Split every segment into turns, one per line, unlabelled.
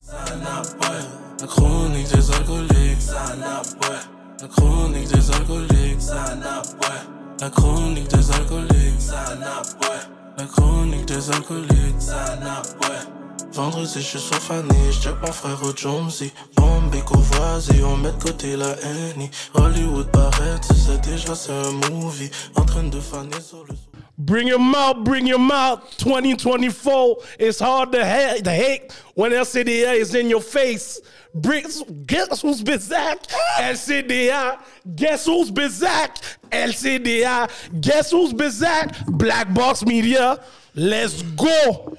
Sana boy. La chronique des alcooliques. Sana boy. La chronique des alcooliques. Sana boy. La chronique des alcooliques. Sana boy. La chronique des alcooliques. Sana boy. Vendredi, je suis sur Fanny, je mon frère au Jonesy. Bombay, Covoisier, on met de côté la haine. Hollywood paraît, tu sais déjà, c'est un movie. En train de faner sur le.
Bring your mouth, bring your mouth. 2024, it's hard to, ha- to hate when LCDA is in your face. Bring, guess who's bizarre? LCDA. Guess who's bizarre? LCDA. Guess who's bizarre? Black Box Media. Let's go.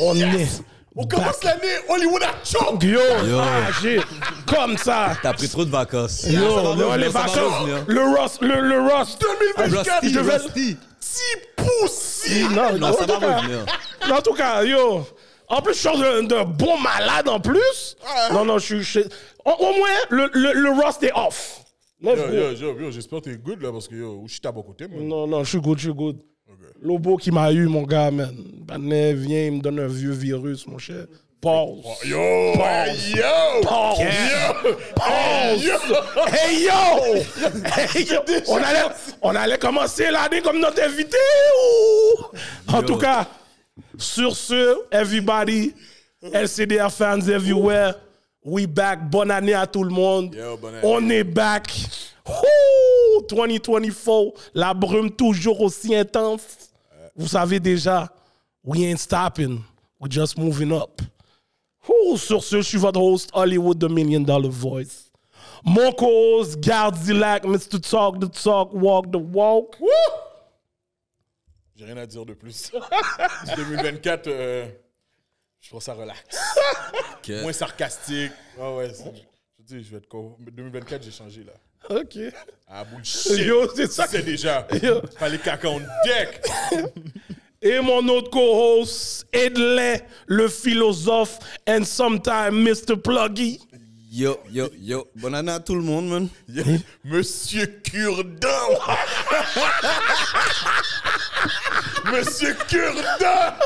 On est.
On commence l'année, Hollywood a choke!
Yo, ah, j'ai- comme ça.
T'as pris trop de vacances.
Yo,
Ça va
le-
revenir,
les
ça va
vacances,
revenir.
le Ross, le, le Ross.
2024,
Rusty,
je vais
Rusty.
petit poussi!
Non,
Non,
en
ça
tout
va
cas-
revenir.
En tout cas, yo. En plus, je suis d'un d'un bon malade en plus.
Ouais.
Non, non, je suis. je- Au, au moins, le, le, le roast est off. Let's
Yo,
go.
yo, yo, yo, j'espère que t'es good là parce que yo, je suis à bon côté, moi.
Non, non, je suis good, je suis good. Lobo qui m'a eu, mon gars, man. Banet, viens, il me donne un vieux virus, mon cher. Pause.
Yo, hey, yo!
Pause.
Yo! Hey,
Pause.
yo!
Hey yo! Hey, yo! On, allait, on allait commencer l'année comme notre invité. ou- En tout cas, sur ce, everybody, LCDA fans everywhere, we back. Bonne année à tout le monde.
Yo, bonne année.
On est back. Wouh! 2024, la brume toujours aussi intense. Vous savez déjà, we ain't stopping. We're just moving up. Ouh, sur ce, je suis votre host, Hollywood The Million Dollar Voice. Mon co-host, Gardilac, Mr. Talk the Talk, Walk the Walk.
J'ai rien à dire de plus. 2024, euh, je trouve ça relax. Moins sarcastique. Ah ouais, c'est- je dis, je vais être con. Mais 2024, j'ai changé là.
OK.
Ah bullshit!
Yo, c'est ça.
C'est déjà.
Yo.
Fallait caca on deck!
Et mon autre co-host, Edley, le philosophe, and sometime Mr. Pluggy.
Yo, yo, yo. Bonne année à tout le monde, man.
Yo, Monsieur Curdan! Monsieur Curdan!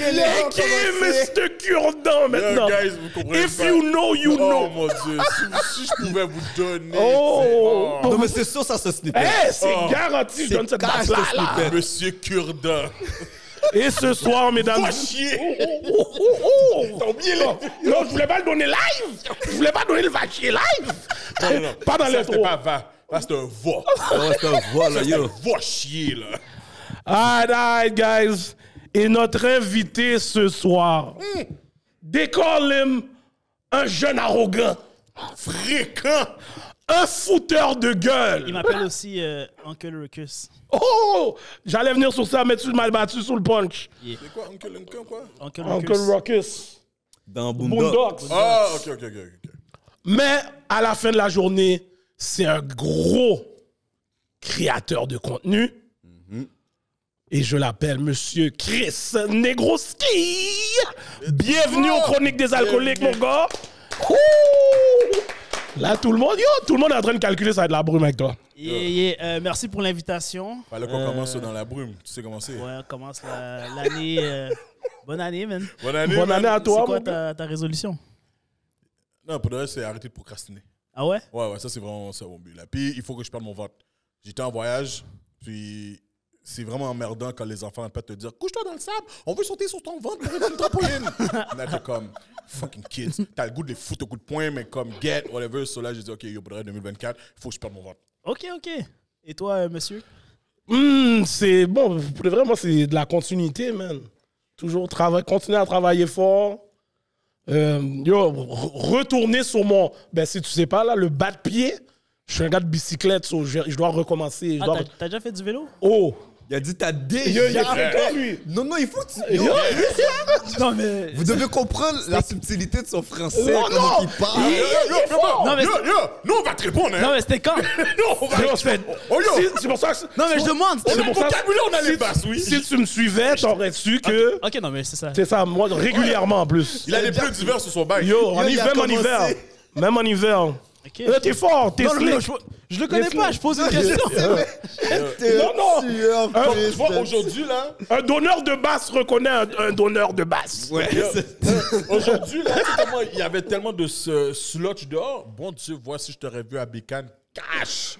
Et qui est Mr. Curdan maintenant?
guys, vous comprenez
If
pas.
you know, you
Oh
know.
mon dieu, si, si je pouvais vous donner.
Oh.
c'est-
Non, mais c'est sûr, ça se snippet.
Eh, c'est
Oh.
garanti, je
C'est
donne cette
cash,
base-là.
ce
là.
snippet.
Monsieur Curdan!
Et ce soir, mesdames...
Va chier!
Oh, oh, oh. Non, non, je voulais pas le donner live. Je voulais pas donner le vachier live.
Non, non,
Pas dans
ça,
les
c'était
trous.
pas va. Ça, c'était un va.
Oh, c'est un voilà,
Ça, c'était un
yo.
va chier, là.
Alright, alright, guys. Et notre invité ce soir, décolle him un jeune arrogant,
Fréquent!
un fouteur de
Il
gueule.
m'appelle aussi euh, Uncle Ruckus.
Oh, j'allais venir sur ça, mais tu m'as battu sur le punch.
C'est quoi, Uncle Lincoln, quoi?
Uncle
Uncle
Ruckus.
Ruckus,
Dans Boondock.
Boondocks.
Ah, ok, ok, ok. ok.
Mais à la fin de la journée, c'est un gros créateur de contenu.
Mm-hmm.
Et je l'appelle Monsieur Chris Negroski. Bienvenue aux Chroniques des Alcooliques, mon gars. Ouh. Là, tout le monde, yo, tout le monde est en train de calculer, ça va être la brume avec toi.
Yeah, yeah. Euh, merci pour l'invitation.
Fallait qu'on commence dans la brume. Tu sais comment c'est.
Ouais, on commence la- l'année. euh, bonne année, man.
Bonne année.
Bonne
man.
année à
C'est
toi, mon
quoi
gars.
ta, ta résolution?
Non, pour de vrai, c'est arrêter de procrastiner.
Ah ouais?
Ouais, ouais, ça, c'est vraiment ça mon but. Là. Puis, il faut que je perde mon ventre. J'étais en voyage, puis c'est vraiment emmerdant quand les enfants pas te dire couche-toi dans le sable, on veut sauter sur ton ventre pour être une trampoline. là, t'es comme fucking kids. T'as le goût de les foutre au coup de poing, mais comme get, whatever. So là, j'ai dit, OK, yo, pour de vrai, 2024, il faut que je perde mon ventre.
Ok, ok. Et toi, euh, monsieur?
Hmm, c'est bon, pour vraiment, c'est de la continuité, man. Toujours trava- continuer à travailler fort. Euh, yo, re- retourner sur mon. Ben, si tu sais pas, là, le bas de pied. Je suis un gars de bicyclette, so je, je dois recommencer. je
Ah,
dois-
t'as- t'as déjà fait du vélo?
Oh!
Il a dit, t'as
Yo, il est
déjà.
très con, lui.
Non, non, il faut que tu. yo,
Yo.
Non, mais.
Vous devez comprendre la subtilité de son français.
Oh, non.
comment il parle.
Yo, yo, yo, vraiment,
Non, mais
yo,
c'est-
yo, nous, on va te répondre,
Non,
hein.
mais c'était quand?
Nous, on va.
Yo, c'est
Oh, yo.
c'est- c'est pour ça que.
Non, mais je demande.
On
c'est
a le
pour ça-
vocabulaire, on a les
si-
basses, oui.
Si tu me suivais, t'aurais su que.
Ok, non, mais c'est ça.
C'est ça, moi, régulièrement en plus.
Il a les bleus d'hiver sur son bail.
Yo, en
il a
hiver, même en
commencé.
hiver. Même en hiver.
Ok.
Là, t'es fort, t'es
Non, non, non,
slick.
je,
Je le connais pas, je pose une question.
Non, non.
Sueur,
Un-
Tu vois,
Christ.
aujourd'hui, là,
Un donneur de basse reconnaît un, un donneur de basse.
Ouais,
Yo,
c'est-
Aujourd'hui, là, c'est tellement- il y avait tellement de ce slotch dehors. Bon Dieu, vois si je t'aurais vu à Bécan. Cash!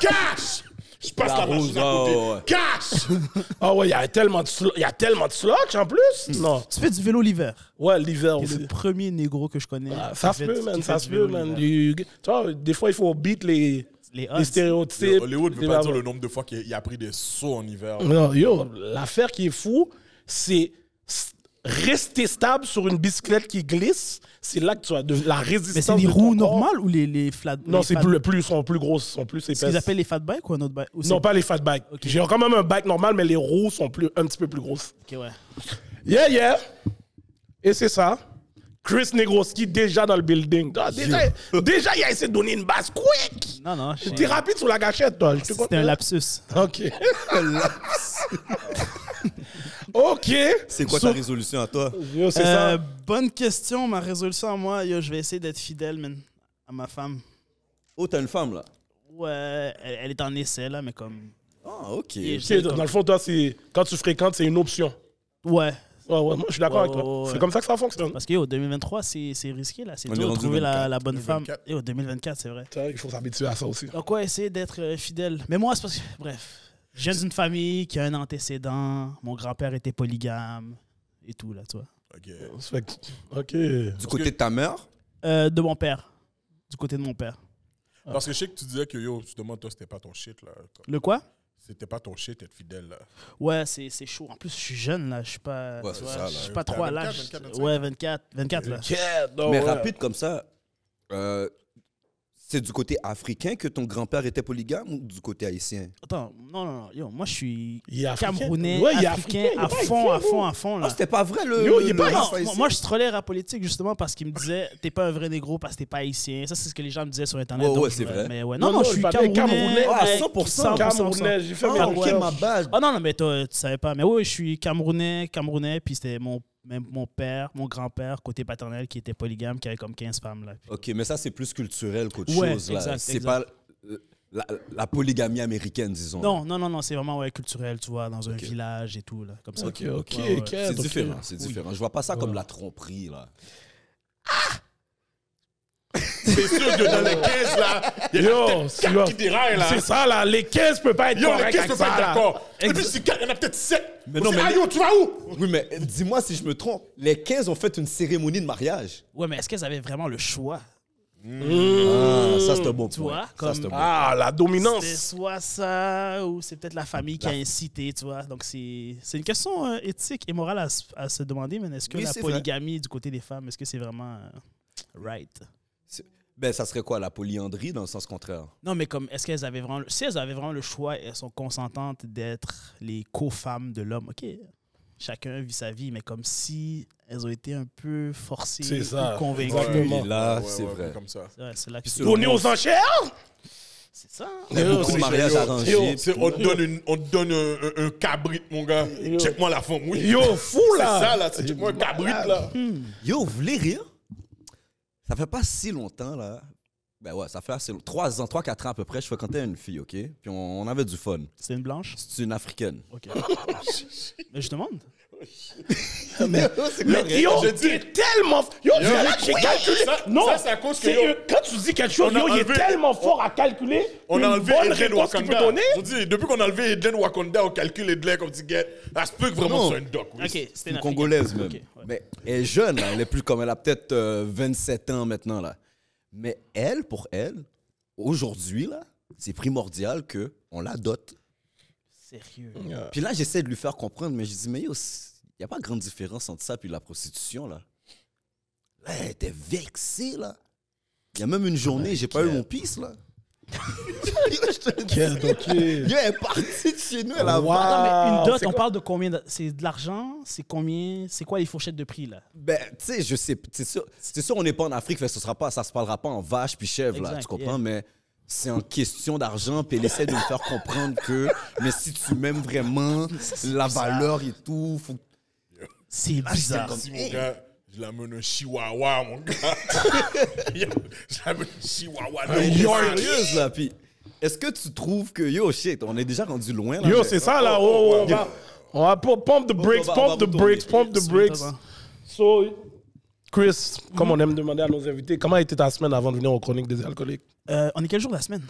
Cash! Je passe la,
La
machine
rouge,
à
oh,
côté.
ouais, ouais.
Cash!
Ah ouais, il y a tellement de slo- il y a tellement de slotch en plus. Non.
Tu fais du vélo l'hiver.
Ouais, l'hiver
T'es
aussi.
le premier négro Mm. que je connais.
Ah,
qui
Ça se
fait-
peut,
qui
man.
fait
Ça
du
se
vélo
peut, man.
l'hiver.
Du- Tu vois, des fois, il faut beat les,
Les
les
odds.
stéréotypes.
Hollywood ne
Des
veut pas
babas.
dire le nombre de fois qu'il a pris des sauts en hiver.
Non, yo, l'affaire qui est fou, c'est s- rester stable sur une bicyclette qui glisse. C'est là que tu as de la résistance.
Mais c'est les
de ton
roues
corps.
normales ou les, les flat
Non,
les
c'est
fat-
plus, plus, sont plus grosses, sont plus épaisses.
Ce qu'ils appellent les fat bikes ou un autre bike
Non,
Ou c'est-
pas les fat bikes.
Ok.
J'ai quand même un bike normal, mais les roues sont plus, un petit peu plus grosses.
Ok, ouais.
Yeah, yeah. Et c'est ça. Chris Negroski déjà dans le building. Ah, déjà, déjà, il a essayé de donner une base quick.
Non, non.
T'es rapide sur la gâchette, toi. Je te
C'était
comprends.
un lapsus.
Ok. ok.
C'est quoi ta
So-
résolution à toi?
Yo, c'est ça.
Euh, Bonne question. Ma résolution à moi, yo, je vais essayer d'être fidèle, man, à ma femme.
Oh, t'as une femme, là.
Ouais, elle, elle est en essai, là, mais comme.
Ah, OK.
Et-
Ok, dans le fond, toi, c'est quand tu fréquentes, c'est une option.
Ouais.
Ouais, ouais, moi, je suis d'accord
Ouais,
avec toi.
ouais, ouais.
C'est comme ça que ça fonctionne.
Parce que yo, 2023, c'est c'est risqué, là. C'est
On est
dur de
rendu
trouver la,
24.
la bonne femme.
2024.
Et au 2024, c'est vrai.
Ça, Il faut s'habituer à ça aussi.
Donc, ouais, essayer d'être euh, fidèle. Mais moi, c'est parce que. Bref. Je viens d'une famille qui a un antécédent. Mon grand-père était polygame et tout, là, tu vois.
Ok.
Ça fait que- Ok.
Du côté de ta mère?
Euh, de mon père. Du côté de mon père.
Parce que je sais que tu disais que yo, justement, toi, c'était pas ton shit, là.
Le quoi?
C'était pas ton shit d'être fidèle, là.
Ouais, c'est c'est chaud. En plus, je suis jeune, là. Je suis pas.
Ouais,
tu
c'est
vois,
ça, là.
Je suis pas
T'as
trop à
24,
l'âge.
24, 25.
Ouais, 24. 24, là.
Yeah, non,
Mais
Oh, ouais.
rapide comme ça, euh, c'est du côté africain que ton grand-père était polygame ou du côté haïtien?
Attends, non, non, non. Yo, moi, je suis
Il est africain.
Camerounais,
Ouais, il est
africain,
africain, il est
à
pas
fond,
haïtien,
à fond,
gros.
à fond, là.
Ah, c'était pas vrai, le...
Yo, il est
le-
pas
le-
Non,
haïtien.
moi, moi, je trollais à la politique justement parce qu'il me disait t'es pas un vrai négro parce que t'es pas haïtien. Ça, c'est ce que les gens me disaient sur Internet.
Ouais,
donc
ouais,
je
c'est
me-
vrai.
Mais ouais. non,
Non,
non,
non,
je suis
il parlait
camerounais.
Camerounais,
mec,
ah, 100%.
100%.
Camerounais, j'ai fait mes
Ah, ok,
recherches.
ma bad.
Ah non, non, mais toi, tu savais pas. Mais oui, je suis camerounais, camerounais. Puis c'était mon, même mon père, mon grand-père, côté paternel, qui était polygame, qui avait comme 15 femmes. Là. Puis-
OK, mais ça, c'est plus culturel qu'autre
Ouais,
chose. là.
exact,
C'est
exact.
pas euh, la, la polygamie américaine, disons.
Non, non, non, non, c'est vraiment ouais, culturel, tu vois, dans un village et tout, là, comme ça.
Ok, ok,
Ouais, ouais.
ok.
C'est
donc-
différent, c'est différent. Je vois pas ça comme la tromperie, là.
C'est sûr que dans les 15, là, il y a
Yo,
peut-être
c'est
quatre qui déraillent, là.
C'est ça, là. Les 15 peuvent pas être
Yo, les
corrects
15 ne
avec
peuvent pas
ça,
être
là.
d'accord. Et puis, c'est 4, il y en a peut-être 7.
Mais non, mais-
Ah, yo, tu vas où?
Oui, mais dis-moi si je me trompe. Les 15 ont fait une cérémonie de mariage.
Ouais, mais est-ce qu'elles avaient vraiment le choix
Ah, ça, c'est un bon
Hmm. Tu
point.
vois,
Ça,
comme-
c'est un bon
Ah, la
C'est
dominance.
soit ça, ou c'est peut-être la famille qui a incité, tu vois. Donc, c'est c'est une question euh, éthique et morale à, se- à se demander, mais est-ce que
Oui,
la
c'est vrai.
polygamie du côté des femmes, est-ce que c'est vraiment euh, right?
C'est- Ben, ça serait quoi, la polyandrie dans le sens contraire?
Non, mais comme, est-ce qu'elles avaient vraiment... le- Si elles avaient vraiment le choix, elles sont consentantes d'être les co-femmes de l'homme, OK, chacun vit sa vie, mais comme si elles ont été un peu forcées
C'est ça,
ou convaincues.
exactement.
Et là,
Ouais,
c'est
ouais,
vrai.
Comme ça.
Ouais, c'est là que
Puis
c'est
selon
Donné
moi,
aux enchères?
ça.
beaucoup de mariages arrangés.
C'est- On te donne, une- on te donne un, un- un cabrit, mon gars. Check-moi la femme, oui.
Yo, fou,
c'est ça,
là.
là. C'est check-moi un cabrit, là.
Yo, vous voulez rire? Ça fait pas si longtemps, là. Ben ouais, ça fait assez long- Trois ans, trois, quatre ans à peu près, je fréquentais une fille, OK? Puis on, on avait du fun.
C'est une blanche?
C'est une africaine.
OK. mais je demande.
Mais yo,
Je dis-
t'es tellement... Yo, tu là, j'ai calculé.
Ça-
Non,
ça, c'est à cause que,
c'est-
yo,
Quand tu dis quelque chose,
on a
yo, il est
enlevé-
tellement fort à calculer.
On
une
a enlevé
bonne
Edlen
réponse qu'il peut
Wakanda.
donner.
Je vous dis, depuis qu'on a enlevé Edlen Wakanda, on calcule Edlen comme tu get. Ça se peut que vraiment
Non.
c'est un doc, oui.
OK, c'était
Une congolaise, même. Mais elle est jeune, là. Elle est plus comme... Elle a peut-être euh, 27 ans maintenant, là. Mais elle, pour elle, aujourd'hui, là, c'est primordial que on la dote.
Sérieux.
Puis là, j'essaie de lui faire comprendre, mais je dis, mais yo, il n'y a pas grande différence entre ça et la prostitution, là. Là, elle était vexée, là. Il y a même une journée, j'ai pas eu mon pisse, là. yo, je te dis, yo, elle est partie de chez nous, elle a
Wow.
Attends, mais une
Ah,
dot,
c'est
on
quoi-
parle de combien de- C'est de l'argent C'est combien C'est quoi les fourchettes de prix, là
Ben, tu sais, je sais, c'est sûr, c'est sûr, on n'est pas en Afrique, fait, que ce sera pas, ça se parlera pas en vache puis chèvre, là,
Exact,
tu comprends, mais c'est en question d'argent, puis elle essaie de me faire comprendre que, mais si tu m'aimes vraiment, la valeur et tout, faut
Ah, C'est
Ah,
bizarre.
Si,
Eh,
mon gars, je l'amène un chihuahua, mon gars. Yo, je l'amène un chihuahua.
Elle
Yo,
est sérieuse, là, puis Est-ce que tu trouves que yo shit, on est déjà rendu loin là
Yo,
mais-
c'est ça là. Oh, on va, on va pu- pump the brakes,
on va- on va
pump the
retourner.
brakes, pump the brakes.
Attends.
So, Chris, hmm? comme on aime demander à nos invités, comment a été ta semaine avant de venir aux chroniques des alcooliques
Euh, on est quel jour de la semaine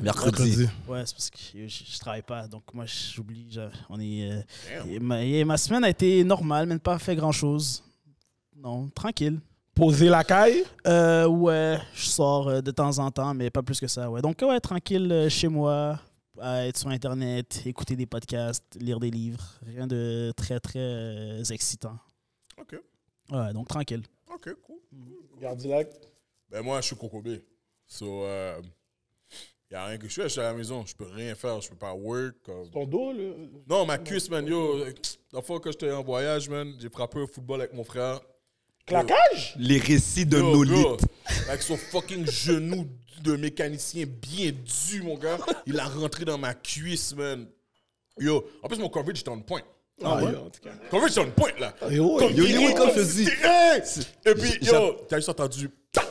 mercredi.
Ouais, c'est parce que je, je travaille pas, donc moi j'oublie. je- On est. euh, et ma, et ma semaine a été normale, mais pas fait grand chose. Non, tranquille.
Poser la caille
Euh, ouais, je sors euh, de temps en temps, mais pas plus que ça. Ouais, donc ouais, tranquille euh, chez moi, à être sur internet, écouter des podcasts, lire des livres, rien de très très euh, excitant.
Ok,
Ouais, donc tranquille.
ok, cool.
Gardilac.
Ben moi, je suis cocobé. So, euh, y a rien que je fais, je suis à la maison. Je peux rien faire, je peux pas work. comme-
Ton dos, le...
Non, ma cuisse, man, yo. La fois que j'étais en voyage, man, j'ai frappé un football avec mon frère.
Claquage
Les récits de
Yo,
nos
bro,
lites.
Avec son fucking genou de mécanicien bien dû, mon gars. Il a rentré dans ma cuisse, man. Yo, en plus, mon coverage était on point.
Ah ouais, en tout cas.
Coverage était on point, là.
Yo,
Comme
yo,
il
yo,
est,
yo,
comme
je
si
dis.
t'es- Hey! Et puis,
J'a-
yo, t'as juste entendu. tac!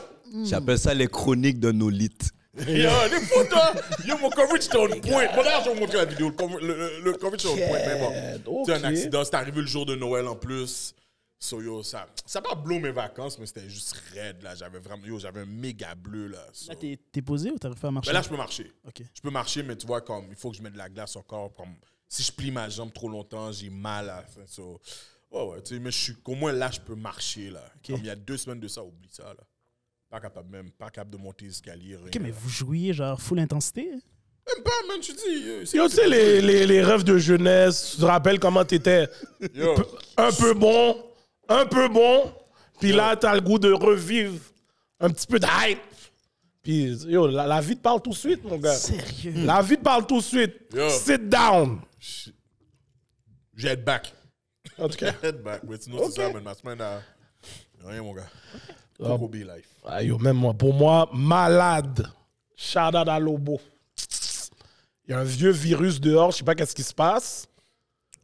J'appelle ça les chroniques de nos lites.
Yo, les photos! hein. Yo, mon coverage était on point. Bon, d'ailleurs, je vais vous montrer la vidéo. Le, cover- le- le- le coverage était on point, mais bon.
Ok.
C'est un accident, c'est arrivé le jour de Noël en plus. So yo, ça ça a pas blow mes vacances, mais c'était juste raide là. J'avais vraiment, yo, j'avais un méga bleu là. So.
Là, Ah, t'es t'es posé ou t'as refait à marcher?
Ben là, je peux marcher.
Ok.
Je peux marcher, mais tu vois, comme il faut que je mette de la glace encore. Comme si je plie ma jambe trop longtemps, j'ai mal à la fin. So, ouais, ouais, tu sais, mais je suis, au moins là, je peux marcher là. Comme il y a deux semaines de ça, oublie ça là. Pas capable même, pas capable de monter l'escalier.
Ok, mais vous jouiez genre full intensité?
Même pas, man, je te dis. euh, c'est-
Yo, tu sais, les, les, les rêves de jeunesse, tu te rappelles comment t'étais
Yo.
un peu bon, un peu bon, puis là, t'as le goût de revivre un petit peu de hype. Puis, yo, la, la vie te parle tout de suite, mon gars.
Sérieux?
La vie te parle tout de suite.
Yo.
Sit down.
J'ai être back.
En tout cas.
Head back, mais sinon, c'est ça, man. Ma semaine à. Rien, mon gars. Coco B life.
Ah, yo, même moi, pour moi, malade. Shout out à Lobo. Il y a un vieux virus dehors, je sais pas qu'est-ce qui se passe.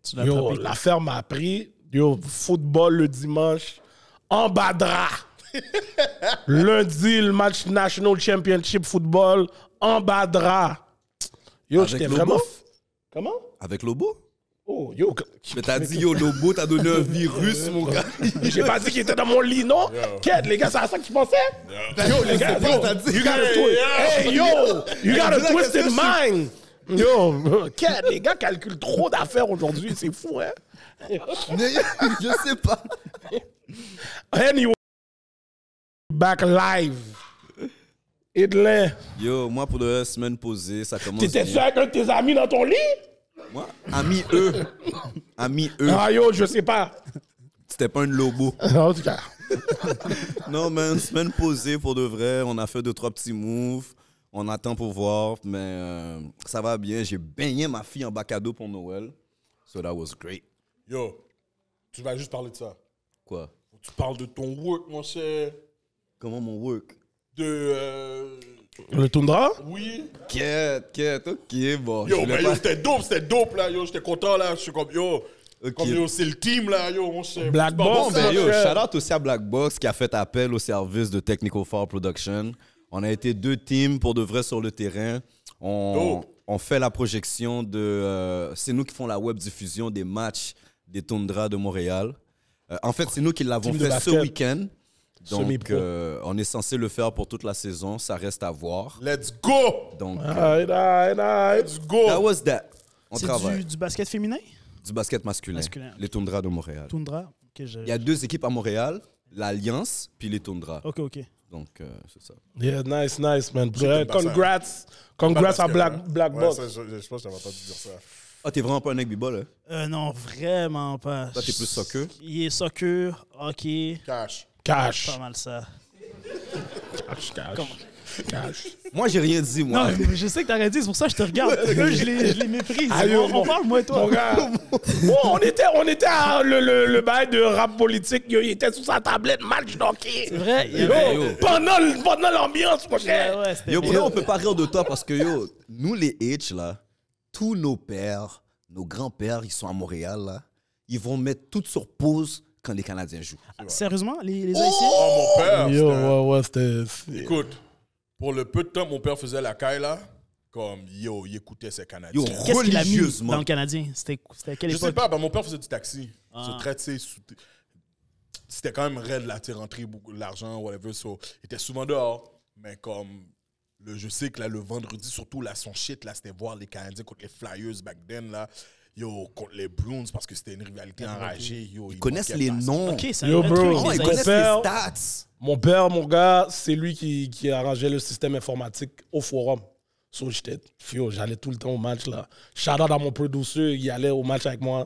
Tu l'as
Yo,
attrapé?
l'affaire m'a pris. Yo, football le dimanche, en badra. Lundi, le match National Championship football, en badra. Yo,
Avec
j'étais
Lobo?
vraiment. Comment?
Avec Lobo
Oh, yo.
Mais t'as dit yo Lobo, t'as donné un virus mon gars.
J'ai pas dit qu'il était dans mon lit, non? Quête, les gars, c'est à ça que tu pensais? Yo, les gars, yo,
T'as dit-
you got a twist. Hey, yo, you got a twisted mind. Yo, Kat, les gars calculent trop d'affaires aujourd'hui, c'est fou, hein?
Je sais pas.
Anyway, back live. Edlin,
Yo, moi pour de vrai, semaine posée, ça commence.
t'étais
bien.
seul avec un de tes amis dans ton lit?
Moi, ami eux. Ami eux.
Ah, yo, je sais pas.
C'était pas une Lobo.
En tout cas,
Non, man, semaine posée pour de vrai. On a fait deux, trois petits moves. On attend pour voir, mais euh, ça va bien. J'ai baigné ma fille en bac à dos pour Noël. So that was great.
Yo, tu vas juste parler de ça.
Quoi?
Tu parles de ton work, mon cher.
Comment mon work?
De. euh,
le toundra?
oui.
Quête, quête, ok, bon. je
Yo,
voulais
mais
pas-
yo, c'était dope, c'était dope, là. Yo, j'étais content, là. Je suis comme, yo.
Ok.
Comme, yo, c'est le team, là, yo, mon cher.
Black
Tu parles de
Bomb,
ça,
Ben, yo,
Mon cher.
shout out aussi à Black Box qui a fait appel au service de Technical Far Production. On a été deux teams pour de vrai sur le terrain.
Oh.
On,
Dope.
on fait la projection de. euh, c'est nous qui font la web diffusion des matchs des Tundra de Montréal. Euh, en fait, c'est nous qui l'avons
Team de
fait ce
basket.
week-end. Donc,
Semi-pro.
euh, on est censé le faire pour toute la saison. Ça reste à voir.
Let's go!
Donc, euh,
Aïe, aïe, aïe.
Let's go!
that was that. On
C'est
travaille. Du,
du, du basket féminin?
basket masculin.
Masculin, ok.
Les Tundra de Montréal.
Tundra? Ok, je-
Il y a deux équipes à Montréal l'Alliance puis les Tundra.
ok. ok.
Donc, euh, c'est ça.
Yeah, nice, nice, man.
J'ai tout
Congrats. Congrats à
Basket,
Black,
là.
Black
hein. Ouais,
Box.
ça, je, je pense que j'avais entendu dire ça.
Ah, t'es vraiment pas un nec ball hein?
Euh, non, vraiment pas.
Toi, t'es plus soccer?
Il est soccer, hockey,
Cash.
Cash.
pas mal ça.
Cash, cash. Cash.
Moi, j'ai rien dit,
Non,
moi.
mais je sais que t'as rien dit, c'est pour ça que je te regarde. Eux, je les, je les méprise.
Aïe,
on,
bon.
on parle, moi et toi.
Mon gars, bon, on était, on était à le, le, le bail de rap politique. yo, Il était sous sa tablette, match d'hockey. C'est
vrai, il y avait-
Yo, pendant le- pendant l'ambiance, mon cher.
Ouais, ouais, c'était
Yo,
bien.
pour là, on peut pas rire de toi parce que, yo, nous, les H, là, tous nos pères, nos grands-pères, ils sont à Montréal, là. Ils vont mettre tout sur pause quand les Canadiens jouent.
Ah, Sérieusement, les, les Haïtiens?
Oh, mon père! c'était-
ouais, c'était.
Écoute, pour le peu de temps que mon père faisait la caille, là, Comme, yo, il écoutait ces Canadiens.
Yo,
Qu'est-ce qu'il a mis
religieusement.
dans le Canadien C'était c'était à quelle
Je sais
époque
pas, ben, mon père faisait du taxi.
Ah.
Ce trait, tu sais, sous- c'était quand même raide, là, tu sais, rentrer beaucoup l'argent, whatever. So, il était souvent dehors. Mais comme, le, je sais que là, le vendredi, surtout, là, son shit, là, c'était voir les Canadiens contre les Flyers back then, là. Yo, contre les Bruins, parce que c'était une rivalité
Ah,
enragée. Yo,
Ils connaissent les noms.
Ok, c'est un
Yo,
vrai
bro.
Oh,
truc, les
ils
Mon
Ice-
connaissent
père-
les stats.
Mon père, mon gars, c'est lui qui, qui arrangeait le système informatique au forum. So, j'étais, yo, j'allais tout le temps au match là. Shout out à mon producteur, il allait au match avec moi.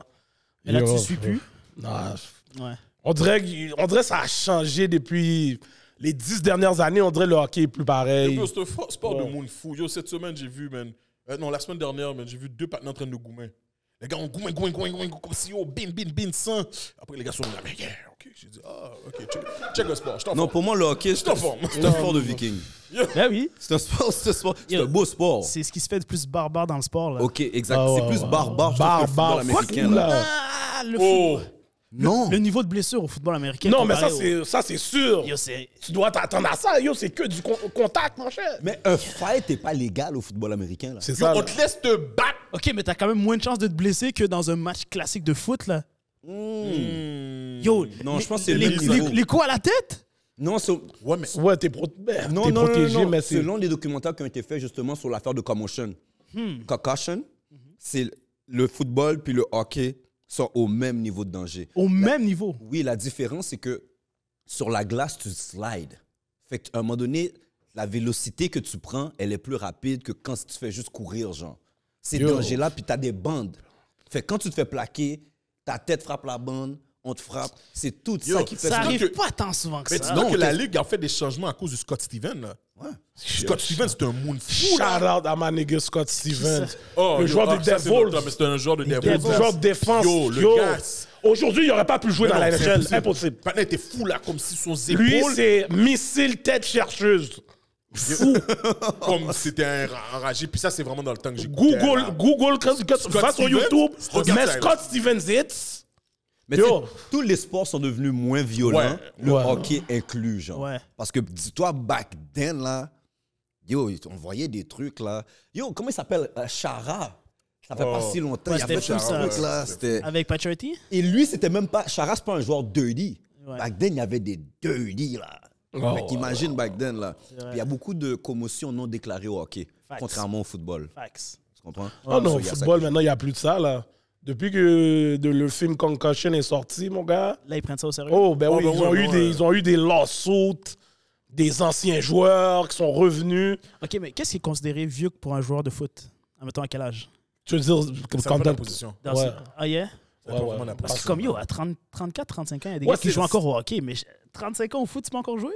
Mais là,
Yo,
tu suis plus.
Non,
Ouais.
on dirait, que- on dirait que ça a changé depuis les dix dernières années. On dirait que le hockey est plus pareil.
Yo, c'est un fort sport
Ouais.
de monde fou. Yo, cette semaine, j'ai vu, man. euh, non, la semaine dernière, man, j'ai vu deux patinants en train de goumer. Les gars, on goumet, goumet, goumet, goumet, goumet, comme si, yo, bin, bin, bin, sang. Après, les gars sont là, mais yeah, ok. J'ai dit, ah, ok, check, check le sport. Je t'en
Non,
fous.
pour moi, le hockey, c'est un,
en forme.
c'est un sport de viking.
Ben oui,
C'est un sport, c'est un, sport, c'est
Yo.
un beau sport.
c'est ce qui se fait de plus barbare dans le sport. Là.
Ok, exact.
Ah,
c'est
ouais,
plus
ouais,
barbare, je trouve, que le football
Barbare. Quoi
américain.
qu'il
Là.
a.
Ah, le,
Oh,
Non.
foot- le niveau de blessure au football américain.
Non, mais ça,
comparé au-
c'est, ça, c'est sûr.
Yo, c'est.
Tu dois t'attendre à ça. Yo, c'est que du con- contact, mon cher.
Mais un fight n'est pas légal au football américain. Là.
C'est
yo,
ça.
on
là.
te laisse te battre.
Ok, mais t'as quand même moins de chances de te blesser que dans un match classique de foot, là. Yo,
Non,
les-
je pense que c'est
les,
le
les,
niveau.
les coups à la tête
Non, c'est-
Ouais, mais.
Ouais, t'es, pro- ben,
non,
t'es
non, non,
protégé,
non, non.
mais c'est.
Selon les documentaires qui ont été faits justement sur l'affaire de Commotion,
Hmm.
Concussion,
Mhm.
c'est le football puis le hockey sont au même niveau de danger.
au même niveau.
Oui, la différence, c'est que sur la glace, tu slides. Fait qu'à un moment donné, la vélocité que tu prends, elle est plus rapide que quand tu fais juste courir, genre. C'est
Yo.
danger-là, puis t'as des bandes. Fait que quand tu te fais plaquer, ta tête frappe la bande, on te frappe. C'est tout
Yo,
ça qui fait
Ça
dis-donc
arrive
que-
pas tant souvent que
Mais
ça.
dis donc
non,
que la Ligue a fait des changements à cause de Scott Steven. là. Scott Steven, c'est un moon fou.
Shout
là.
out à ma nigga Scott Stevens.
Oh,
le
yo,
joueur
ah,
des
ça, c'est notre
Devils.
homme, mais C'est un joueur de
Le
Devils.
joueur de défense.
Yo, le
yo.
gars.
Aujourd'hui, il n'aurait pas pu jouer dans la
Non, c'est
NHL. Impossible.
Patna était fou là, comme si son
Lui,
épaule,
c'est missile tête chercheuse.
fou. comme c'était un ra- enragé. Puis ça, c'est vraiment dans le temps que j'ai
Google, Google, quand tu vas sur
Stevens,
YouTube,
regarde
mais
ça,
Scott Stevens hits.
Mais tu sais,
Yo.
tous les sports sont devenus moins violents,
Ouais.
le
Ouais.
hockey inclus, genre.
Ouais.
Parce que dis-toi, back then, là, yo, on voyait des trucs, là. Yo, comment il s'appelle Euh, Chara. Ça fait pas
Oh.
si longtemps.
Ouais,
il a
c'était
fait
fou,
tout
ça.
ça. Truc, là. C'était-
Avec Paturity
Et lui, c'était même pas. Chara, c'est pas un joueur dirty.
Ouais.
Back then, il y avait des dirty, là.
Oh,
Fait qu'imagine back then, là.
vrai.
Il y a beaucoup de commotions non déclarées au hockey,
Facts. Ah
contrairement au football.
Fax.
Tu comprends
Oh non,
So,
au
il y a ça
football,
qui-
maintenant, il n'y a plus de ça, là. Depuis que de- le film Concussion est sorti, mon gars.
Là, ils prennent ça au sérieux.
Oh, ben
Oh,
oui,
ben
ils,
ouais,
ont eu
ouais.
des, ils ont eu des lawsuits, des anciens joueurs qui sont revenus.
Ok, mais qu'est-ce qui est considéré vieux pour un joueur de foot Admettons à quel âge
Tu veux dire, comme
Ça dépend de la
t'as-
position.
Dans
Ouais.
ce- Ah, yeah
Ça dépend vraiment de la
Parce
Parce
position.
que comme yo, à 30, 34, 35 ans, il y a des
Ouais,
gars qui
c'est-
jouent encore au hockey, mais je- 35 ans au foot, tu peux encore jouer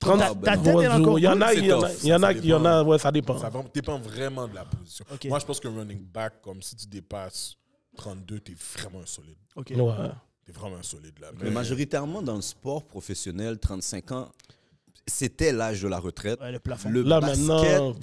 Trente- Ah, ben,
Ta- ta
non.
tête, elle est encore
Il y en a,
cool,
il y en a,
c'est tough.
il y en a,
Ça, ça
il y en a,
dépend.
ouais, ça dépend.
Ça vra- dépend vraiment de la position.
Ok.
Moi, je pense qu'un running back, comme si tu dépasses 32, t'es vraiment un solide.
Ok.
Ouais.
T'es vraiment un solide là.
Mais
Mais-
majoritairement, dans le sport professionnel, 35 ans, c'était l'âge de la retraite.
Ouais, le plafond.
Le
Là,
basket
maintenant,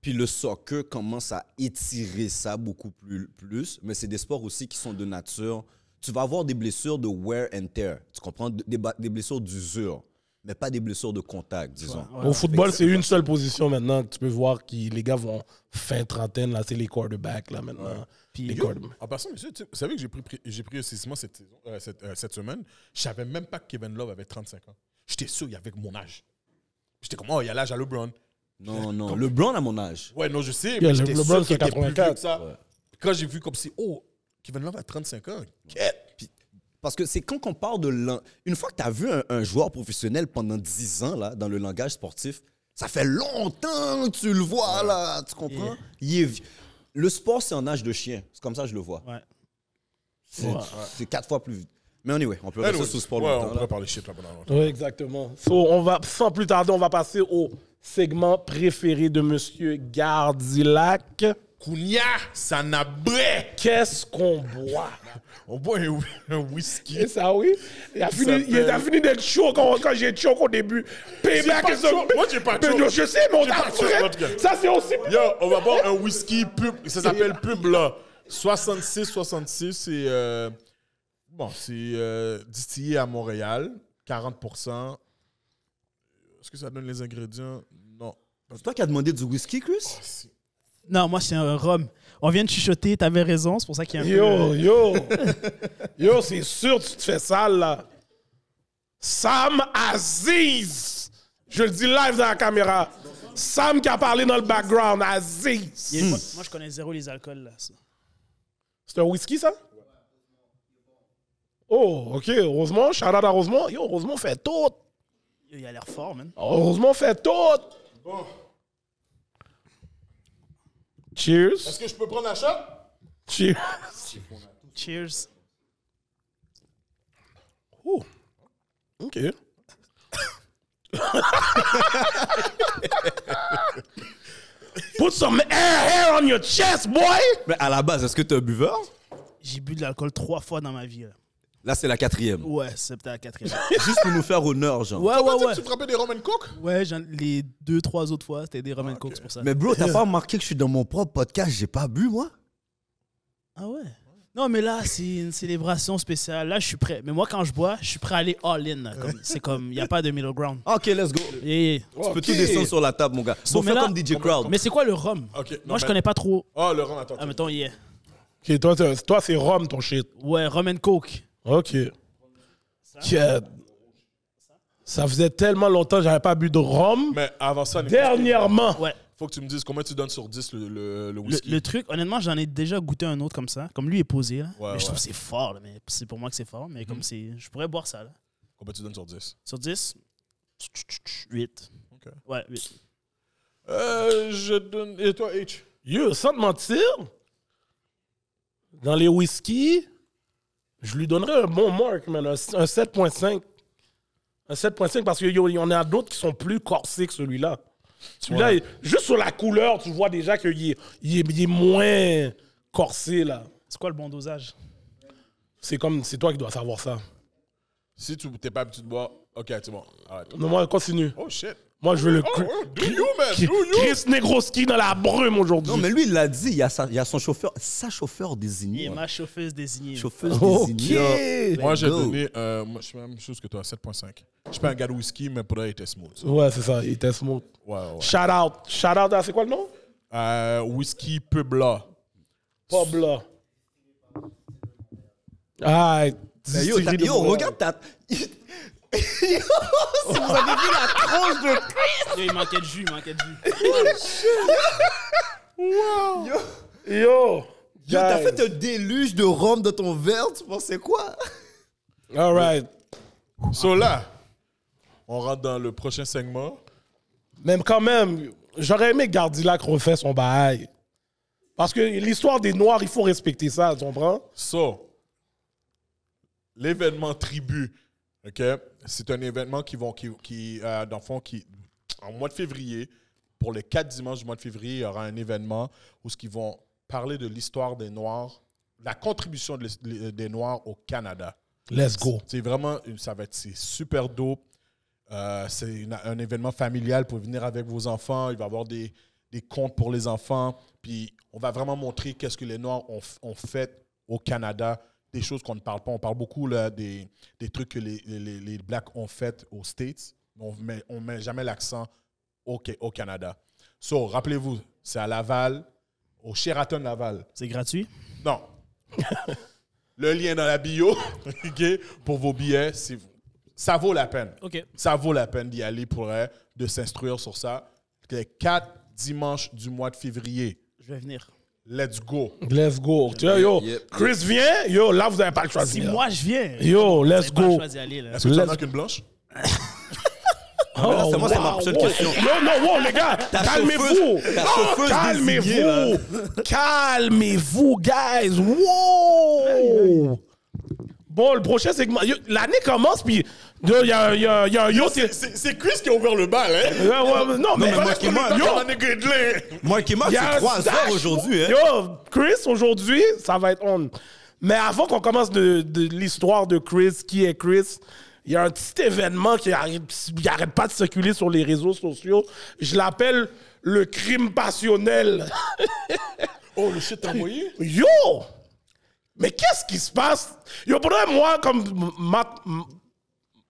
puis le soccer commence à étirer ça beaucoup plus, plus. Mais c'est des sports aussi qui sont de nature. Tu vas avoir des blessures de wear and tear. Tu comprends Des, ba- des blessures d'usure, mais pas des blessures de contact, disons.
Ouais, ouais.
au football, c'est une seule position maintenant que tu peux voir qui les gars vont fin trentaine, là, c'est les quarterbacks, là, maintenant.
Puis-
les
Yo.
quarterbacks.
En passant, monsieur, tu sais- vous savez que j'ai pris, pris- j'ai pris un saisissement cette, saison- euh, cette, euh, cette semaine. Je savais même pas que Kevin Love avait 35 ans. J'étais sûr, il avait mon âge. J'étais comme, oh, il y a l'âge à LeBron.
Non, non. LeBron à mon âge.
Ouais, non, je sais,
le-
mais j'étais
LeBron,
sûr qu'il
c'est
était plus vieux
84.
que ça.
Ouais.
Quand j'ai vu comme si, oh, Kevin Love a 35 ans.
Eh, Puis- parce que c'est quand qu'on parle de... lan- Une fois que tu as vu un, un joueur professionnel pendant 10 ans, là, dans le langage sportif, ça fait longtemps que tu le vois, là. Tu comprends Il est vi- Le sport, c'est en âge de chien. C'est comme ça que je le vois.
Ouais.
C'est c'est quatre fois plus vite. Mais anyway, on peut
Anyways,
rester sous le sport
Ben ouais,
longtemps.
on
là.
pourrait parler shit là pendant longtemps.
Oui, exactement. So, on va, sans plus tarder, on va passer au segment préféré de Monsieur Gardilac.
Kounia, ça n'a bré.
Qu'est-ce qu'on boit?
On boit un, un whisky.
Et ça, oui. Il a fini,
s'appelle-
il a fini d'être chaud quand, quand j'ai choc au début. Payback
pas
is
choc.
a-
Moi, j'ai pas
Mais
choc.
non, Je sais, mais on
J'ai
t'a
pas choc,
fait.
en tout cas.
Ça, c'est aussi.
Yo, on va boire un whisky pub. Ça s'appelle Pub là. 66, 66, c'est. euh, bon, c'est euh, distillé à Montréal. 40%. Est-ce que ça donne les ingrédients Non.
C'est toi qui as demandé du whisky, Chris
C'est-
Non, moi, c'est un rhum. On vient de chuchoter, t'avais raison, c'est pour ça qu'il y a un
Yo,
peu...
yo. yo, c'est sûr que tu te fais sale, là. Sam Aziz. Je le dis live dans la caméra. Sam qui a parlé dans le background,
Il y a
Aziz.
une- Moi, je connais zéro les alcools, là. ça.
C'est un whisky, ça? Oh, OK. Rosemont, shout out à Rosemont. Yo, Rosemont fait tout.
Yo, Il a l'air fort, man.
Rosemont fait tout. Cheers.
Est-ce que je peux prendre la shot?
Cheers.
Cheers.
Oh. OK. Put some air hair on your chest, boy.
Mais à la base, est-ce que t'es un buveur
J'ai bu de l'alcool trois fois dans ma vie, là.
Là, c'est la quatrième.
Ouais, c'est peut-être la quatrième.
Juste pour nous faire honneur, genre.
Ouais,
Pas dit
ouais,
que
ouais.
Tu frappais des rum and coke?
Ouais, j'en- les deux, trois autres fois, c'était des rum
Ah,
and coke, c'est pour ça.
Mais bro, t'as pas remarqué que je suis dans mon propre podcast, j'ai pas bu, moi
Ah ouais? Non, mais là, c'est une célébration spéciale. Là, je suis prêt. Mais moi, quand je bois, je suis prêt à aller all-in. là, comme- C'est comme, il n'y a pas de middle ground.
Ok, let's go.
Yeah, yeah.
Tu peux tout descendre sur la table, mon gars. Bon,
mais
fais
là-
comme DJ Crowd.
Mais c'est quoi le rhum?
Ok, Ah, non,
moi, je
mais-
connais pas trop.
Ah, le rhum, attends.
Ah, mettons, yeah.
OK, toi, t'es- toi c'est Rome, ton shit.
Ouais, rum and coke.
OK. Yeah. Ça faisait tellement longtemps que j'avais pas bu de rhum.
Mais avant ça, Nicolas,
Dernièrement.
Ouais.
faut que tu me dises combien tu donnes sur 10 le, le, le
Le,
whisky.
le truc, honnêtement, j'en ai déjà goûté un autre comme ça. Comme lui est posé, là.
Ouais,
mais je
ouais.
trouve
Mhm.
que c'est fort, là, mais c'est pour moi que c'est fort. Mais comme c'est. Je pourrais boire ça, là.
Combien tu donnes sur 10?
Sur 10, 8.
Ok.
Ouais, 8.
Euh, je donne... Et toi, H?
Yo, sans te mentir, dans les whisky, je lui donnerais un bon mark, man, un, un 7.5. Un 7.5 parce qu'il y en a d'autres qui sont plus corsés que celui-là. Celui-là, il- juste sur la couleur, tu vois déjà qu'il est, il est, il est moins corsé, là.
C'est quoi le bon dosage?
C'est comme, c'est toi qui dois savoir ça.
Si tu t'es pas habitué de boire... Ok, c'est bon. Arrête.
Non, moi, continue.
Oh, shit.
Moi, je veux le...
Oh,
cr-
oh, do you, man?
Chris
Do you?
Negroski dans la brume aujourd'hui.
Non, mais lui, il l'a dit, il y, a sa- il y a son chauffeur, sa chauffeur désignée.
Il est
ouais.
ma chauffeuse désignée.
Chauffeuse désignée.
Ok.
Moi, j'ai
Go.
donné... Euh, moi, je suis la même chose que toi, 7.5. Je suis pas un gars de whisky, mais pour elle, il était smooth.
Ouais, c'est ça, il était smooth.
Ouais, ouais.
Shout out. Shout out à, c'est quoi le nom?
Euh, whisky Puebla.
Pub là. Ah,
Mais Yo, t'as-
distillerie de
yo,
Montréal.
regarde ta. yo, si vous avez vu la tranche de
Yo, Eh, il manquait de jus, il manquait de jus.
Yo,
Yo!
yo, t'as
guys.
fait un déluge de rhum dans ton verre, tu pensais quoi
All right.
So là, on rentre dans le prochain segment.
Mais quand même, j'aurais aimé que Gardilac refait son bail. Parce que l'histoire des Noirs, il faut respecter ça, tu comprends?
So, l'événement tribu, OK? C'est un événement qui vont, qui, qui euh, dans le fond, qui, en mois de février, pour les quatre dimanches du mois de février, il y aura un événement où ce qu'ils vont parler de l'histoire des Noirs, la contribution de l'his- des Noirs au Canada.
Let's go.
C'est vraiment, une- ça va être c'est super dope. Euh, c'est une- un événement familial pour venir avec vos enfants. Il va y avoir des, des contes pour les enfants. Puis on va vraiment montrer qu'est-ce que les Noirs ont, f- ont fait au Canada, des choses qu'on ne parle pas. On parle beaucoup là, des, des trucs que les, les, les Blacks ont fait aux States, mais on met, on met jamais l'accent au, Ca- au Canada. So, rappelez-vous, c'est à Laval, au Sheraton Laval.
C'est gratuit?
Non. Le lien dans la bio, ok, pour vos billets, si vous- ça vaut la peine.
Ok.
Ça vaut la peine d'y aller pour vrai, de s'instruire sur ça. Les quatre dimanches du mois de février.
Je vais venir.
Let's go.
Let's go. Tu vois, yo,
Yep.
Chris vient, yo, là, vous n'avez pas le choix. de
Si
venir.
moi je viens, eh, ben,
Yo, let's
j'ai pas le
go.
choix d'y aller, là.
Est-ce que tu en
Let's-
as qu'une blanche?
Ah, Mais là, c'est moi, c'est ma prochaine question.
Non, non, wow, les gars, calmez-vous.
chauffeuse- ta
Non,
chauffeuse désignée, là.
Calmez-vous. Calmez-vous, guys. Wow. Bon, le prochain segment. yo, L'année commence, puis yo, il y a, il y a- il y a un yacht.
C'est- C'est c'est Chris qui a ouvert le bal, hein?
Ouais, ouais, Non, mais,
mais moi, qui m'a-
yo,
On est guédelé.
Moi qui marche,
il y a un
c'est 3
stack.
heures aujourd'hui. Hein.
Yo, Chris, aujourd'hui, ça va être on. Mais avant qu'on commence de, de l'histoire de Chris, qui est Chris, il y a un petit événement qui n'arrête pas de circuler sur les réseaux sociaux. Je l'appelle le crime passionnel.
Oh, le shit t'a envoyé?
Yo! Mais qu'est-ce qui se passe? Yo, pour vrai, moi, comme ma,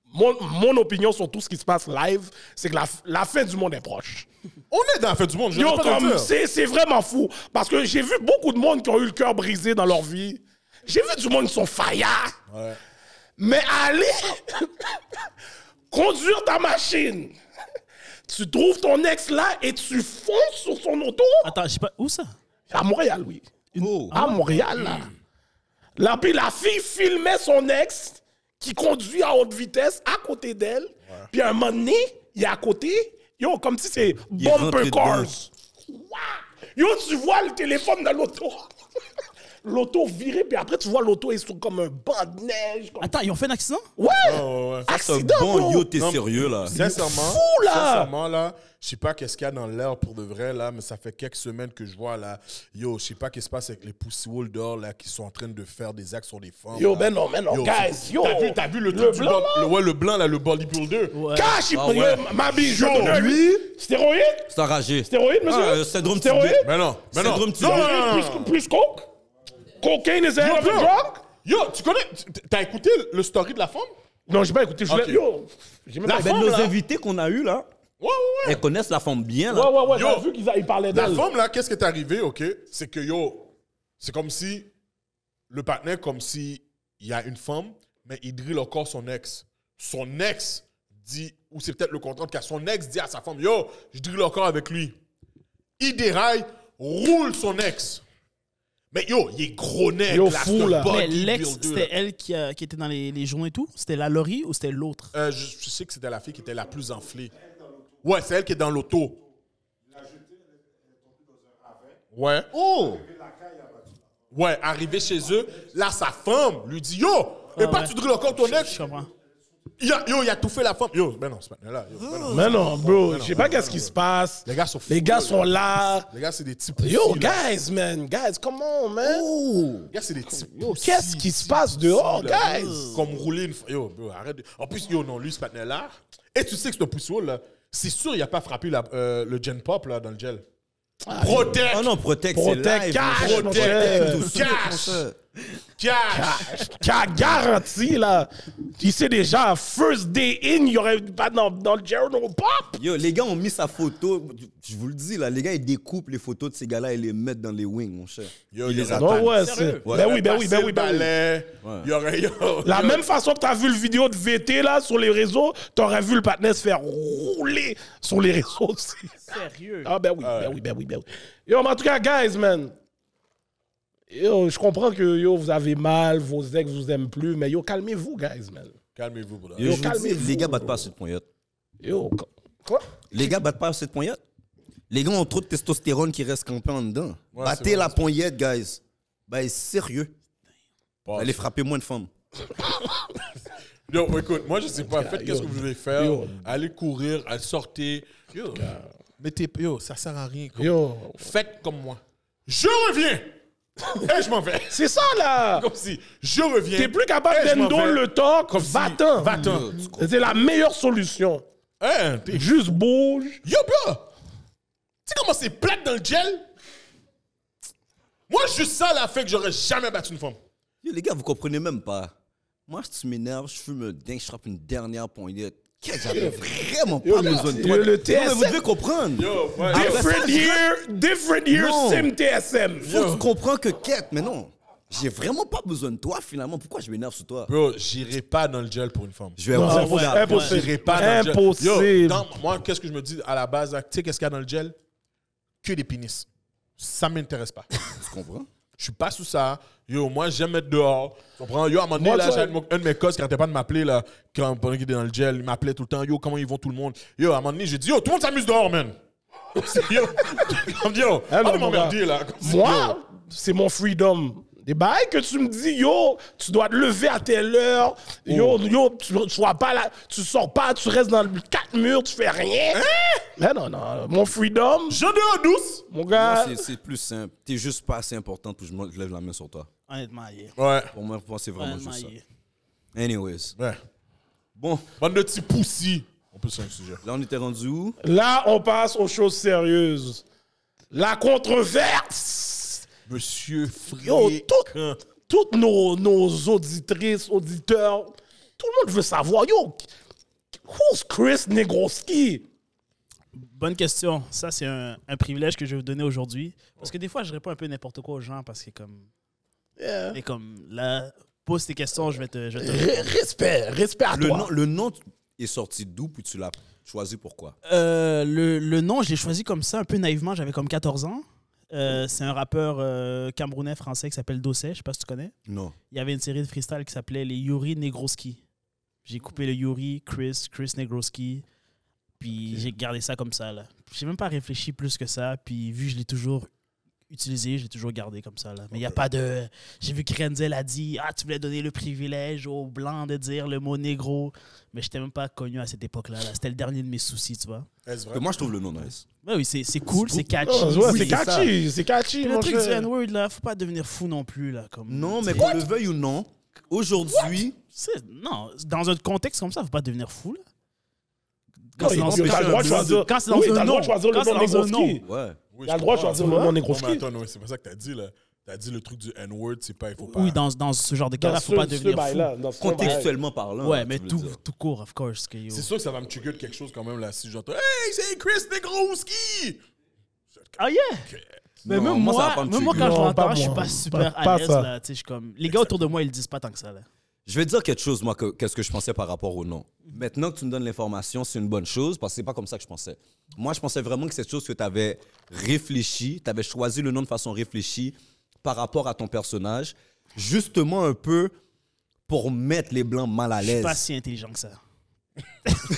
Mon, mon opinion sur tout ce qui se passe live, c'est que la, la fin du monde est proche.
On est dans la fin du monde, je
Yo,
pas de
comme,
dire.
c'est, c'est vraiment fou. Parce que j'ai vu beaucoup de monde qui ont eu le cœur brisé dans leur vie. J'ai vu du monde qui sont faillards.
Ouais.
Mais aller conduire ta machine, tu trouves ton ex là et tu fonces sur son auto
Attends, je sais pas. Où ça
à Montréal, oui.
Oh.
À Montréal, là.
Hmm.
Là, puis la fille filmait son ex qui conduit à haute vitesse à côté d'elle. Puis à un moment donné, il est à côté, yo, comme si c'est
est rentré
bumper
dedans.
cars. Ouah. Yo, tu vois le téléphone dans l'auto. l'auto virée, puis après, tu vois l'auto est sur comme un banc de neige. comme-
Attends, ils ont fait un accident
Ouais!
ouais, Ah ouais.
C'est un
Accident,
bon
bro.
yo, t'es
Non,
sérieux là.
Sincèrement,
fou, là!
sincèrement, là, je sais pas qu'est-ce qu'il y a dans l'air pour de vrai, là, mais ça fait quelques semaines que je vois, là, yo, je sais pas qu'est-ce qui se passe avec les pussy wall dehors, là, qui sont en train de faire des actes sur les femmes.
Yo,
là.
ben non, ben non, guys, yo.
T'as vu, t'as vu le,
Le
truc du
blanc,
bo-
là?
le- ouais, le blanc, là, le bodybuilder.
Cash, il
Ah
prenait
ouais.
ma bijou.
Lui?
Stéroïde?
C'est enragé.
Stéroïde, monsieur?
Ah, euh, syndrome type
Stéroïde?
Mais non, mais non.
Syndrome
non,
type
non,
B.
non, non, non.
Plus, plus coke? Cocaine is a hell of a
Ah. Yo,
drug?
Yo, tu connais, tu- t'as écouté le story de la femme?
Non, j'ai pas écouté, je voulais.
Ok.
Yo, j'ai même
La
pas
Ben,
femme,
nos
là.
invités qu'on a eu là,
Ouais, ouais, ouais.
elles connaissent la forme bien
Ouais,
là.
ouais, ouais,
Yo.
t'as vu qu'ils a- ils parlaient
La
d'elle.
femme, là, qu'est-ce qui est arrivé, OK? C'est que, yo, c'est comme si le partenaire, comme si il y a une femme, mais il drille encore son ex. Son ex dit, ou c'est peut-être le contraire, car son ex dit à sa femme, yo, je drille encore avec lui. Il déraille, roule son ex. Mais yo, il est gros nec.
Yo,
là,
fou,
c'est un
là.
Mais
bodybuilder,
l'ex,
là.
c'était elle qui, a- qui était dans les, les journaux et tout C'était la Laurie ou c'était l'autre
Euh, je, je sais que c'était la fille qui était la plus enflée. Ouais, c'est elle qui est dans l'auto. Ouais.
Oh!
Ouais, arrivé chez eux, là, sa femme lui dit Yo,
Ah
et pas
ouais.
tu drilles encore ton
Je
ex
comprends.
Il a- Yo, il a tout fait la femme. Yo, ben non, c'est pas là. Yo, ben non.
Mais non, bro, je sais pas qu'est-ce qui se passe.
Les gars sont fous,
Ah. Les gars
là.
sont là.
Les gars, c'est des types.
Yo, guys, man, guys, come on, man.
Les gars, c'est des types.
Qu'est-ce qui se passe dehors, Oh, guys?
Comme rouler une. f- Yo, bro, arrête. de- En plus, yo, non, lui, ce partenaire là. Et tu sais que ce pousseau, là, c'est sûr, il a pas frappé la- euh, le gen pop, là, dans le gel.
Ah,
Protect
Oh non, Protect, c'est
Protect,
live.
cash,
mon frère.
Protect,
Tout de suite,
cash.
mon frère.
Oh,
Cash
qui a garanti, là. Tu sais déjà, first day in, il n'y aurait pas dans, dans le Jared Pop.
Yo, les gars ont mis sa photo. Je vous le dis là, les gars ils découpent les photos de ces gars-là et les mettent dans les wings, mon cher.
Yo,
ils
il
les
aurait-
attendent.
Non, ouais,
Sérieux?
c'est. Ben oui, ben oui, ben oui, ben oui.
Balai, Il y aurait. Yo,
La
yo,
même façon que t'as vu le vidéo de VT là sur les réseaux, t'aurais vu le partner se faire rouler sur les réseaux aussi.
Sérieux
Ah ben oui, ben oui, ben oui, ben oui. Yo, mais en tout cas, guys, man. Yo, je comprends que yo, vous avez mal, vos ex vous aiment plus, mais yo, calmez-vous, guys, man.
Calmez-vous, brother.
Yo, je vous dis,
calmez-vous,
les gars
bro.
battent pas cette poignotte.
Yo, co- quoi?
Les gars battent pas cette poignette. Les gars ont trop de testostérone qui reste campé en dedans.
Ouais, c'est
Battez
vrai,
la poignette, guys. Ben, sérieux.
Passe.
Allez frapper moins de femmes.
Yo, écoute, moi je sais pas. Faites
Yo.
qu'est-ce que vous voulez faire.
Yo.
Allez courir, allez sortir. Yo, mettez, yo, ça sert à rien. quoi.
Yo.
Faites comme moi. Je reviens et je m'en vais.
C'est ça là!
Comme si je reviens.
T'es plus capable d'endo le talk,
Comme si-
va-t'en.
va-t'en.
C'est la meilleure solution.
Hein, t'es-
Juste bouge.
Yo, bro! Tu sais comment c'est plate dans le gel? Moi, juste ça, là, fait que j'aurais jamais battu une femme.
Yo, les gars, vous comprenez même pas. Moi, si tu m'énerves, je fume un dingue, je frappe une dernière poignette. Qu'est-ce que J'avais vraiment pas
le-
besoin de
yo,
toi.
le
Non, mais vous
TSM.
devez comprendre.
Yo,
Ah,
ouais.
Après
Different
ça,
year, different year,
Non.
same TSM.
Faut que tu comprends que quête, mais non. J'ai vraiment pas besoin de toi, finalement. Pourquoi je m'énerve sur toi
Bro, j'irai pas dans le gel pour une femme.
Je vais
Ah
avoir
ouais,
la-
impossible.
J'irai pas dans le gel. Yo,
Impossible.
non, moi, qu'est-ce que je me dis à la base? là, Tu sais, qu'est-ce qu'il y a dans le gel? Que des pénis. Ça m'intéresse pas.
Tu comprends
Je suis pas sous ça. Yo, moi, j'aime être dehors. Tu comprends? Yo, à un moment donné,
Moi,
là,
toi-
j'avais mon- un de mes cosses qui arrêtait pas de m'appeler, là, quand, pendant qu'il était dans le gel. Il m'appelait tout le temps. Yo, comment ils vont tout le monde? Yo, à un moment donné, j'ai dit, yo, tout le monde s'amuse dehors, man. yo, comme yo,
Ah non,
arrête de
mon
m'emmerder,
gars.
là. Comme si,
Moi,
yo.
c'est mon freedom. Des bails que tu me dis, yo, tu dois te lever à telle heure, yo, yo, tu, tu sois pas là, tu sors pas, tu restes dans les quatre murs, tu fais rien. Mais non, non, mon freedom,
Jean dehors douce.
mon
Moi,
Euh,
gars.
c'est- c'est plus simple. T'es juste pas assez important pour que je me lève la main sur toi.
Honnêtement, hier.
Ouais.
Pour moi, pour moi, c'est vraiment
Honnêtement,
juste ça.
hier.
Anyways.
Ouais.
Bon,
Bande de petits poussis. On peut se faire un sujet.
là, on était rendu où
Là, on passe aux choses sérieuses. La controverse.
Monsieur
Yo,
Fré.
tout- toutes nos, nos auditrices, auditeurs, tout le monde veut savoir, yo, Who's Chris Negroski?
Bonne question. Ça, c'est un, un privilège que je vais vous donner aujourd'hui. Parce que des fois, je réponds un peu n'importe quoi aux gens parce que comme. Et comme là, pose tes questions, je vais te. Je vais te
Re- Respect, respect à
Le
toi.
nom, le nom est sorti d'où, puis tu l'as choisi pourquoi
Euh, le, le nom, je l'ai choisi comme ça, un peu naïvement. J'avais comme 14 ans. Euh, c'est un rappeur euh, camerounais français qui s'appelle Dossé. Je sais pas si tu connais.
Non.
Il y avait une série de freestyle qui s'appelait les Yuri Negroski. J'ai coupé le Yuri, Chris, Chris Negroski. Puis j'ai gardé ça comme ça. là. J'ai même pas réfléchi plus que ça. Puis vu que je l'ai toujours utilisé, je l'ai toujours gardé comme ça. Là. Mais il n'y a pas de. J'ai vu que Renzel a dit Ah, tu voulais donner le privilège aux Blancs de dire le mot négro. Mais je n'étais même pas connu à cette époque-là. là. C'était le dernier de mes soucis, tu vois.
Est-ce
Mais
vrai?
moi, je trouve le nom nice.
Ouais, Ben oui, c'est c'est cool, Ah, c'est catchy.
Oh, ouais,
Oui,
c'est
ça.
catchy, c'est catchy.
Puis
mon
Le truc du
cher.
N-word, là, faut pas devenir fou non plus, là. Comme,
Non, mais
c'est-
qu'on le veuille ou non, aujourd'hui,
c'est- Non, dans un contexte comme ça, faut pas devenir fou, là.
Non,
c'est
il-
dans-
il- t'as le droit de choisir-
quand c'est dans
oui,
un
t'as le droit de
nom.
choisir le
Quand c'est
nom
dans un
Negroski.
nom.
ouais.
Oui,
Il a
je
le droit de
comprends.
choisir le nom
Non, mais
Negroski.
attends, non, c'est pas ça que t'as dit, là. T'as dit le truc du N-word, c'est pas, il faut pas.
Oui, dans, dans ce genre de
Dans
cas-là, faut pas
ce ce
devenir
bail-là.
fou.
dans ce bail-là.
Contextuellement parlant.
Ouais,
Ah, tu
mais
veux
tout,
dire.
tout court, of course. Que, yo.
C'est sûr que ça va me trigger de quelque chose quand même, là, si j'entends Hey, c'est Chris Negroski!
Ah yeah! Mais
Non,
même
moi,
moi,
ça va pas me
même moi
trigger.
quand je
Non,
l'entends,
pas
je suis
moi.
pas super
Pas- pas
à l'aise,
ça.
là. Tu sais, je suis comme... Les gars autour de moi, ils le disent pas tant que ça, là.
Je vais te dire quelque chose, moi, que- qu'est-ce que je pensais par rapport au nom. Maintenant que tu me donnes l'information, c'est une bonne chose, parce que c'est pas comme ça que je pensais. Moi, je pensais vraiment que c'est quelque chose que tu avais réfléchi, tu avais choisi le nom de façon réfléchie par rapport à ton personnage, justement un peu pour mettre les Blancs mal à
Je suis
l'aise.
pas si intelligent que ça.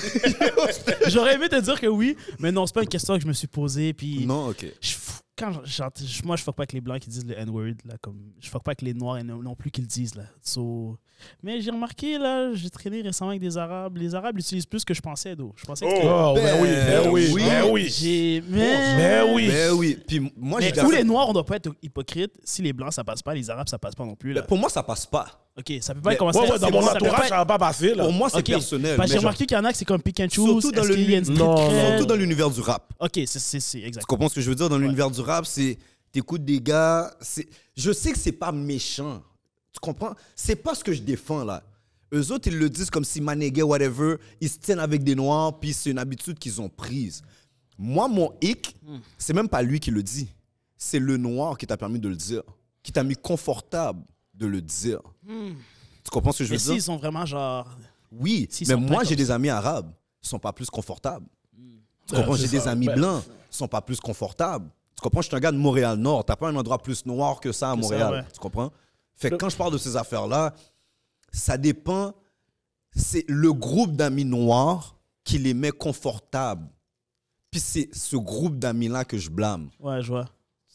J'aurais aimé te dire que oui, mais non, c'est pas une question que je me suis posée. Puis
Non, ok.
je fou- quand je- j'entends- je- moi, je fuck pas avec les blancs qui disent le N-word, là, comme je fuck pas avec les noirs et non, non plus qui le disent, là. So, mais j'ai remarqué, là, j'ai traîné récemment avec des arabes. Les arabes l'utilisent plus que je pensais, d'où. Je pensais que c'était-
Oh, ben oui, ben oui,
oui.
ben oui.
J'ai. Mais.
Ben oui.
Oh! Mais oui, puis m- moi, j'ai
Mais
gardé-
où les noirs, on doit pas être hypocrite. Si les blancs, ça passe pas, les arabes, ça passe pas non plus,
Mais
là.
Pour moi, ça passe pas.
Ok, ça peut pas
Mais-
commencer
Ouais,
à-
ouais, dans
ça
mon
peut pas
entourage,
être-
ça va pas passer, là.
Pour moi, c'est
Ok.
personnel.
Parce que
mais
J'ai
genre-
remarqué qu'il y en a que c'est comme pick and choose.
Surtout dans
Est-ce
le
qu'il y a une
mi-
street
Non, non,
cred?
surtout dans l'univers du rap.
Ok, c'est- c'est c'est exact.
Tu comprends ce que je veux dire dans l'univers du rap, c'est t'écoutes des gars, c'est je sais que c'est pas méchant. Tu comprends C'est pas ce que je défends là. Eux autres, ils le disent comme si Manégué, whatever, ils se tiennent avec des noirs, puis c'est une habitude qu'ils ont prise. Moi, mon hic,
Hmm.
c'est même pas lui qui le dit. C'est le noir qui t'a permis de le dire, qui t'a mis confortable de le dire. Tu comprends ce que je
Hmm. Mais
veux
s'ils
dire
sont vraiment genre.
Oui,
s'ils
mais
sont
moi,
pas
j'ai des amis arabes, ils sont pas plus confortables. Tu comprends?
Hmm. Ouais,
J'ai
c'est
des
ça.
amis
Ben-
blancs. Ils sont pas plus confortables. Tu comprends? Je suis un gars de Montréal-Nord. T'as pas un endroit plus noir que ça à Montréal.
ouais.
Tu comprends? Fait que quand je parle de ces affaires-là, ça dépend. C'est le groupe d'amis noirs qui les met confortables. Puis c'est ce groupe d'amis-là que je blâme.
Ouais, je vois.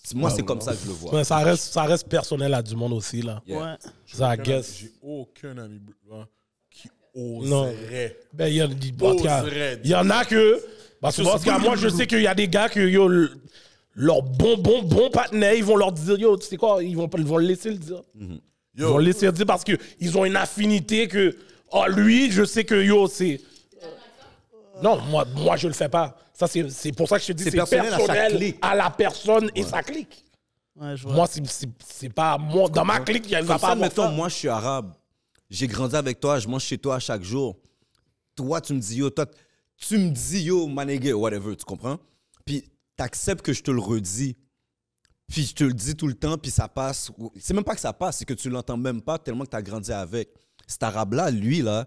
C'est- Moi, c'est comme ça que je le vois.
Ah Ouais, ça reste, ça reste personnel à du monde aussi, là.
Yeah.
Ouais.
Ça, I
Aucun ami-
guess.
J'ai aucun ami blanc qui
Non.
oserait.
Ben, il y, a- en tout cas,
Oserais
il y en a que. Parce que,
Je sais
parce que
pas.
moi, je sais qu'il y a des gars que, yo, le- leur bon, bon, bon partenaire, ils vont leur dire, yo, tu sais quoi, ils vont, ils vont le laisser le dire.
Mm-hmm.
Ils vont
Yo,
le laisser le dire parce qu'ils ont une affinité que. Oh, lui, je sais que, yo, c'est. Non, moi, moi, je le fais pas. Ça, c'est c'est pour ça que je te dis,
C'est
c'est personnel,
personnel à sa clique.
à la personne et sa clique.
Ouais, je vois.
Moi, c'est- c'est c'est pas. Moi, dans ma clique, il y a
Comme
pas
ça,
avoir
mettons,
ça.
moi, je suis arabe. J'ai grandi avec toi, je mange chez toi chaque jour. Toi, tu me dis yo, toi, tu me dis yo, manégué, whatever, tu comprends? Puis t'acceptes que je te le redis. Puis je te le dis tout le temps, puis ça passe. Ou- C'est même pas que ça passe, c'est que tu l'entends même pas tellement que t'as grandi avec. Cet arabe-là, lui, là,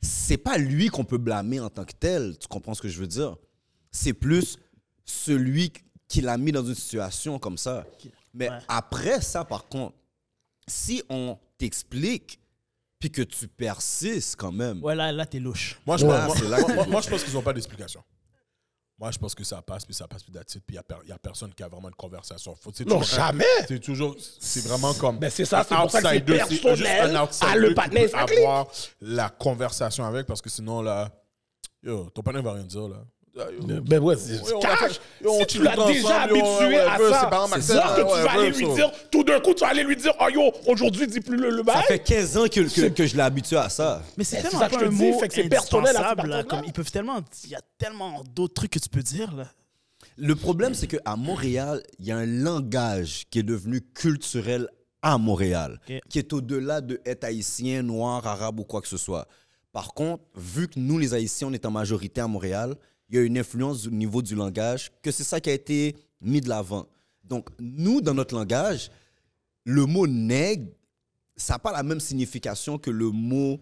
c'est pas lui qu'on peut blâmer en tant que tel. Tu comprends ce que je veux dire? C'est plus celui qui l'a mis dans une situation comme ça. Mais
Ouais.
après ça, par contre, si on t'explique, puis que tu persistes quand même.
Ouais, là, là t'es louche.
moi, je
Ouais,
pense,
c'est là
moi-
que-
moi- moi, je pense qu'ils n'ont pas d'explication. Moi, je pense que ça passe, puis ça passe, puis d'attitude, puis il n'y a, personne qui a vraiment de conversation. Faut- c'est
Non,
toujours un-
jamais.
C'est toujours, c'est vraiment comme.
Ben, c'est ça, c'est
un
pour ça que c'est
outsider, juste un
personnel
outsider
à le
qui
partenaire,
peut
ça clique.
avoir la conversation avec, parce que sinon, là, yo, ton partenaire va rien dire, là. Ah, yo,
Ben ouais, c'est
Ouais, on a
cash.
fait- on
Si tu
chill
l'as
ensemble,
déjà
yo,
habitué
ouais,
à
ouais,
ça,
c'est par Marcel,
c'est là que
ouais,
tu vas
ouais,
aller
ouais,
lui
ça.
dire, tout d'un coup, tu vas aller lui dire, oh yo, aujourd'hui, dis plus le, le
Ça
bail.
fait 15 ans que, que, que je l'ai habitué à ça.
Mais Eh, c'est
Mais
tellement
c'est ça que
pas
je
un
te dis,
mot
fait que c'est personnel à ce
indispensable, là.
partenaire.
Comme ils peuvent tellement. Il y a tellement d'autres trucs que tu peux dire, là.
Le problème, c'est qu'à Montréal, il y a un langage qui est devenu culturel à Montréal,
Ok.
qui est au-delà de être haïtien, noir, arabe ou quoi que ce soit. Par contre, vu que nous, les Haïtiens, on est en majorité à Montréal, il y a une influence au niveau du langage, que c'est ça qui a été mis de l'avant. Donc, nous, dans notre langage, le mot nègre, ça n'a pas la même signification que le mot,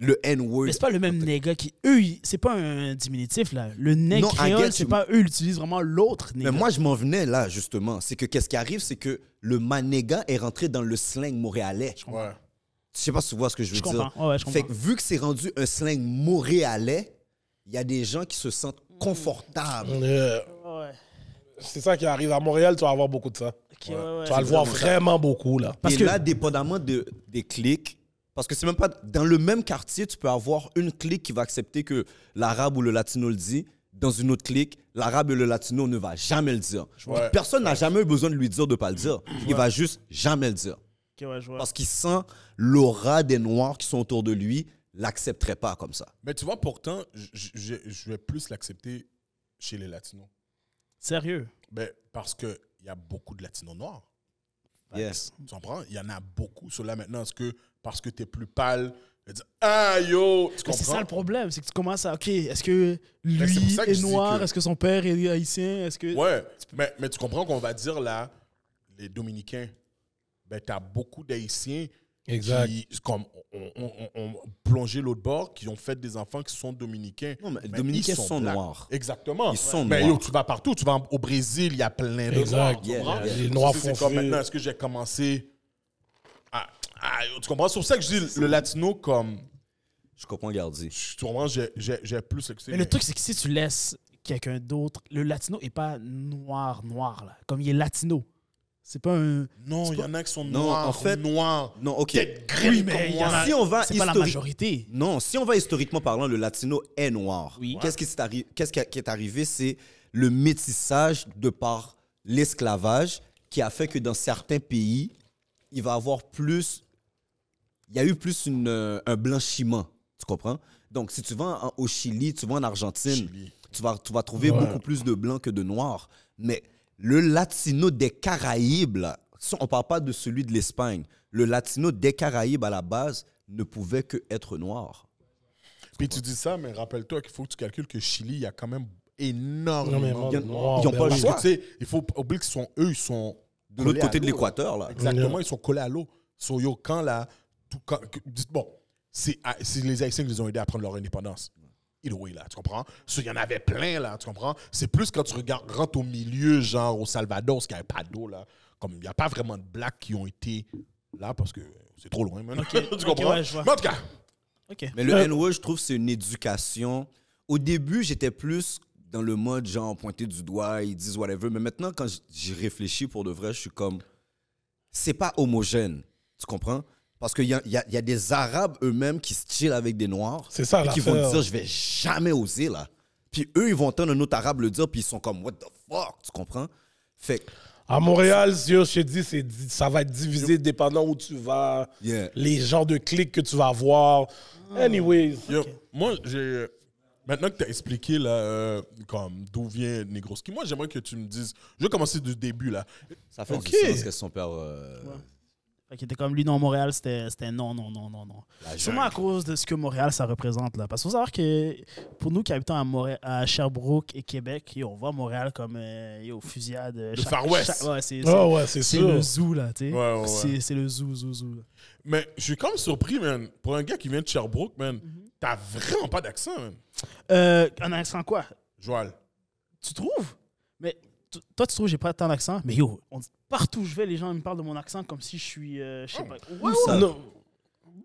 le N-word.
Mais c'est pas le même nègre qui. Eux, ils- c'est pas un diminutif, là. Le nègre
Non, I
créole,
get
c'est
you.
pas eux, ils utilisent vraiment l'autre nègre.
Mais moi, je m'en venais là, justement. C'est que qu'est-ce qui arrive, c'est que le manéga est rentré dans le slang montréalais. Je
Ouais.
sais pas si tu vois ce que je veux
Je
dire.
comprends. Ouais, ouais, je
Fait que
comprends.
vu que c'est rendu un slang montréalais, il y a des gens qui se sentent
Hmm.
confortables.
Euh,
Ouais.
c'est ça qui arrive. À Montréal, tu vas avoir beaucoup de ça.
Ok, ouais, ouais.
euh, Tu vas le voir vraiment beaucoup, là.
Parce
Et
que-
là, dépendamment de, des clics, parce que c'est même pas. Dans le même quartier, tu peux avoir une clique qui va accepter que l'arabe ou le latino le dit. Dans une autre clique, l'arabe et le latino ne va jamais le dire.
vois.
Personne n'a jamais eu besoin de lui dire de pas le dire. Il va juste jamais le dire.
Ok, ouais, je vois.
parce qu'il sent l'aura des noirs qui sont autour de lui l'accepterait pas comme ça.
Mais tu vois, pourtant, j- j- j'ai- je vais plus l'accepter chez les latinos.
Sérieux.
Ben, parce qu'il y a beaucoup de latinos noirs.
Yes.
Tu comprends? Il y en a beaucoup. Sur là, maintenant, est-ce que parce que t'es plus pâle, ils disent Ah yo! Tu
Mais
comprends?
c'est ça le problème, c'est que tu commences à. Ok, est-ce que
Mais c'est pour
lui
ça que
est
je dis
noir
que-
Est-ce que son père est haïtien Est-ce que.
Ouais, mais, mais tu comprends qu'on va dire là, les Dominicains, ben, t'as beaucoup d'Haïtiens
Exact.
qui comme, ont, ont- ont- ont plongé l'autre bord, qui ont fait des enfants qui sont Dominicains.
Non, mais les
Ben,
Dominicains
ils sont
sont
blacks.
noirs.
Exactement.
Ils sont
mais
noirs.
yo, tu vas partout, tu vas en- au Brésil, il y a plein de
Exact.
noirs. tu
Yeah,
comprends?
yeah, yeah.
Les noirs
C'est- c'est
foncés.
comme maintenant, est-ce que j'ai commencé à. à- yo, tu comprends? C'est pour ça que je dis le latino comme.
Je comprends Gardi.
je- Tu comprends? j'ai- J'ai j'ai plus. accepté,
Mais le truc, c'est que si tu laisses quelqu'un d'autre, le latino est pas noir, noir, là. Comme il est latino. C'est pas un.
Non, il y en a qui sont
Non,
noirs.
en fait-
noirs.
Non, OK.
Tête grise
Oui, mais
comme
il y
moi.
en a-
Si on va
C'est pas la
historique-
majorité.
Non, si on va historiquement parlant, le latino est noir. Qu'est-ce qui, s'est arri- qu'est-ce qui a- qui est arrivé C'est le métissage de par l'esclavage qui a fait que dans certains pays, il va avoir plus. Il y a eu plus une, euh, un blanchiment. Tu comprends Donc, si tu vas en- au Chili, tu vas en Argentine,
Chili.
tu vas, tu vas trouver beaucoup plus de blancs que de noirs. Mais le latino des Caraïbes, là, ça, on ne parle pas de celui de l'Espagne. Le latino des Caraïbes, à la base, ne pouvait que être noir.
Puis tu dis ça, mais rappelle-toi qu'il faut que tu calcules que Chili, il y a quand même énormément
Énormément
de
de noirs,
noirs.
ils ont
ben
pas le
oui.
choix.
Parce que, tu sais, il faut pas oublier qu'ils sont, eux, ils sont.
De l'autre
collés à
côté de
l'eau, hein.
l'équateur, là.
Exactement,
Yeah.
ils sont collés à l'eau. So, yo, quand là. Tout, quand, que- dites, bon, c'est à- c'est les Haïtiens qui les ont aidés à prendre leur indépendance. Either way, là, tu comprends? So, il y en avait plein, là, tu comprends? C'est plus quand tu regardes, rentres au milieu, genre au Salvador, parce qu'il n'y avait pas d'eau, là. Comme il n'y a pas vraiment de blacks qui ont été là parce que c'est trop loin, man. tu
ok,
comprends?
ouais, je vois.
Mais en tout cas,
Ok.
Mais
Euh.
le N-word, je trouve, c'est une éducation. Au début, j'étais plus dans le mode genre pointer du doigt, ils disent whatever. Mais maintenant, quand j- j'y réfléchis pour de vrai, je suis comme. C'est pas homogène. Tu comprends? Parce qu'il y a, il y a- il y a des Arabes eux-mêmes qui se chillent avec des Noirs.
C'est ça,
Et qui vont
l'affaire.
dire, je vais jamais oser, là. Puis eux, ils vont entendre un autre Arabe le dire, puis ils sont comme, what the fuck? Tu comprends? Fait que.
À Montréal, si je te dis, c'est di- ça va être divisé dépendant où tu vas,
Yeah.
les genres de clics que tu vas avoir.
Hmm.
Anyways.
Yo, Moi, j'ai. Maintenant que tu as expliqué là, euh, comme d'où vient Negroski, moi j'aimerais que tu me dises. Je vais commencer du début là.
Ça fait
Ok.
du sens que son père. euh,
Fait qu'il était comme lui, non, Montréal, c'était c'était non, non, non, non, non. Sûrement à cause de ce que Montréal, ça représente, là. Parce qu'il faut savoir que pour nous qui habitons à, Moré- à Sherbrooke et Québec, yo, on voit Montréal comme, euh, yo, fusillade. Le
Far West.
ouais, c'est c'est-
Ah ouais, c'est
c'est
sûr.
le zoo, là, tu sais.
Ouais, ouais, ouais.
C'est- C'est le zoo, zoo, zoo.
Mais je suis comme surpris, man. Pour un gars qui vient de Sherbrooke, man,
Mhm.
t'as vraiment pas d'accent, man.
Euh, un accent quoi
Joël.
Tu trouves Mais t- toi, tu trouves que j'ai pas tant d'accent Mais yo, on- partout où je vais, les gens ils me parlent de mon accent comme si je suis. euh, je sais pas. Ouais, ouais,
Ça-
Oh. Non.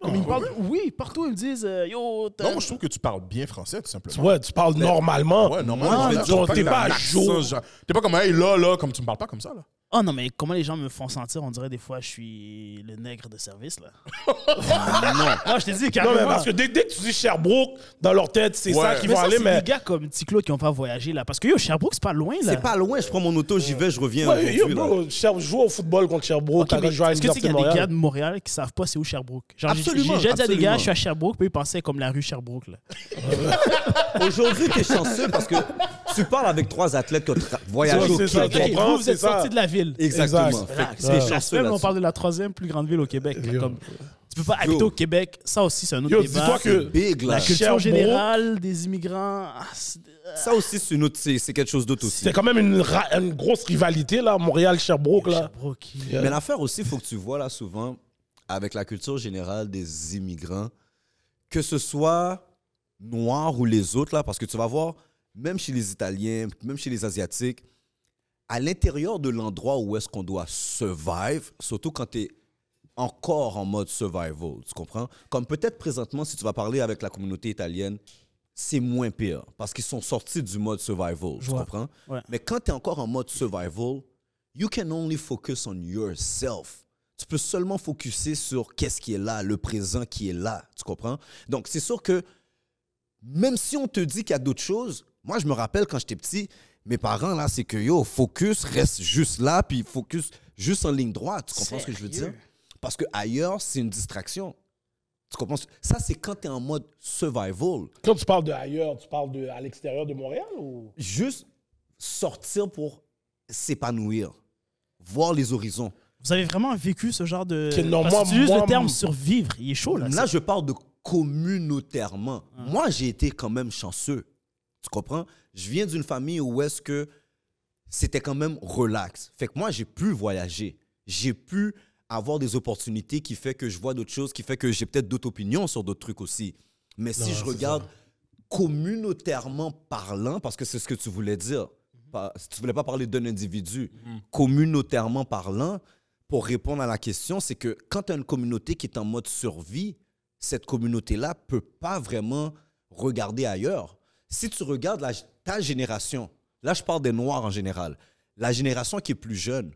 Ah.
comme ils me parlent- Oui, partout ils me disent euh, yo. t'as-
Non, moi je trouve que tu parles bien français, tout simplement.
Ouais, tu parles normalement. Moi,
Ouais, normalement. je
ton-
veux dire,
t'es
que
pas
t'as
à
un
jour.
accent, genre- T'es pas comme, hey là, là, comme tu me parles pas comme ça, là.
Oh non, mais comment les gens me font sentir On dirait des fois je suis le nègre de service là. non. Moi, je te dis
Non,
carrément.
mais parce que dès, dès que tu dis Sherbrooke, dans leur tête, c'est
Ouais.
ça qu'ils
Mais
vont
ça,
aller,
c'est
mais.
des gars comme Ticlo qui ont pas voyagé là. Parce que yo, Sherbrooke, c'est pas loin là.
C'est pas loin, je prends mon auto, j'y vais, je reviens.
Ouais, yo,
aujourd'hui, là.
bro, Sher- jouer au football contre Sherbrooke,
Ok, mais
quand je joue à
Est-ce que tu sais
l'Université
qu'il y
de Montréal.
a des gars de Montréal qui savent pas c'est où Sherbrooke Genre, j'ai-
Absolument,
J'ai déjà dit à des gars,
absolument.
je suis à Sherbrooke, puis ils pensaient comme la rue Sherbrooke là.
Aujourd'hui, t'es chanceux parce que tu parles avec trois athlètes qui ont tra-
Ouais,
voyagé au
c'est ça,
Québec.
je
Ok,
comprends,
vous, vous
c'est
êtes
ça.
sorti de la ville.
Exactement.
Exact.
Fait que
C'est
t'es chanceux
on
là-dessus.
parle de la troisième plus grande ville au Québec. là,
Yo.
comme, tu peux pas habiter au Québec, ça aussi c'est un autre
Yo,
débat.
dis-toi que
Big, là.
La culture
Sherbrooke-
générale des immigrants. ah, c'est-
Ça aussi, c'est une autre- c'est c'est quelque chose d'autre aussi.
c'est quand même une, ra- une grosse rivalité, là, Montréal-Sherbrooke, là.
Sherbrooke, il-
Mais l'affaire aussi, il faut que tu vois là souvent, avec la culture générale des immigrants, que ce soit noirs ou les autres, là, parce que tu vas voir, même chez les Italiens, même chez les Asiatiques, à l'intérieur de l'endroit où est-ce qu'on doit survive, surtout quand tu es encore en mode survival, tu comprends? Comme peut-être présentement, si tu vas parler avec la communauté italienne, c'est moins pire, parce qu'ils sont sortis du mode survival, tu
vois.
comprends?
Ouais.
Mais quand tu es encore en mode survival, you can only focus on yourself. Tu peux seulement focuser sur qu'est-ce qui est là, le présent qui est là, tu comprends? Donc, c'est sûr que même si on te dit qu'il y a d'autres choses, moi, je me rappelle quand j'étais petit, mes parents, là, c'est que, yo, focus, reste juste là, puis focus juste en ligne droite. Tu comprends ce que je veux dire?
Sérieux?
Parce que ailleurs, c'est une distraction. Tu comprends? ce- Ça, c'est quand tu es en mode survival.
Quand tu parles de ailleurs, tu parles de à l'extérieur de Montréal ou
Juste sortir pour s'épanouir, voir les horizons.
Vous avez vraiment vécu ce genre de.
Que non,
Parce
moi-
que tu utilises
moi-
le terme survivre, il est chaud là. Hein.
Là, je parle de communautairement. Moi, j'ai été quand même chanceux. Tu comprends? Je viens d'une famille où est-ce que c'était quand même relax. Fait que moi, j'ai pu voyager. J'ai pu avoir des opportunités qui fait que je vois d'autres choses, qui fait que j'ai peut-être d'autres opinions sur d'autres trucs aussi. Mais si je regarde communautairement parlant, parce que c'est ce que tu voulais dire,
Mhm.
pas- tu voulais pas parler d'un individu, communautairement parlant, pour répondre à la question, c'est que quand tu as une communauté qui est en mode survie, cette communauté-là peut pas vraiment regarder ailleurs. Si tu regardes la- ta génération, là je parle des Noirs en général, la génération qui est plus jeune,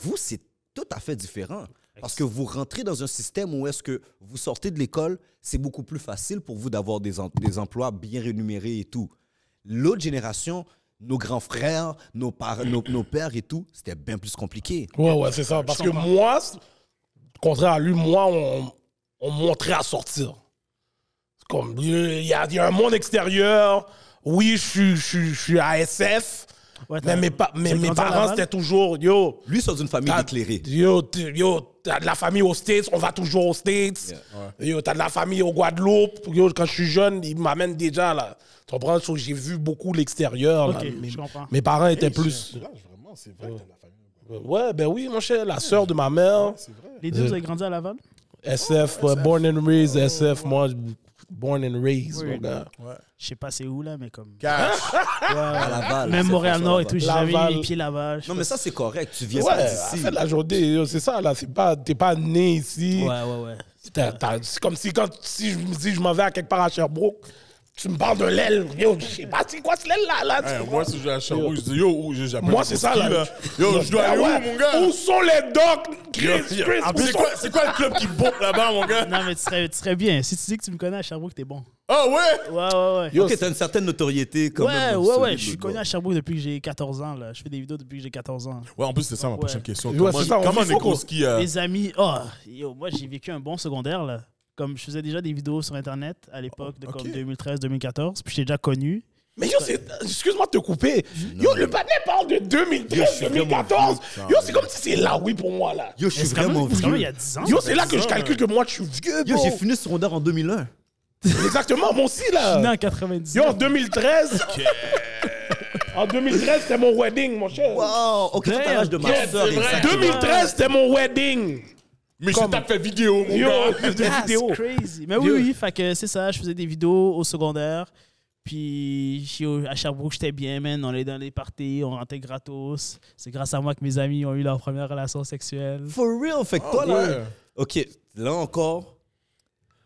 vous, c'est tout à fait différent. Parce que vous rentrez dans un système où est-ce que vous sortez de l'école, c'est beaucoup plus facile pour vous d'avoir des, em- des emplois bien rémunérés et tout. L'autre génération, nos grands frères, nos, par- nos- nos pères et tout, c'était bien plus compliqué.
Ouais, ouais, c'est ça. Parce que moi, c'est- contraire à lui, moi, on, on me montrait à sortir. C'est Comme il y, a il y a un monde extérieur. Oui, je suis, je suis, je suis ASF. mais
Ouais, t'as-
mes, pa- mes,
t'as
mes
grandi à
parents,
Laval?
c'était toujours yo.
Lui sort d'une famille
Ah.
t'as-
éclairée.
Yo, t- yo, t'as de la famille aux States, on va toujours aux States. Yo, t'as de la famille au Guadeloupe. Yo, quand je suis jeune, ils m'amènent déjà là. Tu comprends? So, J'ai vu beaucoup l'extérieur. là.
Ok,
Mes-
je comprends.
Mes parents étaient plus.
Là, vraiment, c'est vrai que t'as de la famille.
Ouais, ben oui, mon cher, la sœur de ma mère,
C'est vrai.
Les deux, vous avez grandi à Laval
SF, ouais, born and raised, SF, moi, born and raised,
Oui.
mon gars.
Je sais pas c'est où là, mais comme.
Cash.
Ah!
À Laval.
Même
c'est
Montréal-Nord et tout,
François
j'ai ah,
Laval.
jamais mis les pieds là-bas. je
Laval. Non, mais ça, c'est correct. Tu viens
Ouais,
pas
à
d'ici.
fait la journée, yo, c'est ça, là, c'est pas, t'es pas né ici.
Ouais, ouais, ouais.
T'as- t'as- C'est comme si, quand, si je me dis, je m'en vais à quelque part à Sherbrooke, tu me parles de l'aile, yo, je sais pas, c'est quoi ce l'aile là, là, tu
Hey,
vois?
moi, si je vais à Sherbrooke, je dis yo, où j'ai- j'appelle
Moi,
le
c'est ça,
Koski,
là. ben
Yo, je dois aller
Ouais,
où, mon gars?
Où sont les docs, Chris,
Yo,
Chris,
yo. Ah,
où
C'est
sont-
quoi, c'est quoi le club qui bombe là-bas, mon gars?
Non, mais tu serais, tu serais bien. Si tu dis que tu me connais à Sherbrooke, t'es bon.
Ah ouais?
Ouais, ouais, ouais.
Ok, t'as une certaine notoriété quand
ouais,
même.
ouais,
solide,
ouais. Je suis
le
connu
gars.
à Sherbrooke depuis que j'ai 14 ans. Là. Je fais des vidéos depuis que j'ai 14 ans.
Ouais, en plus, c'est ça ma prochaine
Ouais.
question.
Ouais,
comment
c'est ça, on
comment
dit,
les
faut qu'on-
Koski, euh,
Mes amis, oh, yo, moi j'ai vécu un bon secondaire là. Comme je faisais déjà des vidéos sur Internet à l'époque de
ok.
comme 2013-2014, puis j'étais déjà connu.
Mais yo, c'est- excuse-moi de te couper. Yo, le panel parle de 2013,
Yo, je suis vraiment
2014.
vieux, ça,
Yo, c'est comme si c'est là, oui, pour moi, là.
Yo, je suis
C'est quand même-
vraiment
c'est quand même
vieux.
il y a 10 ans.
Yo,
ça
c'est
fait
là
10
que je
ans,
calcule que moi, je suis vieux,
Yo,
bro.
j'ai fini ce rondard en 2001.
Exactement, moi aussi,
Je suis né
là.
en 90.
Yo, en 2013. en 2013, c'était mon wedding, mon cher.
Wow, ok, c'est à l'âge de ma
Yeah,
soeur.
c'est vrai. 2013, c'était mon wedding.
Mais je t'ai fait vidéo, mon
Yo,
gars.
c'est des
That's
vidéos.
crazy. Mais oui, oui, fait que c'est ça, je faisais des vidéos au secondaire. Puis yo, à Sherbrooke, j'étais bien, man. On allait dans les parties, on rentrait gratos. C'est grâce à moi que mes amis ont eu leur première relation sexuelle.
For real, fait
Ah,
que toi,
ouais.
là. Ok, là encore,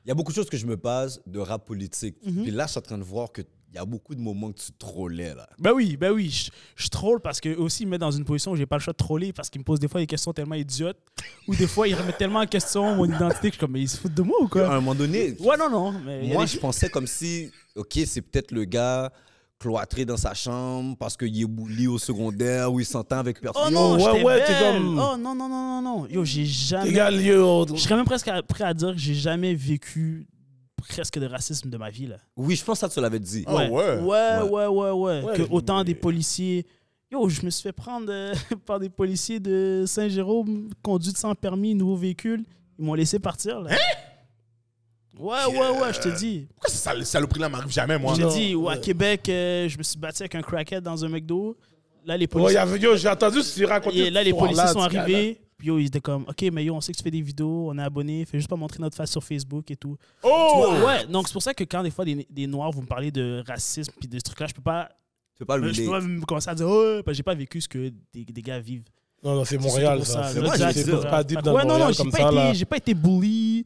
il y a beaucoup de choses que je me base de rap politique.
Mhm.
Puis là, je suis en train de voir qu'il y a beaucoup de moments que tu trollais, là.
Ben oui, ben oui, je, je troll parce que eux aussi ils me mettent dans une position où j'ai pas le choix de troller parce qu'ils me posent des fois des questions tellement idiotes ou des fois ils remettent tellement en question mon identité que je suis comme, mais ils se foutent de moi ou
À un
quoi?
moment donné,
Ouais, non, non. Mais il y a
moi,
des-
je pensais comme si, ok, c'est peut-être le gars cloîtré dans sa chambre parce qu'il est bouli au secondaire ou il s'entend avec personne.
Oh non,
ouais,
j'étais
ouais, t'es
belle.
comme-
Oh non, non, non, non, non. Yo, j'ai jamais.
Les gars, yo.
Je serais même presque à- prêt à dire que j'ai jamais vécu presque de racisme de ma vie. Là.
Oui, je pense que ça, tu l'avais dit.
Oh.
Ah ouais?
ouais, ouais, ouais, ouais.
Ouais,
que
mais-
autant des policiers. Yo, je me suis fait prendre euh, par des policiers de Saint-Jérôme, conduite sans permis, nouveau véhicule. Ils m'ont laissé partir. Là. Ouais, ouais, ouais, je te dis.
Pourquoi ça, ça, le prix là m'arrive jamais, moi?
J'ai dit, ouais, à Québec, euh, je me suis battu avec un crackhead dans un McDo. Là, les
Ouais,
policiers,
y avait- yo, j'ai entendu ce qu'il racontait.
et là, les
cette histoire-là,
policiers sont
ce gars-là.
arrivés. Puis yo, ils étaient comme, OK, mais yo, on sait que tu fais des vidéos, on est abonné, fais juste pas montrer notre face sur Facebook et tout.
Oh!
Ouais, ouais, donc c'est pour ça que quand des fois des, des Noirs, vous me parlez de racisme puis de ce truc-là, je peux pas
Tu peux pas le
je peux pas me commencer à dire, oh, parce que j'ai pas vécu ce que des, des gars vivent.
Non, non, c'est
C'est
Montréal,
surtout pour
ça. C'est
là,
moi,
exact,
j'ai
c'est
été
ça.
pas deep
Fait que
dans
ouais, non, non,
Montréal
j'ai
comme
pas,
ça, là. Oh.
été- j'ai pas été bully.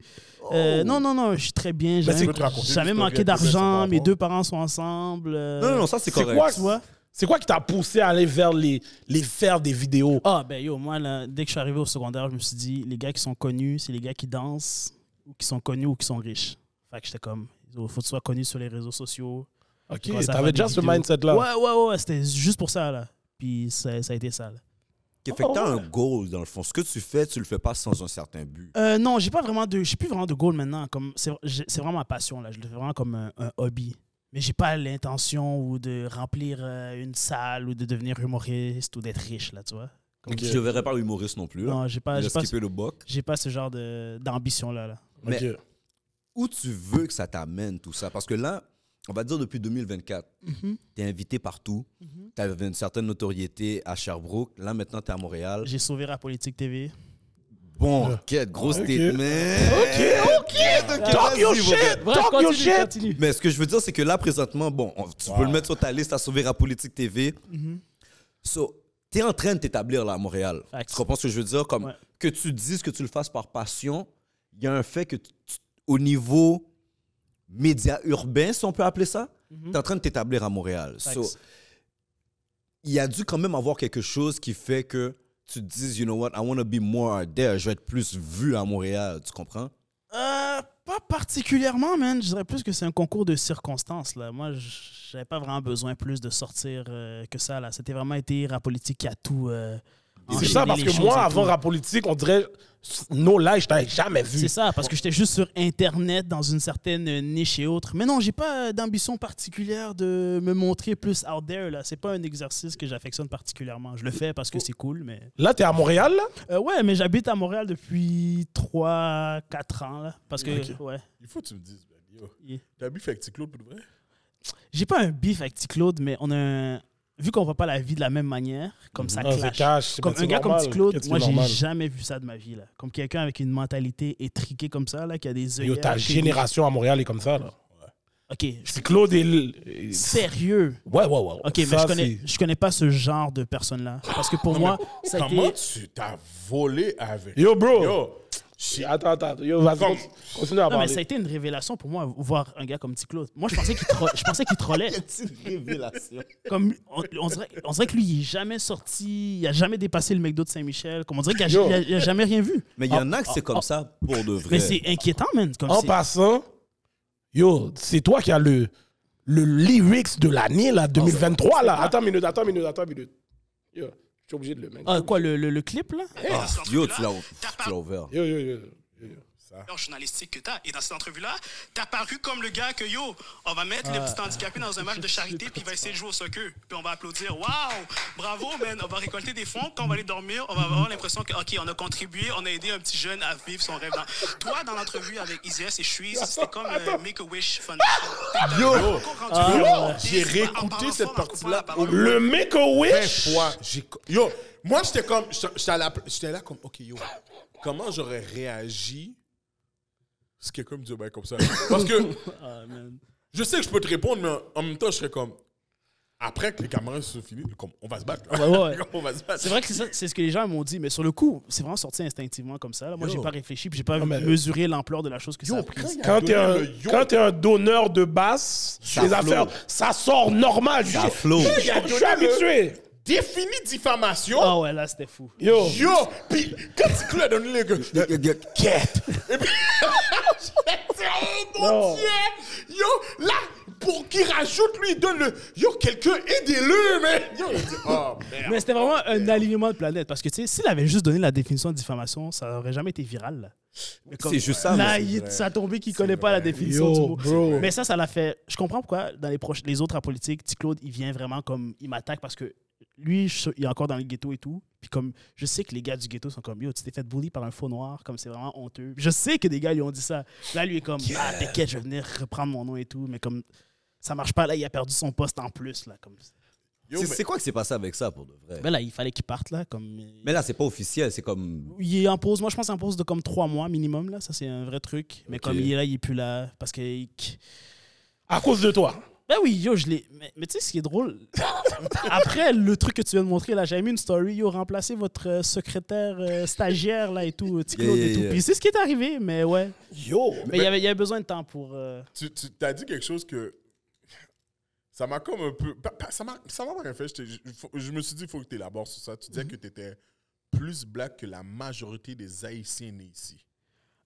Euh, non, non, non, je suis très bien. J'ai
c'est-
jamais-
Je peux te
raconter
jamais
une
manqué
story après, ça va
d'argent. Mes
avoir.
deux parents sont ensemble. euh,
Non, non, non, ça,
C'est
c'est correct.
quoi,
Tu vois?
c'est quoi qui t'a poussé à aller vers les, les faire des vidéos?
Ah, ben yo, moi, là, dès que je suis arrivé au secondaire, je me suis dit, les gars qui sont connus, c'est les gars qui dansent, ou qui sont connus, ou qui sont riches. Fait que j'étais comme, il faut que tu sois connu sur les réseaux sociaux.
Ok,
Commence à
t'avais
faire
déjà
des
ce
vidéos.
mindset-là.
Ouais, ouais, ouais, c'était juste pour ça, là. Puis ça, ça a été ça, là.
Fait que t'as
Oh.
un goal, dans le fond. Ce que tu fais, tu le fais pas sans un certain but.
Euh, non, j'ai pas vraiment de, j'ai plus vraiment de goal maintenant. Comme c'est, j'ai- c'est vraiment ma passion là. Je le fais vraiment comme un, un hobby. Mais j'ai pas l'intention ou de remplir euh, une salle ou de devenir humoriste ou d'être riche là, tu vois. Comme-
Je ne verrais pas l'humoriste non plus. Là.
Non, j'ai pas,
il
j'ai
a
pas,
skippé le boc.
j'ai pas ce genre de, d'ambition là, là.
Mais
Ok.
où tu veux que ça t'amène tout ça? Parce que là, on va dire depuis 2024,
Mhm.
t'es invité partout. T'avais une certaine notoriété à Sherbrooke. Là, maintenant, t'es à Montréal.
Euh.
J'ai sauvé la politique TV.
Bon, quête, gros
Ok.
statement.
Ok, ok! Talk your shit! Talk your shit!
Mais ce que je veux dire, c'est que là, présentement, bon, on- tu peux le mettre sur ta liste à sauver à Politique TV.
Mhm.
So, t'es en train de t'établir là à Montréal.
Facts.
Tu comprends ce que je veux dire? Comme
Ouais.
que tu dises que tu le fasses par passion, il y a un fait que tu- tu- au niveau média urbain, si on peut appeler ça, t'es en train de t'établir à Montréal. So,
Mhm. Facts.
il y a dû quand même avoir quelque chose qui fait que tu te dises, you know what, I want to be more out there. Je vais être plus vu à Montréal. Tu comprends?
Euh, pas particulièrement, man. Je dirais plus que c'est un concours de circonstances. Là. Moi, j- j'avais pas vraiment besoin plus de sortir euh, que ça. là. C'était vraiment été la politique qui a tout. euh,
C'est
enchaîné
ça, parce
les
que
choses
moi,
et
avant
tout.
rap politique, on dirait nos lives, je t'avais jamais vu.
C'est ça, parce que j'étais juste sur Internet dans une certaine niche et autre. Mais non, j'ai pas d'ambition particulière de me montrer plus out there. Là, c'est pas un exercice que j'affectionne particulièrement. Je le fais
Oh.
parce que c'est cool, mais
Là, t'es à Montréal, là?
Euh, ouais, mais j'habite à Montréal depuis 3-4 ans là, parce que
Ok.
ouais,
Il faut que tu me dises, man, yo.
Yeah.
T'as bu avec Claude pour de vrai?
j'ai pas un beef avec T Claude, mais on a un- vu qu'on voit pas la vie de la même manière, comme ça
Ah, c'est
clash.
cash, c'est-
Comme
mais
un
c'est
gars comme
normal,
T Claude,
qu'est-ce
moi
qui est
j'ai
normal?
jamais vu ça de ma vie là. Comme quelqu'un avec une mentalité étriquée comme ça là, qui a des
Yo,
œillères.
ta
qui-
génération à Montréal est comme ça, là.
Ok,
C'est Claude et... l-
sérieux.
Ouais, ouais, ouais.
Ok, mais
Ça,
je connais,
c'est-
je connais pas ce genre de personne-là. Parce que pour moi, ça a
Comment
été.
tu t'as volé avec?
Yo, bro!
Yo, shit.
Attends, attends. Yo, vas-y,
Comme-
continue à
Non, mais ça a
parler.
été une révélation pour moi, voir un gars comme Petit Claude. Moi, je pensais qu'il tro- je pensais qu'il trollait. Comme, on, on dirait, on dirait que lui, il est jamais sorti, il a jamais dépassé le McDo de Saint-Michel. Comme on dirait qu'il a,
Yo.
il a- il a jamais rien vu.
Mais il y en a que c'est comme ça pour de vrai.
Ah, Mais c'est inquiétant, man. Comme
En
c'est-
passant, yo, c'est toi qui as le, le lyrics de l'année, là, 2023, là. Attends une minute, attends une minute, attends une minute. Yo, je suis obligé de le mettre.
Ah, quoi, le, le- le clip, là?
Ah, yo, tu l'as tu l'as ouvert.
Yo, yo, yo. yo, yo.
valeur journalistique que t'as. Et dans cette entrevue-là, t'as paru comme le gars que yo, on va mettre le petit handicapé dans un match de charité puis il va essayer de jouer au soccer. Puis on va applaudir. Waouh! Bravo, man! On va récolter des fonds. Quand on va aller dormir, on va avoir l'impression que, OK, on a contribué, on a aidé un petit jeune à vivre son rêve. Dans- Toi, dans l'entrevue avec Isis et Shui, c'était comme euh, Make-A-Wish Foundation.
Yo!
Ah,
Yo!
ouais.
J'ai
En
réécouté
parlant
cette
fort, en coupant la
partie-là au
parole.
Le Make-A-Wish!
20 fois. J'ai co- Yo, moi, j'étais comme. j'étais- J'étais à la pla- j'étais là comme, OK, yo, comment j'aurais réagi si quelqu'un me disait ben comme ça? Parce que
Ah,
je sais que je peux te répondre, mais en même temps, je serais comme. Après que les caméras se sont finies, comme, on va se battre. là.
Ouais, ouais.
Comme, on va se battre.
C'est vrai que c'est ça- c'est ce que les gens m'ont dit, mais sur le coup, c'est vraiment sorti instinctivement comme ça. là. Moi, j'ai pas réfléchi, puis j'ai pas mesuré l'ampleur de la chose que ça a pris.
Quand t'es un,
Donner le yo.
quand t'es un donneur de basse,
Ça
les
flow.
affaires, ça sort normal.
Ça
Je-
flow.
Je
Il a
je suis
donné le-
habitué.
Défini diffamation.
Ah ouais, là, c'était fou.
Yo,
Yo! Puis quand tu clôt à donner les gars.
Quête.
Oh mon
Non.
dieu! Yo! Là, pour que qui rajoute, lui, il donne le. Yo, quelqu'un, aidez-le, man! Yo, il dit, oh, merde.
Mais c'était vraiment un alignement de planète. Parce que, tu sais, s'il avait juste donné la définition de diffamation, ça n'aurait jamais été viral. là. Mais comme-
C'est juste ça,
Là,
Ah, mais
il-
vrai.
ça a tombé qu'il connaît pas la définition
Yo,
du mot.
bro.
Mais ça, ça l'a fait. Je comprends pourquoi dans les, proches, les autres à politique, T. Claude, il vient vraiment comme. Il m'attaque parce que lui, je- il est encore dans le ghetto et tout. Puis comme je sais que les gars du ghetto sont comme Yo, tu t'es fait bully par un faux noir, comme c'est vraiment honteux. Je sais que des gars lui ont dit ça. Là, lui est comme Ah, t'inquiète, je vais venir reprendre mon nom et tout. Mais comme ça marche pas, là, il a perdu son poste en plus. Là, comme...
Yo,
C'est
mais-
c'est quoi qui s'est passé avec ça, pour de vrai?
Ben là, il fallait qu'il parte. Là, comme...
Mais là, c'est pas officiel, c'est comme...
Il est en pause, moi je pense en pause de comme trois mois minimum, là, ça c'est un vrai truc. Mais
Ok.
comme il est là, il est plus là, parce que. il-
À cause de toi.
Ben oui, yo, je l'ai. Mais, mais tu sais ce qui est drôle Après le truc que tu viens de montrer, là, j'avais mis une story, yo, remplacez votre euh, secrétaire euh, stagiaire, là, et tout, euh, petit
Yeah,
Claude
yeah,
et tout.
yeah.
Puis c'est ce qui est arrivé, mais ouais.
Yo.
Mais il y avait, il y avait besoin de temps pour. euh,
tu, tu t'as dit quelque chose que ça m'a comme un peu pas- pas- ça m'a ça m'a rien fait je, t'ai- je- faut- je me suis dit faut que tu élabores sur ça tu disais que tu étais plus black que la majorité des haïtiens nés ici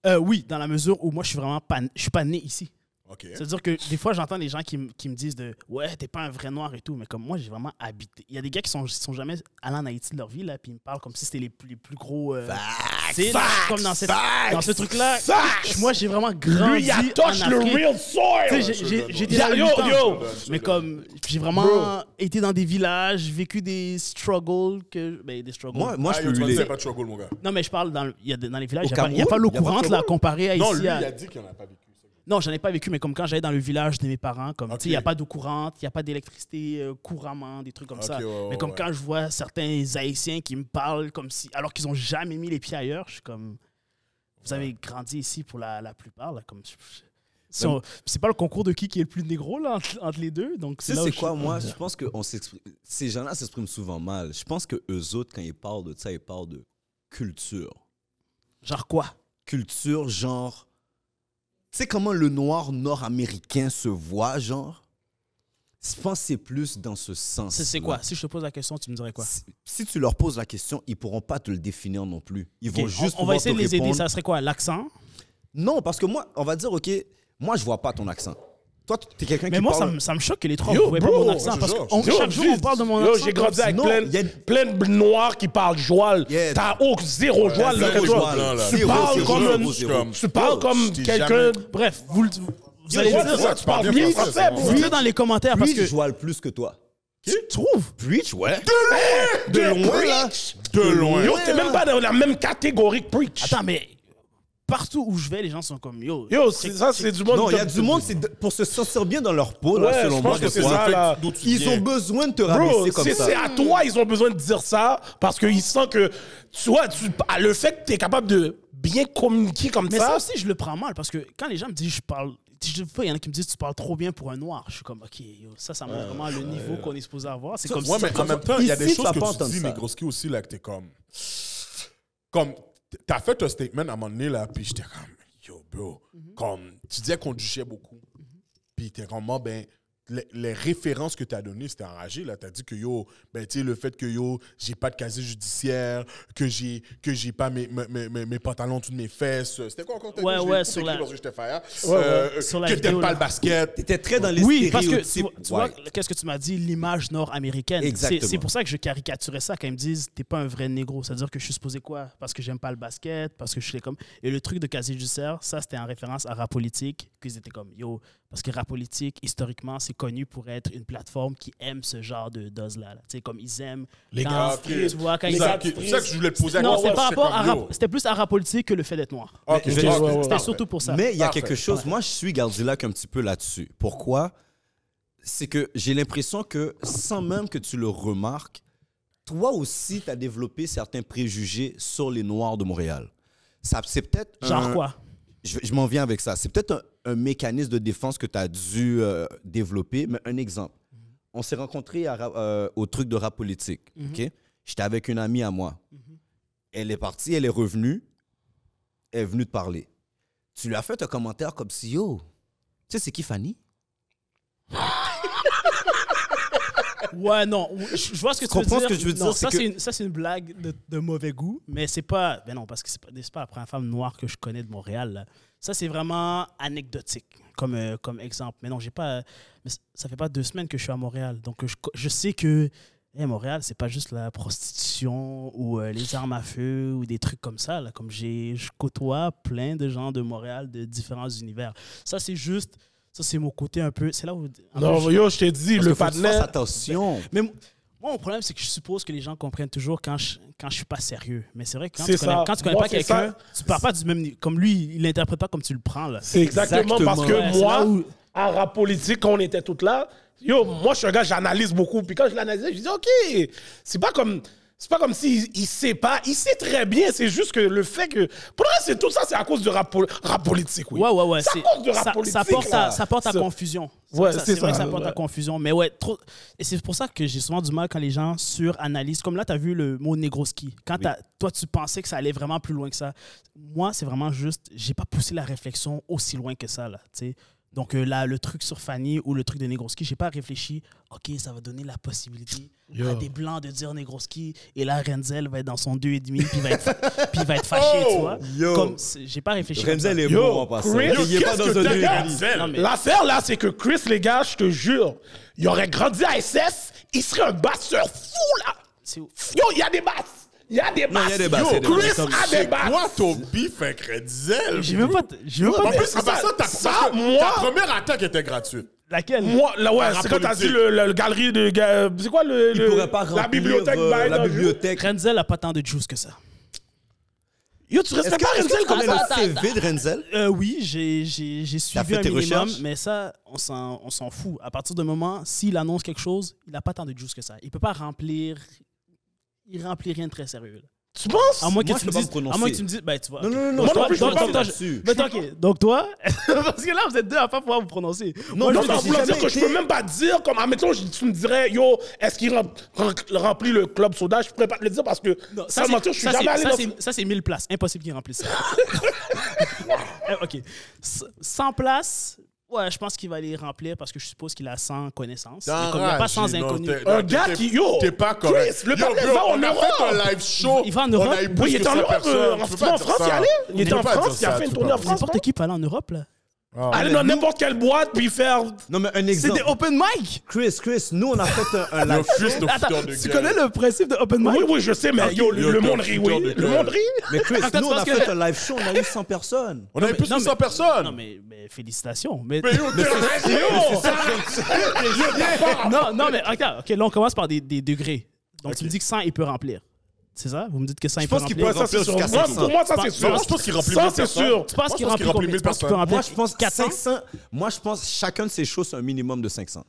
euh, oui, dans la mesure où moi je suis vraiment pas, je suis pas né ici.
OK
C'est-à-dire que des fois, j'entends des gens qui, m- qui me disent de Ouais, t'es pas un vrai noir et tout, mais comme moi, j'ai vraiment habité. Il y a des gars qui sont, qui sont jamais allés en Haïti de leur vie, là, puis ils me parlent comme si c'était les plus, les plus gros. euh, tu sais, comme dans, cette- dans ce truc-là. Moi, j'ai vraiment grandi.
Lui, il a touché
en
le
Afrique.
real
Tu
soil.
sais, j'ai- j'ai- J'ai
Je
des
donne. Yo,
habitants.
yo.
Mais comme j'ai vraiment été dans des villages, vécu des struggles que ben, des struggles.
Moi, moi
Ah,
je
yo,
peux
tu m'as dit,
lui
y a pas de struggle mon gars
non mais je parle dans, le- il y a des- dans les villages,
Au
il y a pas- il n'y a,
Cameroun,
pas l'eau
il y a pas de
courante là
struggle.
comparé à
non
ici.
lui
à-
il a dit qu'il n'en a pas vécu ça.
Non, j'en ai pas vécu, mais comme quand j'allais dans le village de mes parents, comme tu sais, il n'y a
Ok.
pas d'eau courante, il n'y a pas d'électricité euh, couramment, des trucs comme
Ok,
ça.
ouais, ouais,
mais comme
ouais.
quand je vois certains Haïtiens qui me parlent comme si, alors qu'ils n'ont jamais mis les pieds ailleurs, je suis comme, vous avez grandi ici pour la, la plupart là, comme. je- je- si on- C'est pas le concours de qui qui est le plus négro là entre, entre les deux, donc
Tu
c'est
sais,
là où
c'est
je-
quoi, moi? Je pense que on s'exprime- ces gens-là s'expriment souvent mal. Je pense que eux autres, quand ils parlent de ça, ils parlent de culture.
euh, Genre quoi
Culture, genre. Tu sais comment le noir nord-américain se voit, genre? Je pense que c'est plus dans ce sens.
C'est c'est quoi Si je te pose la question, tu me dirais quoi
Si, si tu leur poses la question, ils pourront pas te le définir non plus. Ils vont
Ok,
juste.
on, on va
pouvoir
essayer
te
de les aider.
répondre,
Ça serait quoi L'accent
Non, parce que moi, on va dire, OK, moi, je vois pas ton accent. Toi, tu es quelqu'un qui
Mais moi, ça
parle...
me, ça me choque que les trois
Yo,
voient pas
bro,
mon accent.
je
Parce
jure,
que on-
Yo,
chaque jour,
juste-
on parle de mon
Yo,
accent.
j'ai
comme
grandi
si-
avec
Non,
plein,
y a-
plein de noirs qui parlent joual.
Yeah.
T'as au zéro joual. là,
zéro
que toi.
joual, là.
Tu
Zéro,
parles
zéro,
comme
zéro,
un-
zéro.
Tu parles comme
Je t'ai
quelqu'un.
Bref, vous, le- vous vous
Yo,
allez
ouais,
me dire
c'est ça,
tu
tu
parles
parles
bien
bien
français,
français,
c'est
Vous
bro.
le direz dans les commentaires parce
Preach,
que
je vois le plus que toi.
tu trouves.
Preach, ouais.
De
loin, là.
De loin. Yo, t'es même pas dans la même catégorie que Preach.
Attends, mais partout où je vais, les gens sont comme yo.
Yo, c'est- ça, c'est du monde.
Non, il y a
comme-
du monde, c'est de- pour se sentir bien dans leur peau, là,
Ouais,
selon
je
moi,
pense
des
que c'est
fois.
ça, là.
D'où tu
Ils
viens.
ont besoin de te
Bro,
rabaisser comme
si
ça.
c'est à toi, ils ont besoin de dire ça parce qu'ils sentent que, tu vois, tu, ah, le fait que tu es capable de bien communiquer comme
Mais ça
ça,
aussi, je le prends mal parce que quand les gens me disent je parle. Je sais pas, il y en a qui me disent tu parles trop bien pour un noir. Je suis comme ok, yo, ça, ça montre vraiment le niveau qu'on est supposé avoir. C'est comme
ouais
si-
mais en même temps il y a des
Ici, tu
choses
vas
que
pas
tu
entendre
dis
ça.
Negroski aussi là que t'es comme comme t'as fait un statement à un moment donné là puis j'étais comme yo bro
Mhm.
comme tu disais qu'on duchait beaucoup puis t'es comme Ah, ben les, les références que t'as données c'était enragé là t'as dit que yo ben tu sais le fait que yo j'ai pas de casier judiciaire que j'ai que j'ai pas mes, mes, mes- mes, mes pantalons toutes mes fesses c'était quoi encore t'as dit?
Ouais,
Je l'ai tout
ouais, sur
écrit
la-
parce que j'étais fire.
Ouais, ouais,
Euh,
sur la
que
vidéo,
t'aimes pas
là.
le basket
T'étais très dans les
Oui, parce que tu
stéréotypes.
vois, tu vois,
Ouais.
qu'est-ce que tu m'as dit, l'image nord-américaine. C'est
Exactement.
c'est pour ça que je caricaturais ça quand ils me disent t'es pas un vrai négro. C'est-à-dire que je suis supposé quoi Parce que j'aime pas le basket, parce que je suis comme. Et le truc de casier judiciaire, ça c'était en référence à Rap Politique, qu'ils étaient comme yo. Parce que Rap Politique, historiquement, c'est connu pour être une plateforme qui aime ce genre de dose-là. là. Tu sais, comme ils aiment. Les
gars, ok.
tu vois, quand
C'est
ils
ça qui- c'est ça que je voulais te poser la
Non,
question,
c'était par
c'est
rapport
comme,
à
yo.
rap- C'était plus à Rap Politique que le fait d'être noir.
Ok,
je vais-
ok,
ouais, ouais,
C'était
parfait.
surtout pour ça.
Mais il y a
Parfait.
quelque chose, moi je suis Gardilac un petit peu là-dessus. Pourquoi C'est que j'ai l'impression que sans même que tu le remarques, toi aussi tu as développé certains préjugés sur les Noirs de Montréal. Ça, c'est peut-être.
Genre
un-
quoi
Je, vais- je m'en viens avec ça. C'est peut-être un, un mécanisme de défense que tu as dû euh, développer, mais un exemple. On s'est rencontrés à Ra- euh, au truc de rap politique. ok? J'étais avec une amie à moi. Elle est partie, elle est revenue, elle est venue te parler. Tu lui as fait un commentaire comme si, yo, tu sais, c'est qui Fanny?
Ouais, non. Je je vois ce que tu,
Tu comprends
veux dire.
ce que je veux dire,
Non,
c'est
ça,
que-
c'est une, ça, c'est une blague de, de mauvais goût, mais c'est pas. Ben non, parce que c'est pas, c'est pas la première femme noire que je connais de Montréal. là. Ça, c'est vraiment anecdotique comme, euh, comme exemple. Mais non, j'ai pas. Mais c- ça fait pas deux semaines que je suis à Montréal. Donc, euh, je, co- je sais que. eh, Montréal, c'est pas juste la prostitution ou euh, les armes à feu ou des trucs comme ça. Là. Comme j'ai, je côtoie plein de gens de Montréal de différents univers. Ça, c'est juste. Ça, c'est mon côté un peu. C'est là où. en plus, je-
Non, yo, je t'ai dit,
Parce
le
que faut que tu fasses
partenaire.
attention.
mais mo- moi, mon problème, c'est que je suppose que les gens comprennent toujours quand je, quand je suis pas sérieux. Mais c'est vrai que quand
C'est
tu connais,
ça.
quand tu connais
Moi,
pas
c'est
quelqu'un,
ça.
tu pars pas du même niveau. Comme lui, il l'interprète pas comme tu le prends. Là.
C'est exactement,
Exactement.
parce que
Ouais, c'est
moi,
là où-
à rap politique, quand on était toutes là, yo, moi, je suis un gars, j'analyse beaucoup. Puis quand je l'analysais, je disais, OK, c'est pas comme. C'est pas comme s'il il sait pas. Il sait très bien. C'est juste que le fait que. Pour le reste, c'est tout ça, c'est à cause du rap, poli- rap politique, oui.
Ouais, ouais, ouais.
C'est
c'est-
à cause du rap
ça,
politique.
ça porte à,
là.
ça porte à
Ça-
confusion. C'est
Ouais,
vrai que ça-
c'est
c'est vrai que
ça,
ça porte à
ouais.
confusion. Mais ouais, trop. Et c'est pour ça que j'ai souvent du mal quand les gens suranalysent. Comme là, tu as vu le mot négroski. Quand t'as- toi, tu pensais que ça allait vraiment plus loin que ça. Moi, c'est vraiment juste, j'ai pas poussé la réflexion aussi loin que ça, là. tu sais. Donc euh, là, le truc sur Fanny ou le truc de Negroski, j'ai pas réfléchi. Ok, ça va donner la possibilité à des blancs de dire Negroski et là Renzel va être dans son 2,5 puis va être puis il va être fâché,
Oh,
tu vois.
Yo.
Comme c'est- j'ai pas réfléchi. comme ça.
Renzel est
Yo,
bon en passant.
Chris,
Il est pas
qu'est-ce
dans
que
un
t'as-
délire.
Renzel,
Non, mais-
L'affaire, là, c'est que Chris, les gars, je te jure, il aurait grandi à SS, il serait un basseur fou, là.
C'est ouf.
Yo, il y a des basses. Il y a des basses.
il y a des basses,
Yo,
il y a des
Chris
basses.
a des basses.
Toi, ton bif avec Red Zell.
J'ai même pas. J'ai même
En
pas.
plus, c'est pas ça, ta,
ça,
parce que
moi-
ta première attaque était gratuite.
Laquelle
Moi, là, ouais,
Rap
c'est quand t'as dit
politique.
le, le- le galerie de. ga- C'est quoi le.
Il
le-
pourrait pas remplir
La bibliothèque
euh,
Biden,
la
yo.
bibliothèque.
Renzel a pas tant de juice que ça.
Yo, tu
Est-ce
respectes
que
pas
est-ce que
Renzel
tu
comme
connais
ça?
le CV de Renzel
Euh, oui, j'ai j'ai- j'ai suivi
fait
un
tes
minimum,
recherches?
mais ça, on s'en on s'en fout. À partir du moment, s'il annonce quelque chose, il a pas tant de juice que ça. Il peut pas remplir. Il remplit rien de très sérieux. là.
Tu penses?
À moins
Ah, Moi,
que
je
tu
peux
me
pas
dises.
me prononcer.
À moins que tu me dises. Ben, tu vois.
Non,
ok.
non, non,
Donc,
non,
toi-
je peux
donc-
pas
donc-
là-dessus.
Ben, ok, donc toi, parce que là, vous êtes deux à pas pouvoir vous prononcer.
Non,
Non,
je
mais en
l'ai
voulant dire
jamais
que je
été.
peux même pas dire, comme, admettons, je- tu me dirais, yo, est-ce qu'il rem- rem- remplit le club soda? Je pourrais pas te le dire parce que,
Non,
sans
c'est-
mentir, je suis
ça,
jamais
c'est-
allé
ça,
dans
c'est- Ça, c'est 1000 places. Impossible qu'ils remplissent ça. Eh, OK. S- 100 places, ouais, je pense qu'il va les remplir parce que je suppose qu'il a 100 connaissances. Mais comme il n'y a pas 100
T'enrages,
inconnus.
non, t'es-
Un
t'es-
gars
t'es-
qui- yo,
T'es pas correct.
Chris, le
Yo,
Parlement
bro,
va en
on a fait
Europe.
un live show.
Il va en
On
Europe.
a eu
Oui,
plus
il
que
était en
100
Europe, euh,
personnes.
en
Tu peux pas dire
France,
ça.
il y allait.
Tu
Il était
peux
en
pas dire
France, il a
ça,
fait une
tu
tournée
peux
en
pas.
France.
N'importe qui peut aller en Europe, là.
Aller dans n'importe quelle boîte puis faire.
Non, mais un
C'est des
exemple.
open mic!
Chris, Chris, nous, on a fait un- un
Le
live
fils de
Attends,
fouteur de
tu
gueule.
connais le principe de open mic?
Oui, oui, je sais, mais yo,
yo,
le le monde rit,
putain,
oui.
de
Le monde rit.
Mais Chris,
Attends,
nous, on a
parce que-
fait un live show, on a eu 100 personnes.
On a eu plus
non,
que
mais-
100
Non,
personnes.
mais, mais félicitations. Mais,
Mais yo, t'es un
Oh,
idiot.
non, non, mais attends, OK, là, on commence par des, des degrés. Donc, tu me dis que 100, il peut remplir. C'est ça? Vous me dites que 100, il peut
pense
remplir?
qu'il
Ouais,
peut
ça, c'est
remplir
sûr.
jusqu'à
Moi,
500.
pour moi, ça, c'est
Je
sûr.
pense- je pense qu'il remplit
Ça,
1000
c'est sûr.
Tu penses qu'il
Moi, je pense qu'il
remplit
remplit
combien? Tu
1000
penses qu'il peut
personnes.
remplir
Moi, je pense
400?
500. Moi, je pense chacun de ces shows, c'est un minimum de 500.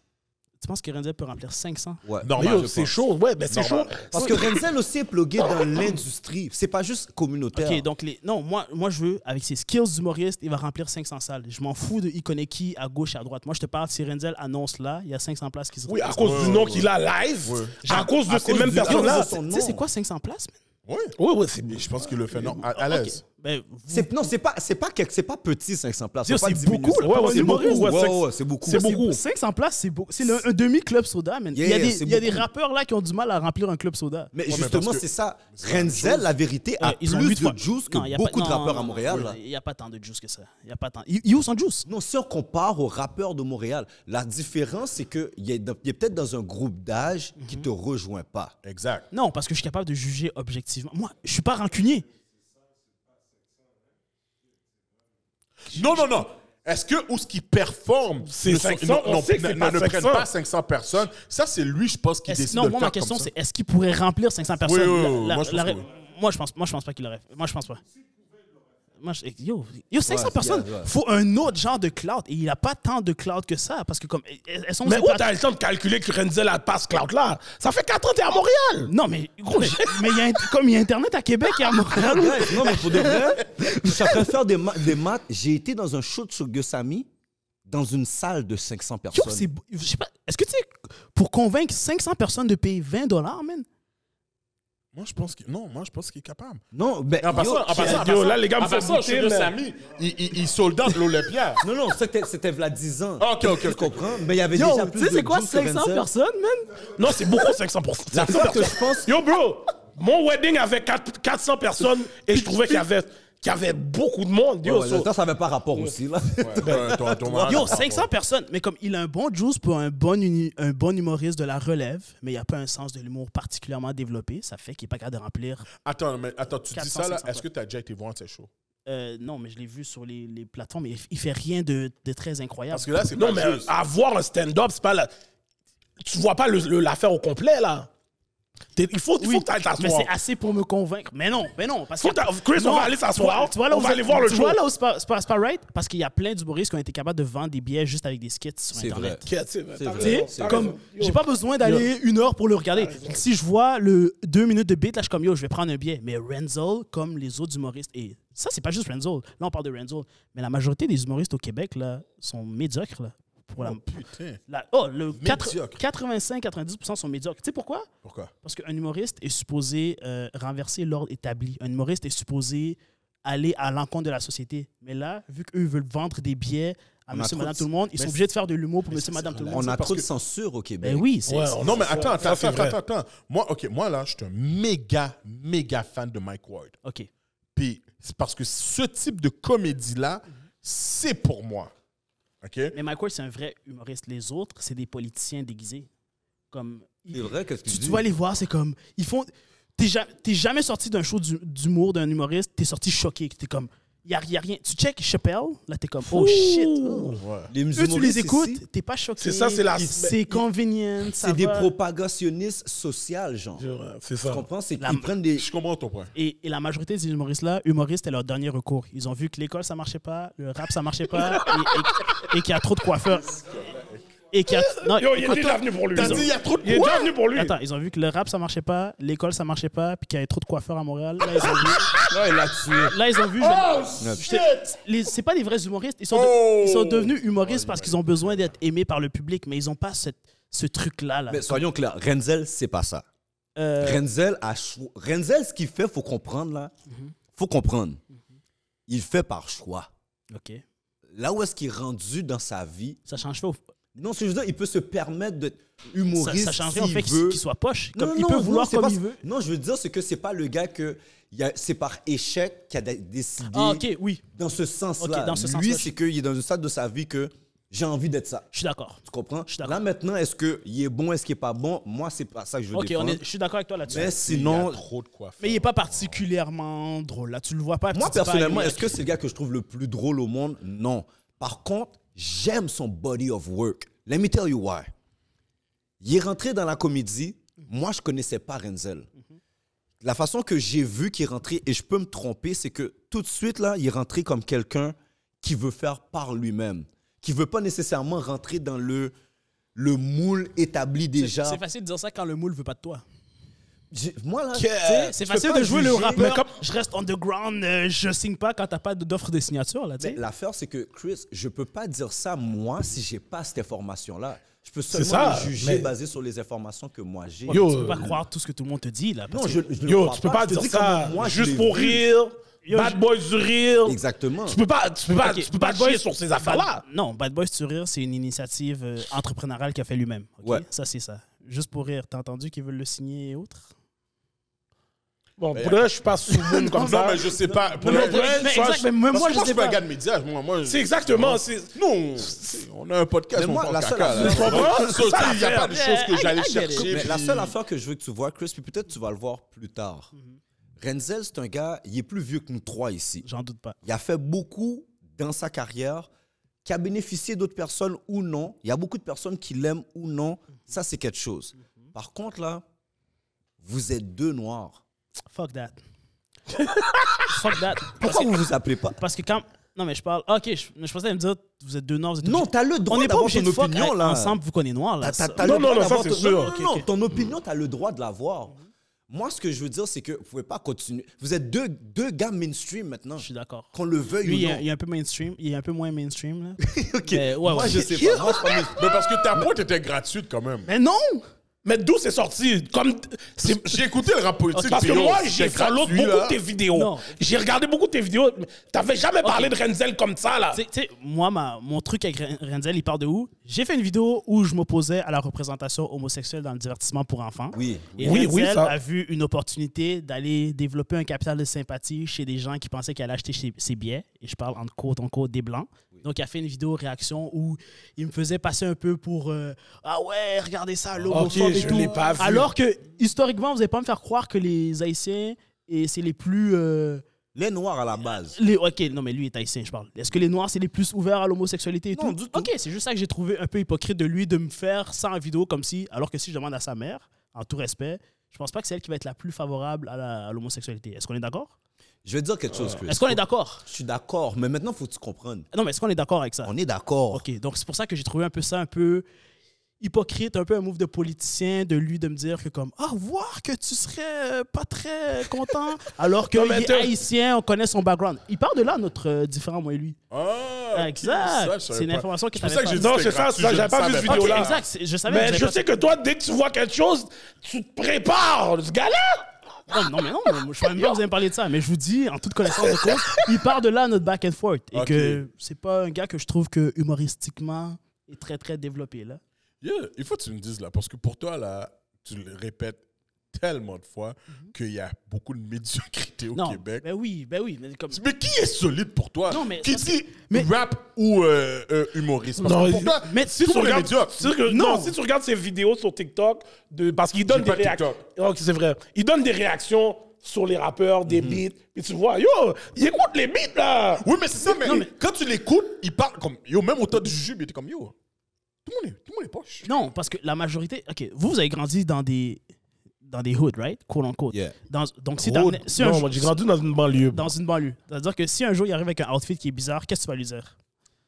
Tu penses que Renzel peut remplir 500?
Ouais.
Non,
Mais yo,
je
c'est
pense.
chaud, ouais, mais c'est chaud.
Normal.
Parce que Renzel aussi est plugué dans l'industrie. C'est pas juste communautaire.
Ok, donc les. Non, moi, moi je veux, avec ses skills d'humoriste, il va remplir 500 salles. Je m'en fous de il connaît qui à gauche et à droite. Moi, je te parle, si Renzel annonce là, il y a 500 places qui se
Oui, à cause du nom qu'il a live, à cause de ces mêmes
du- à cause
personnes-là.
de son-
Tu sais, c'est quoi 500 places, man?
Oui.
Oui, oui, c'est
Mais Je pense qu'il le fait. Non, à- à l'aise.
Ben, vous-
C'est- non, c'est pas, c'est pas, quelque- c'est pas petit 500 places.
Yo,
Faut pas
c'est
diminuer ça.
beaucoup, là.
Ouais, ouais, c'est beaucoup.
Ouais,
ouais,
ouais, ouais, c'est beaucoup.
C'est beaucoup.
500 places, c'est beau. C'est le- un demi-club soda, man. il y a,
Yeah,
des,
c'est
il y a des
beaucoup.
rappeurs là qui ont du mal à remplir un club soda.
Mais
mais
justement,
parce que-
c'est ça.
la même
Renzel, la vérité, a
Ouais, ils ont
plus
huit fois-
de juice que
Non, il y a pas-
beaucoup de
non,
rappeurs
non,
à Montréal.
non,
là.
Il n'y a pas tant de juice que ça. Il y a pas tant. Il il est où son juice?
Non, si on compare au rappeur de Montréal, la différence, c'est qu'il est, dans- il est peut-être dans un groupe d'âge qui
Mhm.
te rejoint pas.
Exact.
Non, parce que je suis capable de juger objectivement. Moi, je suis pas rancunier.
Non, non, non. Est-ce que où ce qui performe,
C'est
ne
500, on sait que c'est
ne-
pas
ne prennent
500.
pas 500 personnes Ça, c'est lui, je pense, qui
Est-ce-
décide
non,
de
moi,
le
ma
faire
question,
comme ça.
c'est est-ce qu'il pourrait remplir 500 personnes
oui,
La-
oui,
la-
moi, je
la-
pense que oui.
moi, je pense, moi, je pense pas qu'il aurait. Moi, je pense pas. Moi, je- yo, yo, 500
Ouais,
personnes,
yeah, ouais.
faut un autre genre de cloud. Et il a pas tant de cloud que ça. Parce que, comme. Elles elles sont
Mais
ces
où
plates-
t'as le temps de calculer que Renzel a passe Cloud là Ça fait 4 ans que t'es à Montréal.
Non, mais gros, j'ai- mais il y a, int- comme il y a Internet à Québec et à Montréal.
Ouais, non, mais pour de vrai, je suis en train de faire des, ma- des maths. J'ai été dans un show de Shogosami dans une salle de 500
Yo,
personnes.
c'est. beau. Je sais pas. Est-ce que tu sais, pour convaincre 500 personnes de payer 20 dollars, man?
Moi, je pense qu'il. Non, moi, je pense qu'il est capable.
Non, mais.
En passant,
yo,
en passant, en
yo,
passant,
là, les gars me
en
font
passant, je suis
goûter,
juste
là.
ami. Il, il, il soldate l'Olympia.
Non, non, c'était c'était v'là 10 ans.
Ah, ok, ok,
Tu
ok.
comprends? Mais il y avait déjà
Yo,
plus
tu
de
sais, c'est quoi
Jules que
500
Wenzel.
personnes, man?
Non, c'est beaucoup 500 pour-
La
500
fois que
personnes.
je pense.
Yo, bro, mon wedding avait quatre- 400 personnes et je trouvais qu'il y avait, qu'il y avait beaucoup de monde. Yo,
Ouais,
so-
le temps, ça n'avait pas rapport aussi, là.
Toi, toi, Ben, ton mariage,
Yo,
par rapport-
500 personnes. Mais comme il a un bon juice pour un bon, uni- un bon humoriste de la relève, mais il a pas un sens de l'humour particulièrement développé, ça fait qu'il est pas capable de remplir.
Attends, mais attends, tu dis
400,
ça là.
500,
Est-ce que tu as déjà été voir un de ces shows?
Euh, non, mais je l'ai vu sur les, les plateformes. Il, il fait rien de, de très incroyable.
Parce que là, c'est
Non,
pas
mais ah,
juste.
avoir un stand-up, c'est pas la... Tu vois pas le- le- l'affaire au complet, là. T'es- Il faut, il faut que t'ailles
mais
t'asseoir.
c'est assez pour me convaincre. Mais non, mais non. Parce
Faut
que
que t'as- Chris, on va aller s'asseoir.
Tu vois là
On
où
va
vous-
aller voir le
tu
show.
vois là où c'est pas, c'est pas- c'est pas right? Parce qu'il y a plein d'humoristes qui ont été capables de vendre des billets juste avec des skits sur
C'est vrai.
Internet.
Ok, tu sais, t'as
vrai.
Tu sais,
raison, t'as
comme
raison.
j'ai pas besoin d'aller une heure pour le regarder. Si je vois le deux minutes de beat, là, je suis comme yo, je vais prendre un billet. Mais Renzel, comme les autres humoristes, et ça, c'est pas juste Renzel. Là, on parle de Renzel, mais la majorité des humoristes au Québec là sont médiocres là. Pour la,
Putain,
la- oh, le quatre-
Médiocre.
85-90% sont médiocres. Tu sais pourquoi?
pourquoi?
Parce qu'un humoriste est supposé euh, renverser l'ordre établi. Un humoriste est supposé aller à l'encontre de la société. Mais là, vu qu'eux veulent vendre des billets à
On a
monsieur,
trop
madame,
de-
tout le monde, ils sont obligés de faire de l'humour pour monsieur, madame, tout le monde.
On a
parce
trop de
que-
censure au Québec.
Ben oui, c'est...
Ouais,
c'est-
on-
Non, mais attends,
Ça,
attends,
c'est
attends,
vrai.
attends, attends. Moi, OK, moi, là, je suis un méga, méga fan de Mike Ward.
OK.
Puis, c'est parce que ce type de comédie-là, c'est pour moi. OK?
Mais Mike Ward, c'est un vrai humoriste. Les autres, c'est des politiciens déguisés. Comme...
C'est vrai que ce que
Tu,
tu
tu
dis.
Mhm.
vas les voir, c'est comme... Ils font... T'es ja- t'es jamais sorti d'un show du- d'humour d'un humoriste, t'es sorti choqué. T'es comme... Y a, y a rien. Tu check Chappelle, là, t'es comme... Oh, shit! oh.
Les
Eux, tu
humoristes
les
ici,
écoutes, t'es pas choqué.
C'est ça, c'est la-
C'est convenient,
C'est des propagationnistes sociales, genre. Tu
Ouais, C'est ça.
comprends? C'est
La-
qu'ils prennent des.
Je comprends ton point.
Et, et la majorité des humoristes-là, humoristes, c'est leur dernier recours. Ils ont vu que l'école, ça marchait pas, le rap, ça marchait pas, et, et- et qu'il y a trop de coiffeurs. Et qu'il y a... Non,
Yo, il est
écoute,
déjà venu pour lui.
T'as
là.
dit, il y a trop de
Il est déjà venu pour lui.
Attends, ils ont vu que le rap, ça marchait pas, l'école, ça marchait pas, puis qu'il y avait trop de coiffeurs à Montréal. Là, ils ont vu...
Là, il a tué.
Là, ils ont vu
Oh,
je-
shit!
les- c'est pas des vrais humoristes. Ils sont, de-
Oh!
ils sont devenus humoristes parce qu'ils ont besoin d'être aimés par le public, mais ils ont pas cette- ce truc-là. Là.
Mais soyons clairs, Renzel, c'est pas ça.
Euh,
Renzel, a cho- Renzel, ce qu'il fait, faut comprendre, là.
Mm-hmm.
Faut comprendre. Il fait par choix.
OK.
Là où est-ce qu'il est rendu dans sa vie,
Ça change pas au-
non, c'est juste, il peut se permettre d'être
ça,
humoriste.
ça change rien au
s'il
fait
veut.
qu'il qu'il soit poche.
Non,
Comme,
non,
il
non,
peut
non,
vouloir
c'est
comme
pas-
il veut.
Non, je veux dire, c'est que c'est pas le gars que. il y a- C'est par échec qu'il a dé- décidé.
Ah, ok, oui,
Dans ce sens-là.
Ok, dans ce
Lui,
sens-là, je-
c'est qu'il est dans une stade de sa vie que j'ai envie d'être ça.
je suis d'accord.
Tu comprends?
suis d'accord.
Là, maintenant, est-ce qu'il est bon, est-ce qu'il est pas bon? Moi, c'est pas ça que je veux
Ok, on
défendre.
est- je suis d'accord avec toi là-dessus.
Mais
Non.
sinon,
Il y a trop de coiffeurs.
Mais il est pas particulièrement drôle. Là, tu le vois pas.
moi,
tu te dis pas,
personnellement,
il est-
est-ce que c'est le gars que je trouve le plus drôle au monde? Non. Par contre, j'aime son body of work. Let me tell you why. Il est rentré dans la comédie. Moi, je connaissais pas Renzel. La façon que j'ai vu qu'il est rentré, et je peux me tromper, c'est que tout de suite, là, il est rentré comme quelqu'un qui veut faire par lui-même. Qui veut pas nécessairement rentrer dans le, le moule établi déjà.
C'est facile de dire ça quand le moule veut pas de toi.
J'ai- Moi, là,
Que-
tu sais,
C'est
je peux
facile
pas
de jouer le
juger.
rappeur.
mais comme-
Je reste underground, euh, je signe pas quand t'as pas d'offre de signature là. tu sais.
Mais l'affaire, c'est que Chris, je peux pas dire ça moi si j'ai pas cette information-là. Je peux seulement
ça,
le juger
mais-
basé sur les informations que moi j'ai.
Yo,
Tu peux pas croire tout ce que tout le monde te dit là. parce
euh, non,
que-
je, je le
Yo,
crois
tu peux pas
Je te
dire
dis
ça
comment moi, je
juste
l'ai
pour
vu.
rire. Bad Boys du rire.
Exactement.
Tu peux pas, tu peux pas,
Ok,
tu peux pas
Bad
chier
Boys-
sur ces affaires-là.
Bad- Non, Bad Boys sur rire, c'est une initiative euh, entrepreneuriale qu'il a fait lui-même. ok?
Ouais.
Ça, c'est ça. Juste pour rire, t'as entendu qu'ils veulent le signer et autres
Bon, pour vrai, je suis pas sous le monde comme
Non,
ça.
mais je sais pas. Pour
Non, mais
le vrai,
exact,
soit-
mais
parce
même moi,
que
je
Moi, je
sais
suis pas un
pas.
gars de médias. Moi, moi, je-
C'est exactement. c'est-
Non, c'est- on a un podcast,
Mais
on
moi,
parle
la seule
caca. là.
affaire-
Tu comprends? Ça, tu sais, Il n'y a pas de
Mais
choses que j'allais
I- I get it.
chercher.
Mais la
puis-
seule affaire que je veux que tu vois, Chris, puis peut-être tu vas le voir plus tard.
Mhm.
Renzel, c'est un gars, il est plus vieux que nous trois ici.
J'en doute pas.
Il a fait beaucoup dans sa carrière, qui a bénéficié d'autres personnes ou non. Il y a beaucoup de personnes qui l'aiment ou non. Ça, c'est quelque chose. Par contre, là, vous êtes deux noirs.
Fuck that. Fuck that. Parce
Pourquoi
que,
vous vous appelez pas
parce que quand. Non, mais je parle. Ah, Ok, je, mais je pensais me dire, vous êtes deux noirs, vous êtes
Non,
obligés-
t'as le
On
droit
n'est pas
d'avoir
obligé
ton
de fuck
opinion,
avec-
là.
ensemble, vous connaissez noir, là.
T'as-
ça-
t'as
Non,
le
non,
droit
non, ça,
d'avoir
c'est
ton-
sûr.
Non, non,
Ok,
non,
ok.
ton opinion, t'as le droit de l'avoir. Moi, ce que je veux dire, c'est que vous pouvez pas continuer. Vous êtes deux, deux gars mainstream maintenant.
Je suis d'accord.
Qu'on le veuille
Lui, il
ou
est,
non.
il est un peu mainstream. Il est un peu moins mainstream, là.
Ok.
Mais ouais,
Moi,
ouais.
je sais pas. Moi, je suis pas mainstream.
Mais parce que ta pointe était gratuite quand même.
Mais non!
Mais d'où c'est sorti? Comme. c'est-
J'ai écouté le rap politique.
Parce que
puis yo,
moi,
c'était
j'ai follow
gratuit, hein.
beaucoup
là.
de tes vidéos.
Non.
J'ai regardé beaucoup de tes vidéos. T'avais jamais parlé de Renzel comme ça, là.
Tu sais- tu sais, moi, ma- mon truc avec Ren- Renzel, il part de où? J'ai fait une vidéo où je m'opposais à la représentation homosexuelle dans le divertissement pour enfants.
Oui.
Et
Oui,
Renzel
oui, ça-
a vu une opportunité d'aller développer un capital de sympathie chez des gens qui pensaient qu'elle allait acheter chez- ses billets. Et je parle en côte en côte des Blancs. Donc, il a fait une vidéo réaction où il me faisait passer un peu pour euh, Ah ouais, regardez ça, l'homophobe
Ok,
et
je
tout.
l'ai pas vu.
Alors que, historiquement, vous n'allez pas me faire croire que les Haïtiens, et c'est les plus. euh,
Les noirs à la base.
les- ok, non, mais lui est haïtien, je parle. Est-ce que les Noirs, c'est les plus ouverts à l'homosexualité et
Non,
tout?
du tout.
Ok, c'est juste ça que j'ai trouvé un peu hypocrite de lui de me faire ça en vidéo comme si, alors que si je demande à sa mère, en tout respect, je pense pas que c'est elle qui va être la plus favorable à la- à l'homosexualité. Est-ce qu'on est d'accord?
Je vais dire quelque chose, Chris.
Est-ce qu'on est d'accord?
Je suis d'accord, mais maintenant, faut que tu comprennes.
Non, mais est-ce qu'on est d'accord avec ça?
On est d'accord.
Ok, donc c'est pour ça que j'ai trouvé un peu ça un peu hypocrite, un peu un move de politicien de lui de me dire que comme ah voir que tu serais euh, pas très content alors que
Non, mais
il est
t'as-
haïtien, on connaît son background. Il part de là notre euh, différent moi et lui.
Ah, ok,
Exact.
ça, je savais
C'est une
pas.
information que
C'est pour
t'avais
ça que
pas.
j'ai dit
Non,
c'était
c'est ça,
gratuit,
ça,
je
j'avais
le
pas vu
savais
cette
pas.
Ok,
vidéo-là.
exact. c'est- Je savais.
Mais
j'avais
je
pas-
sais que toi, dès que tu vois quelque chose, tu te prépares. Ce gars-là,
Non, non, mais non, mais moi, je sais même pas que vous avez parlé de ça, mais je vous dis, en toute connaissance de cause, il part de là notre back and forth. Et
Ok.
que c'est pas un gars que je trouve que humoristiquement est très, très développé, là.
Yeah, il faut que tu me dises là, parce que pour toi là, tu le répètes tellement de fois qu'il y a beaucoup de médiocrité au
Mhm. non,
Québec.
ben oui, ben oui. Mais comme...
Mais qui est solide pour toi
Non, mais
Qui
ça,
dit
mais-
rap ou euh, euh, humoriste Parce
Non,
que pour toi,
mais
si
tu
tu regardes
regardes-
médiocre,
si tu- non. si tu regardes ses vidéos sur TikTok, de, parce qu'il donne
J'ai
des
pas
réactions.
TikTok.
Ok, c'est vrai. Il donne des réactions sur les rappeurs,
Mhm.
des beats. Et tu vois, yo, il écoute les beats, là.
oui, mais c'est ça, mais,
Non, mais-
quand tu l'écoutes, il parle comme yo, même au temps du jujube, il était comme yo, tout le monde est, tout le monde est poche.
Non, parce que la majorité. Ok, vous, vous avez grandi dans des dans des hoods, right? Quote on quote.
Yeah.
Dans, donc, si, t'amenais- si un
non,
jour-
moi, j'ai grandi dans une banlieue.
dans une banlieue, c'est-à-dire que si un jour il arrive avec un outfit qui est bizarre, qu'est-ce que tu vas lui dire?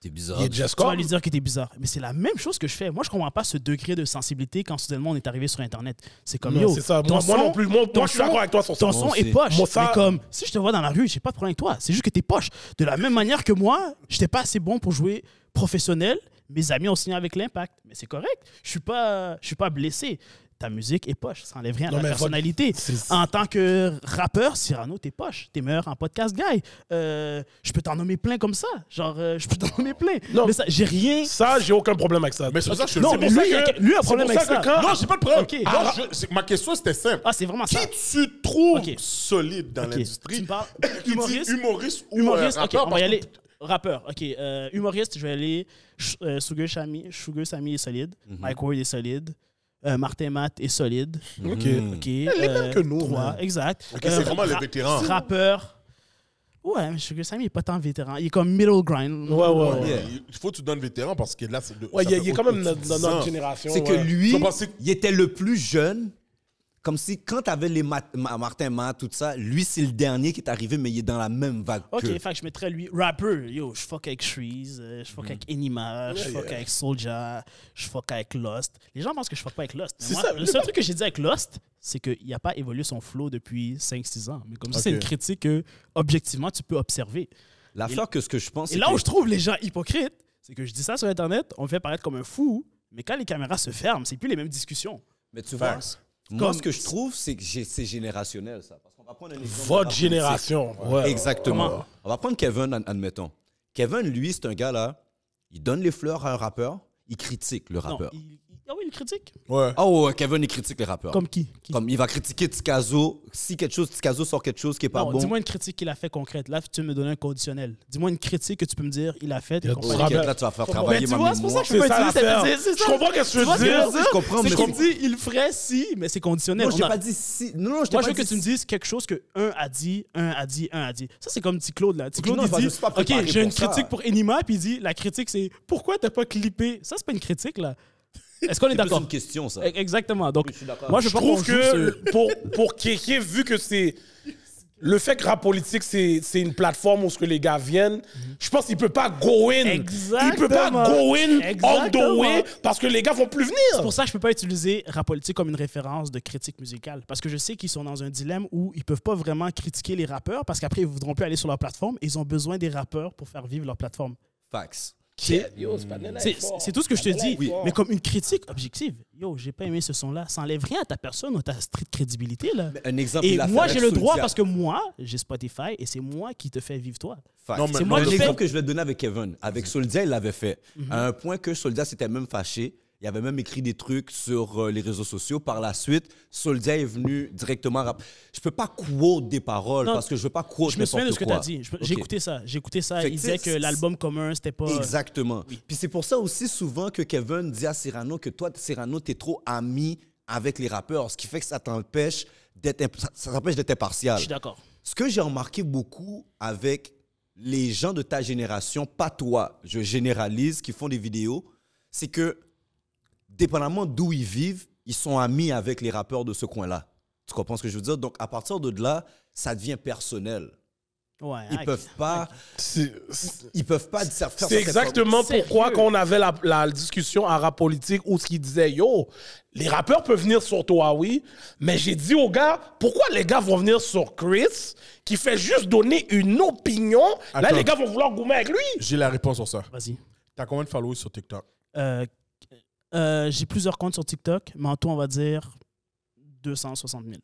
C'est bizarre.
Il est just
Tu vas
comme.
lui dire que t'es bizarre. Mais c'est la même chose que je fais. Moi, je comprends pas ce degré de sensibilité quand soudainement on est arrivé sur Internet. C'est comme
Non,
yo.
c'est ça.
ton
Moi- moi
son-
non plus. Moi-
ton
moi, je suis
son-
d'accord avec toi sur ça.
Ton
Moi
son
aussi.
est poche.
Moi, ça-
Mais comme si je te vois dans la rue, j'ai pas de problème avec toi. C'est juste que t'es poche. De la même manière que moi, j'étais pas assez bon pour jouer professionnel. Mes amis ont signé avec l'impact. Mais c'est correct. Je suis pas, je suis pas blessé. Ta musique est poche. Ça enlève rien à
Non,
la
mais
personnalité.
c'est-
En tant que rappeur, Cyrano, t'es poche. T'es meilleur en podcast, guy. Euh, je peux t'en nommer plein comme ça. Genre, euh, je peux t'en nommer plein.
Non.
Mais ça, j'ai rien.
Ça, j'ai aucun problème avec ça.
Mais c'est pour ça que je te le
Non,
dis.
mais
pour
lui, il
ça
a-
que-
lui a un
c'est
problème
pour
avec
ça
ça.
que quand-
Non, j'ai pas de problème.
Ok.
Non,
Ah,
je- c'est- ma question c'était simple.
Ah, c'est vraiment ça.
Qui tu trouves
Ok.
solide dans
Ok.
l'industrie
Tu me parles
Qui dit
humoriste
humoriste ou
Humoriste,
euh,
ok,
rappeur,
on va
parce
y
que-
aller. Rappeur, ok. euh, humoriste, je vais aller. Ch- euh, Sugar Sammy, Sugar Sammy est solide.
Mhm.
Mike Ward est solide. euh, Martin Matt est solide.
Ok.
Ok. Les
que nous, man.
exact. Euh,
Ok, c'est vraiment les vétérans.
Rappeur. Ouais, mais Sugar Sammy est pas tant vétéran. Il est comme middle grind.
Ouais, ouais, ouais.
Ouais, Il faut que tu donnes vétéran parce que là, c'est de.
Ouais,
ça
il est-
fait
il est quand
au-
même
au-
dans
au-
dans
ça.
notre génération.
C'est que
ouais.
lui,
Je pensais que-
il était le plus jeune. Comme si quand t'avais les Mat- Ma- Martin Matt, tout ça, lui, c'est le dernier qui est arrivé, mais il est dans la même vague
Ok,
que.
fait que je mettrais lui rappeur. Yo, je fuck avec Shreeze, euh, je fuck avec Enima, je fuck avec Soldier, je fuck avec Lost. Les gens pensent que je fuck pas avec Lost. Mais
C'est
moi,
ça,
le seul truc que j'ai dit avec Lost, c'est qu'il a pas évolué son flow depuis 5-6 ans. Mais comme ça, c'est
Ok.
une critique que, objectivement, tu peux observer.
L'affaire que ce que je pense,
Et
c'est
là
que-
où je trouve les gens hypocrites, c'est que je dis ça sur Internet, on me fait paraître comme un fou, mais quand les caméras se ferment, c'est plus les mêmes discussions.
Mais tu vois,
Facts.
moi,
Comme-
ce que je trouve, c'est que j'ai- c'est générationnel, ça. Parce qu'on va prendre un exemple de
Votre
rap
génération.
politique.
Ouais.
Exactement.
Comment?
On va prendre Kevin, ad- admettons. Kevin, lui, c'est un gars-là, il donne les fleurs à un rappeur, il critique le
Non,
rappeur.
il, il- ah oui, il critique.
Ouais.
Oh, ouais, Kevin, il critique les rappeurs.
Comme qui, Qui?
Comme il va critiquer Tikazo. Si quelque chose, Tikazo sort quelque chose qui est pas
Non,
bon.
Dis-moi une critique qu'il a fait concrète. Là, tu veux me donner un conditionnel. Dis-moi une critique que tu peux me dire, il a faite. et qu'on
Oh,
peut-
ok, là, tu vas faire travailler
Mais tu
ma
vois, c'est pour ça
mémoire.
que je peux
C'est ça
utiliser cette
l'affaire.
c'est- c'est
Je
ça.
comprends qu'est-ce que
Tu
tu
vois
veux
que
dire.
veux
Je comprends,
C'est
mais
qu'on
c'est-
dit, il le ferait si, mais c'est conditionnel.
Non, je t'ai
On a-
pas dit si. Non, non, je t'ai pas
Moi, je veux
dit
que tu me
si.
dises quelque chose que un a dit, un a dit, un a dit. Ça, c'est comme dit Claude, là. Dit Claude,
non,
il
je vais
dit,
juste pas
OK,
préparer
j'ai une
pour ça.
critique pour Enima, puis il dit, la critique, c'est pourquoi t'as pas clippé Ça, c'est pas une critique, là. Est-ce qu'on est,
C'est plus
d'accord
une question, ça.
E- Exactement. Donc,
suis d'accord.
moi, je,
Je trouve que
Ce...
pour, pour Kéké, vu que c'est. Le fait que rap politique, c'est c'est une plateforme où ce que les gars viennent, je pense qu'il peut pas go in. Il peut pas
Exactement.
go in all the
Exactement.
way parce que les gars vont plus
C'est
venir.
pour ça que je peux pas utiliser rap politique comme une référence de critique musicale. Parce que je sais qu'ils sont dans un dilemme où ils peuvent pas vraiment critiquer les rappeurs parce qu'après, ils voudront plus aller sur leur plateforme et ils ont besoin des rappeurs pour faire vivre leur plateforme.
Fax.
C'est-
Yo, ce panel-là est
C'est
fort.
c'est tout ce que je te
Panel-là
dis.
est fort.
Mais comme une critique objective. Yo, j'ai pas aimé ce son-là. Ça enlève rien à ta personne ou ta stricte crédibilité. Là.
Un exemple.
Et moi, j'ai le droit parce que moi, j'ai Spotify et c'est moi qui te fais vivre toi.
Non,
Non,
mais-
mais
C'est moi
non,
qui
l'exemple
fais. Mhm.
que je voulais donner avec Kevin, avec Soldia, il l'avait fait. À un point que Soldia s'était même fâché. Il avait même écrit des trucs sur euh, les réseaux sociaux. Par la suite, Soldia est venu directement. rap- Je peux pas quote des paroles
Non,
parce que je veux pas quote
Je me souviens de ce que
n'importe
tu as
quoi.
dit. Je me-
Ok.
J'ai écouté ça. J'ai écouté ça.
Fait que
Il disait
c'est-
que l'album commun, c'était pas. euh,
Exactement. Puis c'est pour ça aussi souvent que Kevin dit à Cyrano que toi, Cyrano, t'es trop ami avec les rappeurs, ce qui fait que ça t'empêche d'être imp- ça- ça t'empêche d'être impartial.
Je suis d'accord.
Ce que j'ai remarqué beaucoup avec les gens de ta génération, pas toi, je généralise, qui font des vidéos, c'est que dépendamment d'où ils vivent, ils sont amis avec les rappeurs de ce coin-là. Tu comprends ce que je veux dire? Donc à partir de là, ça devient personnel.
Ouais,
Ils
ok.
peuvent pas,
C'est- c'est-
ils peuvent pas faire faire
C'est
cette-
exactement
Sérieux?
pourquoi qu'on avait la, la discussion à rap politique où ce qui disait yo, les rappeurs peuvent venir sur toi, oui, mais j'ai dit aux gars, pourquoi les gars vont venir sur Chris qui fait juste donner une opinion Là,
Attends.
les gars vont vouloir goumer avec lui.
J'ai la réponse sur ça.
Vas-y.
T'as combien de followers sur TikTok?
Euh, euh, j'ai plusieurs comptes sur TikTok, mais en tout, on va dire 260 000.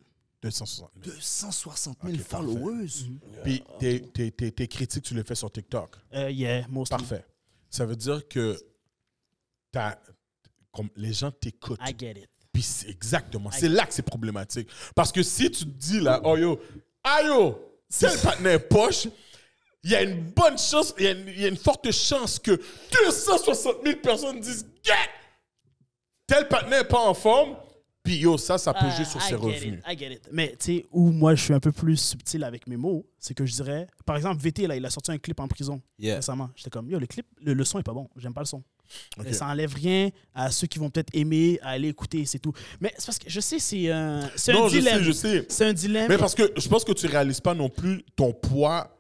260 000.
260 000
Ok, parfait.
followers.
Puis tes, tes, tes, tes critiques, tu les fais sur TikTok.
Euh, yeah, mostly.
Parfait. Ça veut dire que t'as- comme les gens t'écoutent.
I get it.
Puis c'est exactement, c'est là que c'est problématique. Parce que si tu te dis là, oh yo, ah yo, tel partenaire poche, il y a une bonne chance, il y a une- il y, a une forte chance que 260 000 personnes disent, get! Tel partenaire n'est pas en forme, puis yo, ça, ça peut jouer sur
Ah,
ses
I get
revenus.
it, I get it. Mais tu sais, où moi, je suis un peu plus subtil avec mes mots, c'est que je dirais, par exemple, VT, là, il a sorti un clip en prison
Yeah.
récemment. J'étais comme, yo, le clip, le, le son est pas bon, j'aime pas le son. Mais
Ok.
ça enlève rien à ceux qui vont peut-être aimer, à aller écouter, c'est tout. Mais c'est parce que je sais, c'est un, c'est
Non,
un
je
dilemme.
sais, je sais.
C'est un dilemme.
Mais parce que je pense que tu réalises pas non plus ton poids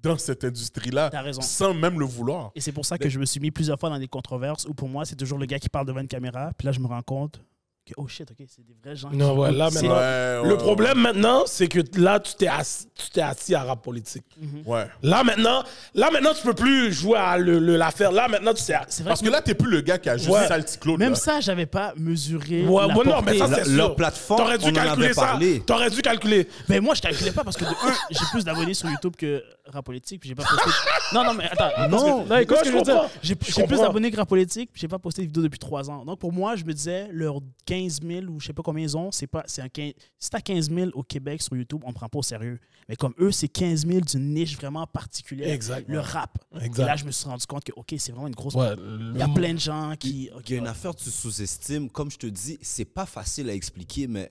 dans cette industrie-là,
T'as raison.
sans même le vouloir.
Et c'est pour
Ben-
ça que je me suis mis plusieurs fois dans des controverses où pour moi, c'est toujours le gars qui parle devant une caméra. Puis là, je me rends compte que, oh shit, ok, c'est des vrais gens. qui-
Non, voilà,
C'est-
maintenant.
Ah Ouais, ouais,
le problème maintenant, c'est que là, tu t'es assis, tu t'es assis à rap politique.
Ouais.
Là maintenant, là maintenant, tu peux plus jouer à le- le- l'affaire. Là maintenant, tu sais.
C'est vrai
Parce que là, t'es plus le gars qui a juste
Ouais.
sale petit Claude,
Même
là.
ça, j'avais pas mesuré.
Ouais,
la
ouais, non,
portée.
mais ça,
La-
c'est
leur
sûr.
plateforme,
T'aurais dû
on en avait
calculer ça.
parlé.
T'aurais dû calculer.
Mais Ben, moi, je calculais pas parce que, de un, j'ai plus d'abonnés sur YouTube que Rap Politique. puis J'ai pas posté. Non, non, mais attends. parce
Non.
que- non, écoute
Non,
ce que
je
je veux
comprends.
dire. J'ai
Je
j'ai plus
comprends.
d'abonnés que Rap Politique. puis J'ai pas posté de vidéo depuis trois ans. Donc, pour moi, je me disais, leurs 15 000 ou je sais pas combien ils ont, c'est pas. c'est Un 15, si t'as 15 000 au Québec sur YouTube, on prend pas au sérieux. Mais comme eux, c'est 15 000 d'une niche vraiment particulière.
Exact.
Le rap.
Exact.
Et là, je me suis rendu compte que, OK, c'est vraiment une grosse.
Ouais,
Il y a plein de gens qui. ok,
Il y a une
ouais.
affaire que tu sous-estimes. Comme je te dis, c'est pas facile à expliquer, mais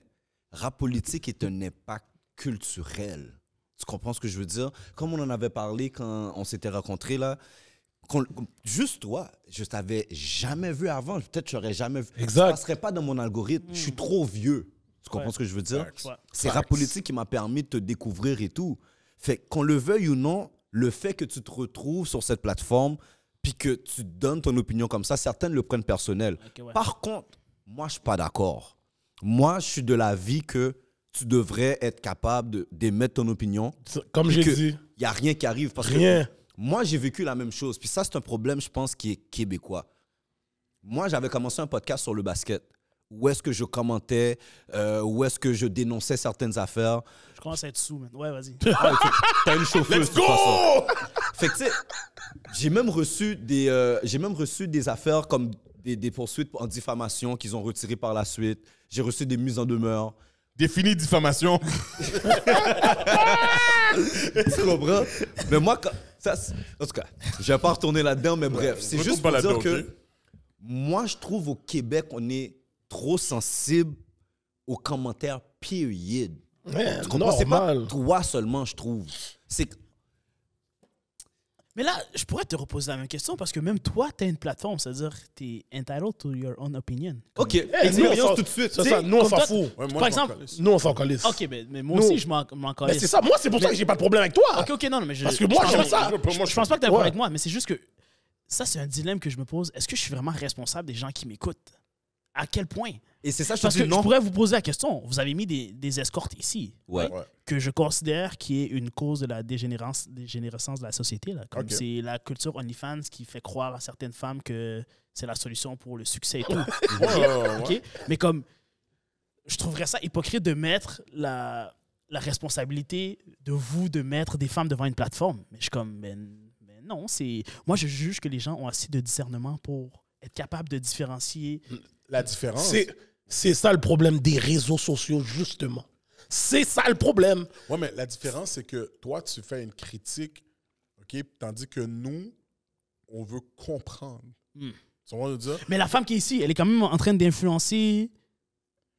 rap politique est un impact culturel. Tu comprends ce que je veux dire? Comme on en avait parlé quand on s'était rencontrés, là, qu'on- juste toi, je t'avais jamais vu avant. Peut-être j'aurais jamais vu.
Exact.
Ça passerait pas dans mon algorithme. Je suis trop vieux. Tu comprends
Hmm. Ouais.
ce que je veux dire?
Ouais.
C'est rap politique qui m'a permis de te découvrir et tout. Fait que qu'on le veuille ou non, le fait que tu te retrouves sur cette plateforme puis que tu donnes ton opinion comme ça, certaines le prennent personnel.
Ok, ouais.
Par contre, moi, je suis pas d'accord. Moi, je suis de l'avis que tu devrais être capable de- d'émettre ton opinion.
Ah,
Comme j'ai dit.
Il n'y a rien qui arrive. Parce
Rien.
que moi, j'ai vécu la même chose. Puis ça, c'est un problème, je pense, qui est québécois. Moi, j'avais commencé un podcast sur le basket. Où est-ce que je commentais, euh, où est-ce que je dénonçais certaines affaires.
Je commence à être sous, man. Ouais, vas-y.
T'as une chauffeuse, de toute façon. Fait que, tu sais, j'ai même reçu des, euh, j'ai même reçu des affaires comme des, des poursuites en diffamation qu'ils ont retirées par la suite. J'ai reçu des mises en demeure.
Définis diffamation.
Tu comprends? mais moi, quand- ça, c'est- en tout cas, je vais pas retourner là-dedans, mais bref, c'est
Retourne
juste
pas
pour dire
là-dedans,
que
ok?
moi, je trouve au Québec, on est trop sensible aux commentaires périod.
Man,
Tu comprends? C'est pas
normal.
toi seulement, je trouve. C'est que-
Mais là, je pourrais te reposer la même question parce que même toi, tu as une plateforme, c'est-à-dire tu es entitled to your own opinion.
OK,
Eh,
Hey, nous, on
expérience
s'en-
tout de suite.
c'est
tu sais.
ça, nous, on
comme
s'en
toi-
fout.
Ouais, moi, je m'en
Par exemple,
calisse.
Nous, on s'en calisse.
ok, mais, mais moi
Nous.
aussi, je m'en m'en
Mais
calisse.
c'est ça. Moi, c'est pour ça que j'ai pas de problème avec toi.
Ok, ok, non, non, mais je.
Parce que moi,
je
j'aime
pense pas
ça.
que ça. Je, je pense pas que tu as un
Ouais.
problème avec moi, mais c'est juste que ça, c'est un dilemme que je me pose. Est-ce que je suis vraiment responsable des gens qui m'écoutent À quel point?
Et c'est ça, je te
Parce que
dis
je
non.
pourrais vous poser la question. Vous avez mis des, des escortes ici,
Ouais.
Ouais.
que je considère qui est une cause de la dégénérance- dégénérescence de la société. Là. Comme
Ok.
c'est la culture OnlyFans qui fait croire à certaines femmes que c'est la solution pour le succès et tout.
Ouais, ouais, ouais, ouais.
OK? Mais comme je trouverais ça hypocrite de mettre la, la responsabilité de vous de mettre des femmes devant une plateforme. Mais je suis comme ben, ben non, c'est moi je juge que les gens ont assez de discernement pour être capable de différencier.
La différence.
C'est, c'est ça le problème des réseaux sociaux, justement. C'est ça le problème.
Ouais, mais la différence, c'est que toi, tu fais une critique, OK? Tandis que nous, on veut comprendre.
Hmm.
Tu comprends ce que je veux dire?
Mais la femme qui est ici, elle est quand même en train d'influencer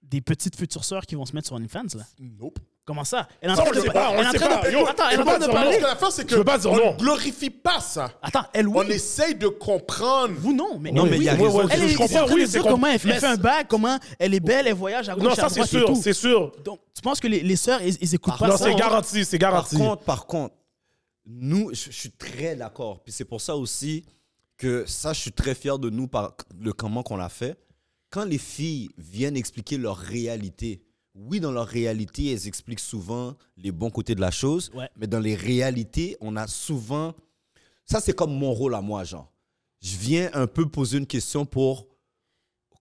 des petites futures sœurs qui vont se mettre sur OnlyFans là.
Nope.
Comment ça Elle est en
Ça,
train
on le
de
sait pas, on
elle est
le
en
sait
train
pas.
de-
Yo,
Attends,
Ah, je
elle est
peux
en train
pas
de
dire
parler.
Parce que l'affaire, c'est que
veux pas dire
on
non.
ne glorifie pas ça.
Attends, elle oui.
On essaye de comprendre.
Vous non, mais
Non, mais il y a raison.
Elle est,
je comprends,
oui,
oui,
c'est
c'est
dire
com-
comment elle fait,
mais
elle fait un bac, comment elle est belle, elle voyage à gauche,
Non,
à
ça, c'est
droite et
sûr,
tout.
c'est sûr.
Donc, tu penses que les, les sœurs, ils, ils écoutent pas
Non,
ça?
c'est garanti, c'est
Par
garanti.
contre, par contre, nous, je, je suis très d'accord. Puis c'est pour ça aussi que ça, je suis très fier de nous par le comment qu'on l'a fait. Quand les filles viennent expliquer leur réalité, oui, dans leur réalité, elles expliquent souvent les bons côtés de la chose,
Ouais.
mais dans les réalités, on a souvent... Ça, c'est comme mon rôle à moi, genre. Je viens un peu poser une question pour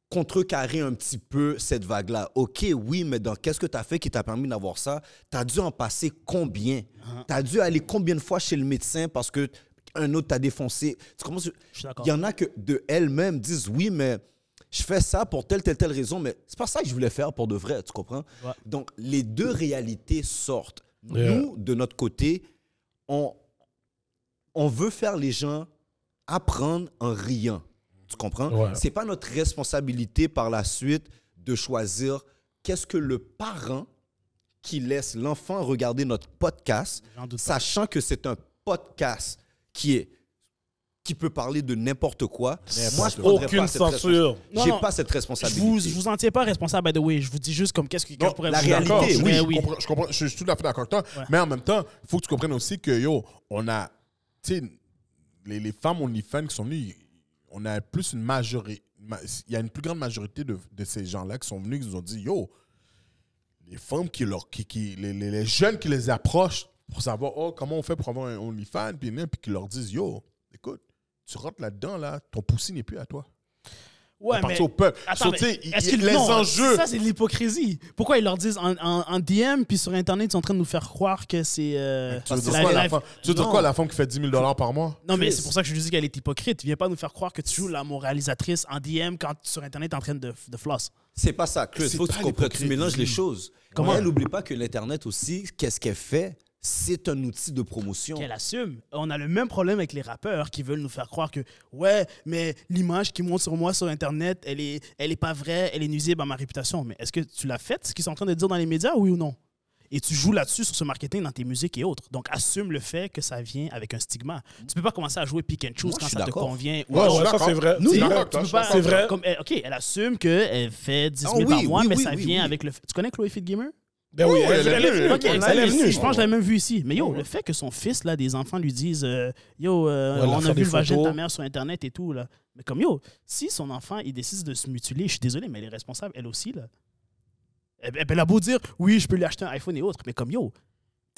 contrecarrer un petit peu cette vague-là. OK, oui, mais dans qu'est-ce que tu as fait qui t'a permis d'avoir ça? Tu as dû en passer combien?
Uh-huh.
Tu as dû aller combien de fois chez le médecin parce que un autre t'a défoncé? Tu commences-
Je suis d'accord.
Il y en a que de elles-mêmes disent oui, mais je fais ça pour telle, telle, telle raison, mais c'est pas ça que je voulais faire pour de vrai, tu comprends?
Ouais.
Donc, les deux réalités sortent.
Yeah.
Nous, de notre côté, on, on veut faire les gens apprendre en riant. Tu comprends?
Ouais.
C'est pas notre responsabilité par la suite de choisir qu'est-ce que le parent qui laisse l'enfant regarder notre podcast,
J'en doute pas.
sachant que c'est un podcast qui est qui peut parler de n'importe quoi. Moi, je prendrais
Aucune
pas cette respons-
censure.
Non,
J'ai
non.
pas cette
Je
responsabilité.
vous, je vous en tiens pas responsable, by the way. Je vous dis juste comme qu'est-ce que que
Non,
je pourrais
la
vous Eh dire.
réalité,
Je-
oui,
mais
je, comprends, je comprends, je suis tout à fait d'accord avec toi. Mais en même temps, il faut que tu comprennes aussi que, yo, on a, tu sais, les, les femmes OnlyFans qui sont venues, on a plus une majorité, ma- il y a une plus grande majorité de, de ces gens-là qui sont venus, qui nous ont dit, yo, les femmes qui leur, qui, qui- les, les- les jeunes qui les approchent pour savoir, oh, comment on fait pour avoir un OnlyFans, puis, puis qui leur disent, yo, écoute, tu rentres là-dedans, là, ton poussi n'est plus à toi.
Ouais,
on est parti
mais-
au peuple.
Attends,
So,
mais
tu sais, il-
est-ce
il-
qu'ils-
les
non,
enjeux.
Ça, c'est de l'hypocrisie. Pourquoi ils leur disent en, en- en DM puis sur Internet, ils sont en train de nous faire croire que c'est. euh,
Tu veux,
c'est
dire
la
quoi, la
life-
femme, tu veux dire
Non.
quoi, la femme qui fait 10 000 par mois?
Non, mais c'est pour ça que je dis qu'elle est hypocrite. Viens pas nous faire croire que tu joues la moralisatrice en DM quand sur Internet t'es en train de, de floss.
C'est pas ça, Chris.
C'est
Faut que
pas
tu comprennes. Tu
l'hypocrisie.
mélanges les choses.
Comment?
Elle n'oublie pas que l'Internet aussi, qu'est-ce qu'elle fait? C'est un outil de promotion.
Qu'elle assume. On a le même problème avec les rappeurs qui veulent nous faire croire que, ouais, mais l'image qui monte sur moi sur Internet, elle est, elle est pas vraie, elle est nuisible à ma réputation. Mais est-ce que tu l'as faite, ce qu'ils sont en train de dire dans les médias, oui ou non? Et tu joues là-dessus sur ce marketing dans tes musiques et autres. Donc, assume le fait que ça vient avec un stigma. Tu peux pas commencer à jouer pick and choose
Moi,
quand
je suis
ça te
d'accord.
convient. ou
Ouais,
non.
ouais, ça, c'est vrai.
Nous,
C'est
non,
vrai.
tu peux pas-
C'est vrai.
Comme elle- OK, elle assume qu'elle fait 10 000
Ah oui,
par mois,
oui,
mais
oui,
ça
oui,
vient
oui.
avec le fait. Tu connais Chloé Gamer?
Ben oui, elle,
elle est
elle est
venue.
venue.
Ok,
Elle
ça, elle
est venue.
Je pense que je l'ai même vu ici. Mais yo, le fait que son fils, là, des enfants lui disent euh, Yo, euh,
Ouais, elle a
on
fait
a
des
vu le vagin de ta
photos.
mère sur Internet et tout, là. Mais comme yo, si son enfant, il décide de se mutiler, je suis désolé, mais elle est responsable, elle aussi, là. Elle, elle- elle a beau dire Oui, je peux lui acheter un iPhone et autres, mais comme yo,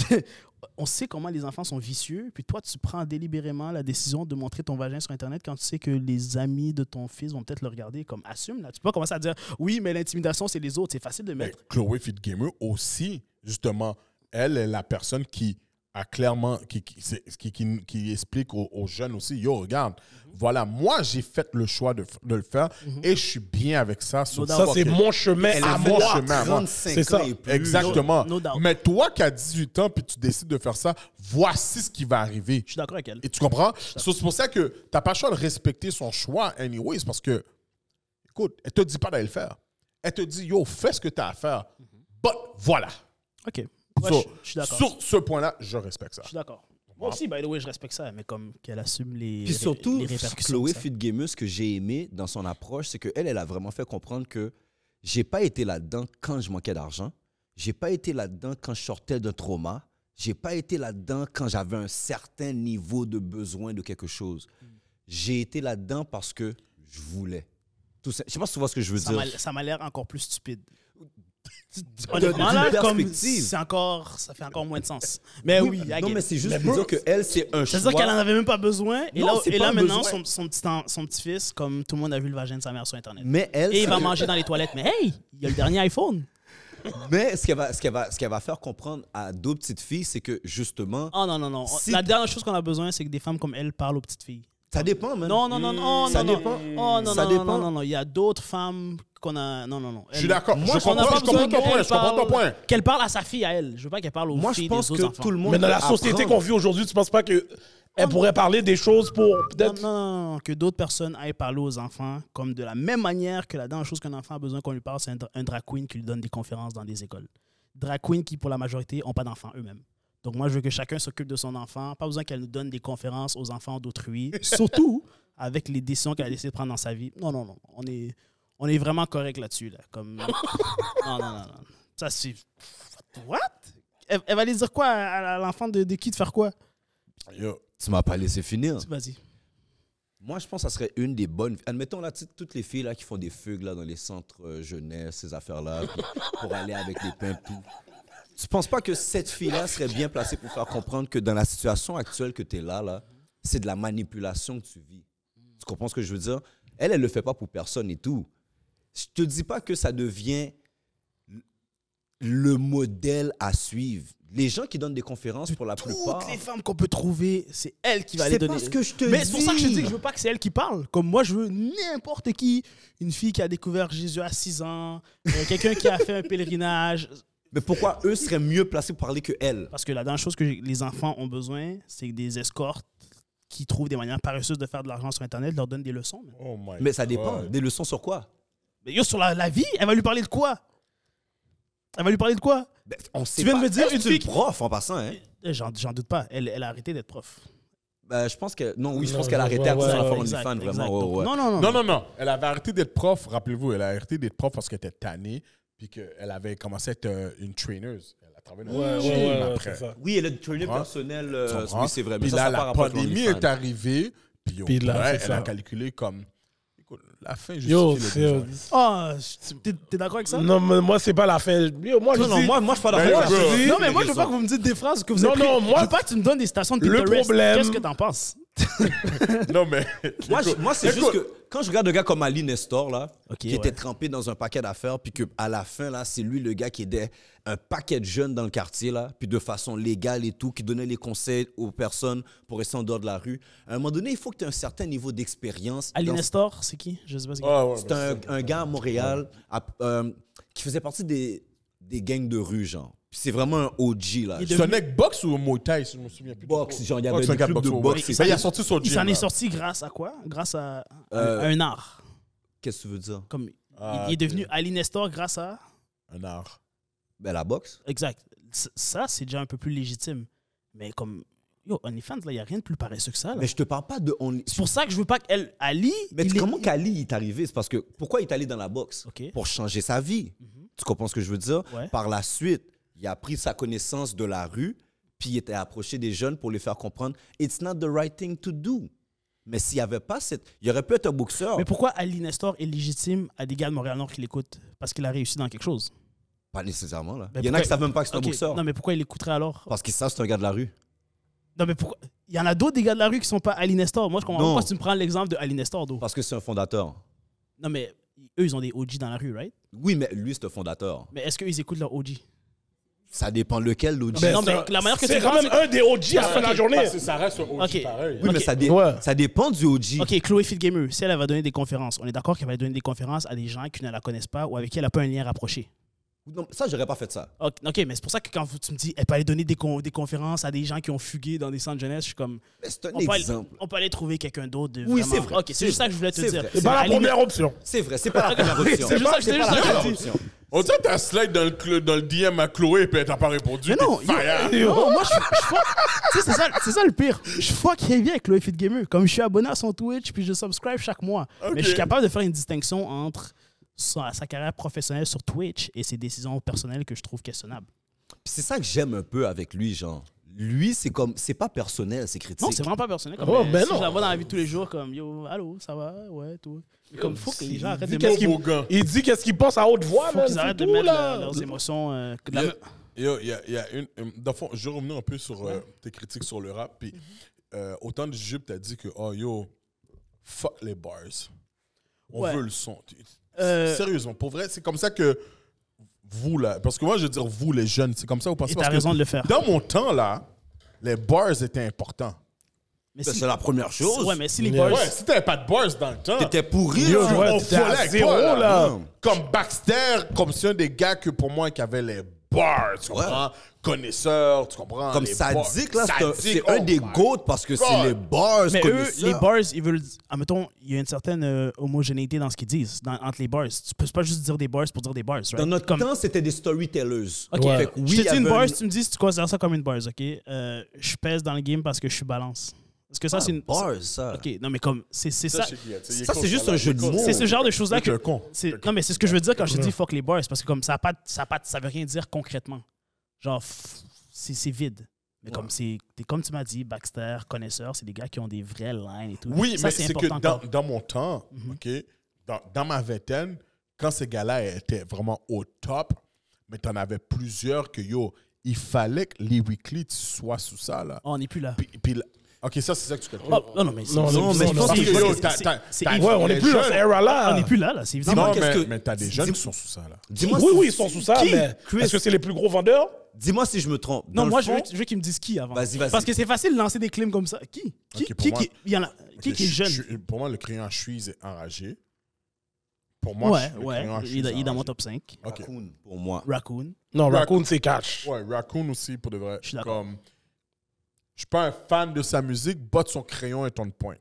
on sait comment les enfants sont vicieux, puis toi, tu prends délibérément la décision de montrer ton vagin sur Internet quand tu sais que les amis de ton fils vont peut-être le regarder comme assume, là. Tu peux pas commencer à dire Oui, mais l'intimidation, c'est les autres, c'est facile de
Mais
mettre.
Chloé Gamer aussi, justement, elle est la personne qui a clairement, qui, qui, c'est- qui, qui- qui explique aux, aux jeunes aussi, yo, regarde, voilà, moi, j'ai fait le choix de, f- de le faire et je suis bien avec ça. sur
doubt.
Ça,
fucking-
c'est mon chemin
Mhm. Elle
à
est mon
moi.
chemin à moi.
35
C'est ça,
ans et plus.
Exactement.
No- no doubt.
Mais toi qui as 18 ans puis tu décides de faire ça, voici ce qui va arriver.
Je suis d'accord avec elle.
Et tu comprends? So, c'est pour ça que tu n'as pas le choix de respecter son choix, anyways, parce que, écoute, elle te dit pas d'aller le faire. Elle te dit, yo, fais ce que tu as à faire. But voilà.
OK. Ouais,
So,
je- je suis d'accord.
sur ce point-là, je respecte ça.
Je suis d'accord. Moi aussi, by the way, je respecte ça, mais comme qu'elle assume les,
Puis
ré-
surtout,
les répercussions.
Chloé
de ça.
Fitgamer, ce que j'ai aimé dans son approche, c'est qu'elle, elle a vraiment fait comprendre que j'ai pas été là-dedans quand je manquais d'argent. J'ai pas été là-dedans quand je sortais d'un trauma. J'ai pas été là-dedans quand j'avais un certain
Hmm.
niveau de besoin de quelque chose. J'ai été là-dedans parce que je voulais. Tout Tout ça. Je sais pas si tu vois ce que je veux
Ça
dire.
m'a- Ça m'a l'air encore plus stupide.
d'une
Honnêtement, là, comme
perspective.
c'est encore, ça fait encore moins de sens. Mais oui, I
non,
get
mais
it.
c'est juste pour dire que elle, c'est un choix.
C'est-à-dire qu'elle en avait même pas besoin. Et
Non,
là,
c'est
et là
pas
maintenant,
besoin.
son, son petit en- son petit-fils, comme tout le monde a vu le vagin de sa mère sur Internet.
Mais elle,
et il va
c'est-
manger dans les toilettes. Mais hey, il y a le dernier iPhone.
Mais ce qu'elle va, ce qu'elle va, ce qu'elle va faire comprendre à d'autres petites filles, c'est que justement,
Oh non, non, non.
Si-
La dernière chose qu'on a besoin, c'est que des femmes comme elle parlent aux petites filles.
ça dépend, man.
Non, non, non, non.
Ça
non, non.
dépend.
Oh non,
Ça
non,
dépend.
non, non, non. Il y a d'autres femmes qu'on a. Non, non, non.
Je suis d'accord. Moi, je
on
comprends-
n'a pas
je comprends ton
besoin
point,
qu'elle
je comprends ton
parle-
point.
Qu'elle parle à sa fille, à elle. Je veux pas qu'elle parle aux
Moi, je
filles
pense
des
que
autres enfants.
tout le monde.
Mais dans la
peut
société
apprendre.
qu'on vit aujourd'hui, tu penses pas qu'elle pourrait parler des choses pour
Non,
peut-être.
non, non, non, que d'autres personnes aillent parler aux enfants, comme de la même manière que la dernière chose qu'un enfant a besoin qu'on lui parle, c'est un, dra- un drag queen qui lui donne des conférences dans des écoles. Drag queen qui, pour la majorité, n'ont pas d'enfants eux-mêmes. Donc moi, je veux que chacun s'occupe de son enfant. Pas besoin qu'elle nous donne des conférences aux enfants d'autrui, surtout avec les décisions qu'elle a décidé de prendre dans sa vie. Non, non, non. On est, on est vraiment correct là-dessus. Là. Comme... non, non, non, non. Ça, c'est... What? Elle, elle va aller dire quoi à, à l'enfant de, de qui de faire quoi?
Yo.
Tu m'as pas laissé finir.
Vas-y.
Moi, je pense que ça serait une des bonnes. Admettons, là, tu sais, toutes les filles là, qui font des fugues là, dans les centres euh, jeunesse, ces affaires-là, puis pour aller avec les pains, tout. Tu penses pas que cette fille-là serait bien placée pour faire comprendre que dans la situation actuelle que tu es là, là c'est de la manipulation que tu vis? Tu comprends ce que je veux dire? Elle, elle le fait pas pour personne et tout. Je te dis pas que ça devient le modèle à suivre. Les gens qui donnent des conférences, pour la plupart.
toutes les femmes qu'on peut trouver, c'est elle qui va les
C'est
donner.
pas ce que je te
Mais c'est pour ça que je te
dis.
dis que je veux pas que c'est elle qui parle. Comme moi, je veux n'importe qui. Une fille qui a découvert Jésus à 6 ans, euh, quelqu'un qui a fait un pèlerinage.
Mais pourquoi eux seraient mieux placés pour parler que elle?
Parce que la dernière chose que j'ai- les enfants ont besoin, c'est des escortes qui trouvent des manières paresseuses de faire de l'argent sur Internet, leur donnent des leçons. man.
Oh my
Mais ça dépend.
God.
Des leçons sur quoi?
Mais yo, sur la, la vie, elle va lui parler de quoi Elle va lui parler de quoi
Ben, on sait
Tu viens de
pas.
me dire
Elle,
une
c'est une
fille qui-
prof en passant. Hein?
Euh, J'en j'en doute pas. Elle, elle a arrêté d'être prof.
Ben, je pense que non, oui, je
Non,
pense qu'elle a
je
arrêté
vois,
à cause de
ouais,
la
ouais,
forme
Exact,
OnlyFans,
exact.
vraiment.
Donc,
ouais, ouais.
Non, non, non.
Non, non, non. Elle avait arrêté d'être prof, rappelez-vous. Elle a arrêté d'être prof parce qu'elle était tannée, puis qu'elle avait commencé à être euh, une traineuse. Elle a travaillé dans
Ouais,
une
ouais,
gym
ouais, ouais,
après.
c'est ça.
Oui, elle a du training
Hein?
personnel.
Tu
euh,
comprends?
oui, c'est vrai. mais
Puis
ça,
là,
ça
la
par rapport à
pandémie
l'OnlyFans.
est arrivée, puis, yo,
Puis là,
ouais,
c'est
elle
ça.
a calculé comme. Écoute, la fin justifie
Yo,
le
c'est-
besoin.
Ah, t'es t'es d'accord avec ça
Non, mais moi, c'est pas la fin. Yo, moi, je
Non, non,
dis-
moi, moi, je parle
Ben,
d'accord.
je
avec
veux
ça.
dire-
Non, mais moi, je veux pas que vous me dites des phrases que vous
Non,
avez
non,
prises.
moi-
Je veux pas que tu me donnes des stations de
Le
Pinterest.
problème-
Qu'est-ce que t'en penses?
Non, mais.
Moi, je- moi, c'est juste
Écoute.
que quand je regarde un gars comme Ali Nestor, là,
Ok,
qui
ouais.
était trempé dans un paquet d'affaires, puis qu'à la fin, là, c'est lui le gars qui aidait un paquet de jeunes dans le quartier, là, puis de façon légale et tout, qui donnait les conseils aux personnes pour rester en dehors de la rue. À un moment donné, il faut que tu aies un certain niveau d'expérience.
Ali
dans-
Nestor, c'est qui? Je sais pas c'est qui.
Oh,
Ah, ouais,
C'est
ben,
un, un gars à Montréal à- euh, qui faisait partie des, des gangs de rue, genre. Puis c'est vraiment un OG, là.
C'est un mec box ou un Muay Thai, si je me souviens plus.
Boxe, genre, il y avait
c'est un
des
gars
clubs de
ouais.
boxe et
Ben,
tout.
il a sorti son
Il
gym.
s'en est
là.
sorti grâce à quoi? Grâce à à
Euh,
un art.
Qu'est-ce que tu veux dire?
Comme
Ah,
il est
ok.
devenu Ali Nestor grâce à...
Un art.
Ben, la boxe.
Exact. C- Ça, c'est déjà un peu plus légitime. Mais comme... Yo, OnlyFans, là, il n'y a rien de plus paresseux que ça. là.
Mais je te parle pas de only.
C'est pour ça que je veux pas qu'elle... Ali...
Mais
il
tu-
est-
comment qu'Ali est arrivé? C'est parce que pourquoi il est allé dans la boxe?
Ok. Mhm.
Pour changer sa vie. Tu comprends ce que je veux dire?
Ouais.
Par la suite, il a pris sa connaissance de la rue, puis il était approché des jeunes pour les faire comprendre It's not the right thing to do. Mais s'il n'y avait pas cette. Il aurait pu être un boxeur
Mais pourquoi Ali Nestor est légitime à des gars de Montréal-Nord qui l'écoutent? Parce qu'il a réussi dans quelque chose.
Pas nécessairement, là.
Mais
il y en a
pourquoi-
qui savent même pas que c'est
Ok,
un boxeur.
Non, mais pourquoi il l'écouterait alors?
Parce qu'ils savent que c'est un gars de la rue.
Non, mais pourquoi Il y en a d'autres des gars de la rue qui sont pas Ali Nestor. Moi, je comprends
Non.
pas pourquoi tu me prends l'exemple de Ali Nestor, d'où.
Parce que c'est un fondateur.
Non, mais eux, ils ont des OG dans la rue, right?
Oui, mais lui, c'est un fondateur.
Mais est-ce qu'ils écoutent leur OG
Ça dépend lequel, l'autre.
Ben,
Non, mais
c'est-
la manière que
c'est
tu
quand
penses,
même un des OG à la fin de la
Ok,
journée.
Parce que ça reste un OG
Ok.
pareil.
Oui, mais ça, dé-
Ouais.
ça dépend du OG.
Ok, Chloé Gamer, si elle elle va donner des conférences, on est d'accord qu'elle va donner des conférences à des gens qui ne la connaissent pas ou avec qui elle n'a pas un lien rapproché.
Non, ça, j'aurais pas fait ça.
Ok, ok, mais c'est pour ça que quand vous- tu me dis, elle peut aller donner des, con- des conférences à des gens qui ont fugué dans des centres de jeunesse, je suis comme.
Mais c'est un
On peut, aller,
exemple.
on peut aller trouver quelqu'un d'autre. de
Oui,
vraiment-
c'est vrai,
Ok,
c'est
c'est juste ça
vrai,
que je voulais te
c'est
dire.
vrai,
C'est pas la
Ali-
première option.
C'est vrai, c'est pas la première option.
Ah, C'est juste ça que je
C'est
t'ai
pas la
juste
première
dit.
option.
On dirait que t'as slide dans le, cl- dans le DM à Chloé et t'as pas répondu.
Mais
t'es
non, yo,
fire.
yo, moi je, je fuck- Tu sais, c'est ça, c'est ça le pire. Je fuck heavy avec le Fit Gamer. Comme je suis abonné à son Twitch puis je subscribe chaque mois.
Ok.
Mais je suis capable de faire une distinction entre sa, sa carrière professionnelle sur Twitch et ses décisions personnelles que je trouve questionnables.
Puis C'est ça que j'aime un peu avec lui, genre. lui, c'est comme, c'est pas personnel, c'est critique.
Non, c'est vraiment pas personnel. Comme,
Oh,
euh,
ben
si
non.
je la vois dans la vie de tous les jours, comme yo, allô, ça va, ouais, tout. Mais comme faut que les gens arrêtent de
dit
mettre,
qu'est-ce
faut
qu'il- Il dit qu'est-ce qu'il pense à haute voix, man.
qu'ils
Ah, ben, C'est
arrêtent de
tout,
mettre
là.
le- leurs émotions. euh, que de la
Il y
même-
a- yo, il y a, il y a une. euh, Dans le fond, je vais revenir un peu sur euh, tes critiques sur le rap. Puis euh, autant de Jupe, t'as dit que, oh yo, fuck les bars. On
Ouais.
veut le son. Tu-
Euh,
Sérieusement, pour vrai, c'est comme ça que vous, là. Parce que moi, je veux dire vous, les jeunes, c'est comme ça que vous pensez.
Et
parce
t'as
que
raison de le faire.
Dans mon temps, là, les bars étaient importants.
Mais
Ça,
si-
c'est la première chose.
Ouais, mais si les
Ouais,
boys.
si t'avais pas de bars dans le temps.
T'étais pourri.
Yo,
là.
ouais,
on
t'étais à
volait avec
zéro,
toi, là.
là.
Ouais.
hein. Comme Baxter, comme c'est un des gars que pour moi qui avait les bars, tu
Ouais.
comprends? Connaisseur, tu comprends?
Comme
les
Sadik, là,
bars.
c'est un,
Sadik,
c'est un
oh
des
my
goats parce que c'est
God.
les bars.
Mais eux,
connaisseurs.
les bars, ils veulent. Admettons, il y a une certaine euh, homogénéité dans ce qu'ils disent, dans- entre les bars. Tu peux pas juste dire des bars pour dire des bars, right?
Dans notre
Comme-
temps, c'était des storytellers.
Ok,
Fait que oui, il
je te
y
dis une
avait
bars, tu me dis si tu considères ça comme une bars, ok? Euh, je pèse dans le game parce que je suis balance. Est-ce
Ah,
que ça, c'est une.
bars, ça.
Ok, non, mais comme. C'est c'est ça.
je sais qui, tu sais, il est
Ça,
con,
c'est juste un jeu de
il est con,
mots.
C'est ce genre de choses-là
T'es
que.
un con.
c'est- Non, mais c'est ce que je veux dire quand je dis fuck les bars, parce que comme ça a pas, de- ça a pas de- ça veut rien dire concrètement. Genre, f- c'est c'est vide. Mais comme c'est. t'es- Comme tu m'as dit, Baxter, connaisseur, c'est des gars qui ont des vraies lines et tout.
Oui,
ça,
mais c'est que
important
dans,
encore. Mm-hmm.
dans mon temps, OK, dans, dans ma vingtaine, quand ces gars-là étaient vraiment au top, mais t'en avais plusieurs que, yo, il fallait que les weekly tu sois sous ça, là.
Oh, on n'est plus là.
Puis, puis là- OK, ça, c'est ça que tu calcules.
Oh, non, non, mais c'est-
Non, non,
c'est-
mais je pense
c'est-
que,
c'est-
yo,
c'est-
t'as-
c'est-
t'as-
c'est-
t'as-
c'est-
Ouais, on est plus dans cette era-là.
on n'est plus là, là. C'est évident.
Dis-moi,
Non,
qu'est-ce
mais,
que-
mais t'as des jeunes
dis-
qui sont sous ça, là.
Dis-moi
oui,
si-
oui, ils sont sous ça,
Qui?
mais
Chris.
est-ce que c'est les plus gros vendeurs?
Dis-moi si je me trompe. Dans
Non,
le
moi, je veux,
fond,
je veux qu'ils me disent qui avant.
Vas-y, vas-y.
Parce que c'est facile de lancer des clims comme ça. Qui Qui,
Ok, pour
qui,
moi-
qui- il y en a, qui,
Ok,
qui est
je-
jeune
je- pour moi, le crayon Suisse est enragé. Pour moi,
Ouais,
je- le
ouais.
crayon
Il,
Suisse
il est dans mon
enragé.
top 5.
Ok.
Raccoon, pour moi.
Raccoon.
Non,
Rac-
Raccoon, c'est cash.
Ouais, Raccoon aussi, pour de vrai.
Je suis d'accord.
Comme, je suis pas un fan de sa musique, botte son crayon et ton point.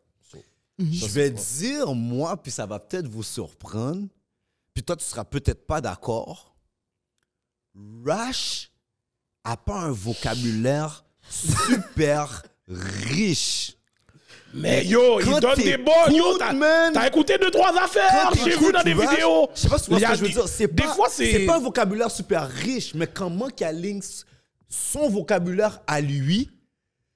Je vais dire, moi, puis ça va peut-être vous surprendre. Puis toi, tu seras peut-être pas d'accord. Rash a pas un vocabulaire super riche.
Mais yo,
Quand
il donne
t'es
des bonnes. Yo,
cool,
t'as
man.
t'as écouté deux, trois affaires.
Quand
J'ai
t'écoutes
vu dans des
Rush,
vidéos.
Je sais pas si tu vois
Il y
ce
a
que je veux
des-
dire. C'est
Des
pas,
fois,
c'est
c'est.
pas un vocabulaire super riche, mais comment qu'il aligne s- son vocabulaire à lui,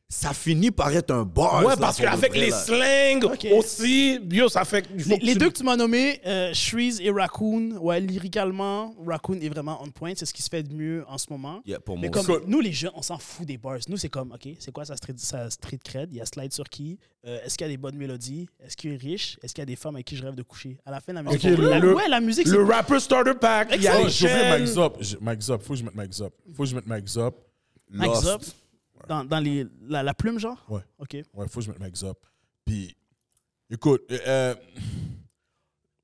ça finit par être un bar.
Ouais, parce qu'avec les slangs
Ok.
aussi, yo, ça fait. il faut
Les,
que
les
tu-
deux que tu m'as nommés, euh, Shreeze et Raccoon, ouais, lyricalement, Raccoon est vraiment on point. C'est ce qui se fait de mieux en ce moment.
Yeah, pour
Mais
moi
comme
aussi.
nous, les jeunes, on s'en fout des bars. Nous, c'est comme, OK, c'est quoi sa street, sa street cred Il y a slide sur qui Euh, Est-ce qu'il y a des bonnes mélodies Est-ce qu'il est riche Est-ce qu'il y a des femmes avec qui je rêve de coucher À la fin, la musique.
Ok,
la,
le-
ouais, la musique, c'est.
Le rapper starter pack, il y a
Oh,
les
j'ai oublié
chaînes.
Mike Zop. J'ai- Mike Zop, faut que je mette Mike Zop. Faut que je mette Mike Zop.
Mike
Lost.
Zop, dans, dans les, la, la plume, genre
Ouais.
OK.
Ouais, faut que je mette Mike Zop. Puis, écoute, euh, euh,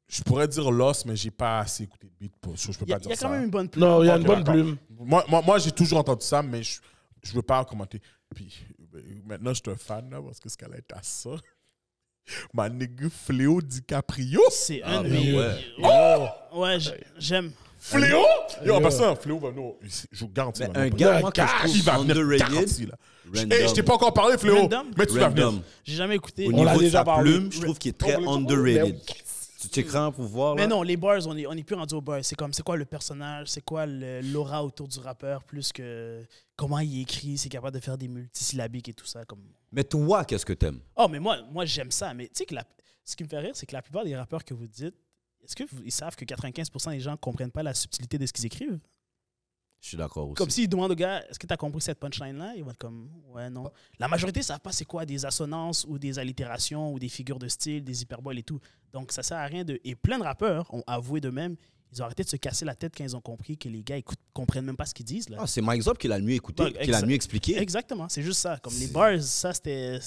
je pourrais dire Lost, mais j'ai pas assez écouté de beat pour ça. Je peux
Il y a,
pas
il y a
dire
quand
ça.
même une bonne plume.
Non, il y a une
Ok,
bonne
d'accord.
plume.
Moi, moi, moi, j'ai toujours entendu ça, mais je, je veux pas commenter. Puis euh, maintenant, je suis un fan, là, parce que ce qu'elle est à ça. Ma nigga Fléau DiCaprio.
C'est
Ah,
un de
ben
mes-
ouais.
Oh!
Ouais, j- j'aime.
Fléau! Yo, en passant, Fléau va venir. Je vous garantis. il va
Un
venir.
gars,
Le
moi, que je
cash,
trouve
il va venir
underrated,
garanti, là.
Random.
Hey, je t'ai pas encore parlé, Fléau.
Random.
Mais tu vas venir.
Random.
J'ai jamais écouté.
Au
l'a
niveau de
déjà
sa
parlé.
plume, je trouve qu'il est très underrated. Tu checkeras pour voir, là.
Mais non, les bars, on n'est on est plus rendu au bar. C'est comme, c'est quoi le personnage, c'est quoi le- l'aura autour du rappeur, plus que comment il écrit, c'est capable de faire des multisyllabiques et tout ça. Comme...
Mais toi, qu'est-ce que t'aimes?
Oh, mais moi, moi j'aime ça. Mais tu sais que la- ce qui me fait rire, c'est que la plupart des rappeurs que vous dites, est-ce qu'ils savent que 95% des gens comprennent pas la subtilité de ce qu'ils écrivent?
Je suis d'accord aussi.
Comme s'ils demandent au gars, est-ce que tu as compris cette punchline-là? Ils vont être comme, ouais, non. La majorité ne savent pas c'est quoi des assonances ou des allitérations ou des figures de style, des hyperboles et tout. Donc, ça sert à rien de. Et plein de rappeurs ont avoué de même, ils ont arrêté de se casser la tête quand ils ont compris que les gars écoutent, comprennent même pas ce qu'ils disent. Là.
Ah, c'est Mike Zop qui l'a mieux écouté,
Donc,
qui l'a
exa-
mieux expliqué.
Exactement, c'est juste ça. Comme les bars, ça, c'était.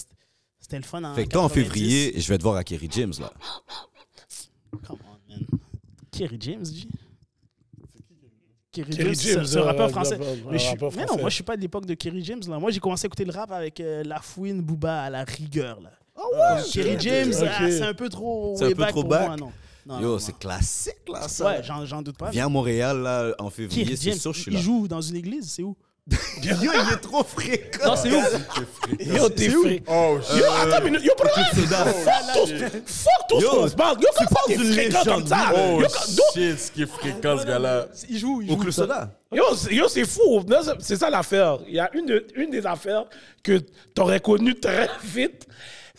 C'était le fun en.
Fait que toi, en
90.
février, je vais te voir à Kerry James, là.
Ah, Come on, man. Kerry James, G. Kerry
Kerry
James,
James,
ce, ce
euh,
rappeur
euh,
français.
euh,
mais, je suis-
rappeur
mais non,
français.
moi, je suis pas de l'époque de Kerry James. Là. Moi, j'ai commencé à écouter le rap avec euh, La Fouine, Booba à la rigueur. Là. Kerry James,
ok.
ah, c'est un peu trop
Oh, C'est un
way
peu
back
trop
pour
back.
moi, non. Non, non,
Yo,
non.
c'est classique, là, ça.
Ouais, j'en j'en doute pas.
Viens à Montréal, là, en
Kerry
février, c'est
James,
sûr, je suis
il
là.
joue dans une église, c'est où
Yo, il est trop fréquent.
Non, c'est où?
Yo, t'es
C'est où?
fri-
Oh,
Yo, attends une minute. Yo, pour de vrai, Fuck tout ce- fuck tout ce
Yo,
qu'on se parle. Yo,
tu
comment
parles
t'es
d'une
fréquent comme
légende.
ça?
Oh
Yo, quand- d'où-
shit, ce qui est fréquent ce gars-là.
Il joue, il joue.
Au club soda.
Yo, c'est- yo, c'est fou. Non, c'est- C'est ça l'affaire. Il y a une, de- une des affaires que t'aurais connue très vite.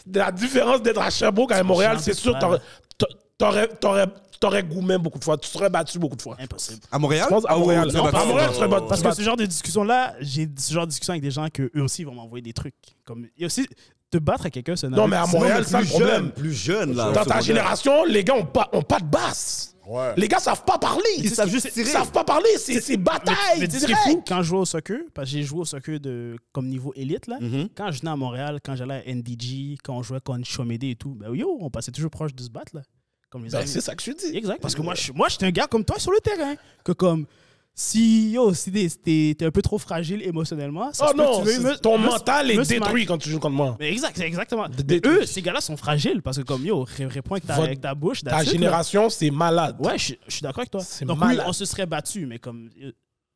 De La différence d'être à Sherbrooke, à Montréal, c'est sûr, t'aurais- t'a- t'aurais- t'aurais t'aurais goumé beaucoup de fois. Tu serais battu beaucoup de fois.
Impossible.
À Montréal
Je pense à Montréal.
Ah,
Non,
ouais,
pas à Montréal,
ouais,
tu serais
ouais,
battu.
Parce que ce genre de discussion-là, j'ai ce genre de discussion avec des gens que eux aussi vont m'envoyer des trucs. Comme, il y a aussi, te battre à quelqu'un, c'est un
Non,
aveu-
mais à
c'est-
ouais.
Montréal,
Plus
c'est le
jeune,
problème.
Plus jeune,
Ah,
là. au
Dans ta
secondaire.
génération, les gars ont pas, ont pas de basse.
Ouais.
Les gars savent pas parler.
Ils savent juste
Ils
tirer.
savent pas parler. C'est c'est
Mais-
bataille.
mais tu sais ce qui est
direct.
fou, quand je jouais au soccer, parce que j'ai joué au soccer de, comme niveau élite, là, quand je venais à Montréal, quand j'allais à NDG, quand on jouait contre Chomedey et tout, ben yo, on passait toujours proche de se battre, là. Comme les
Ben,
amis.
C'est ça que je dis.
Exact, parce que moi, je moi, j'étais un gars comme toi sur le terrain, que comme... Si yo, si t'es- t'es t'es un peu trop fragile émotionnellement, ça
Oh
se peut que
non,
tu veuilles me-
c'est- ton
me-
mental
me
est
smack.
détruit quand tu joues contre moi.
Mais exact, c'est exactement. Mais
détruire.
eux, ces gars-là sont fragiles parce que comme yo, ré- réponds avec ta,
Votre-
avec ta bouche.
Ta
that's it, là.
génération, c'est malade.
Ben, Ouais, je, je suis d'accord avec toi.
C'est
Donc
malade.
oui, on se serait battu, mais comme euh,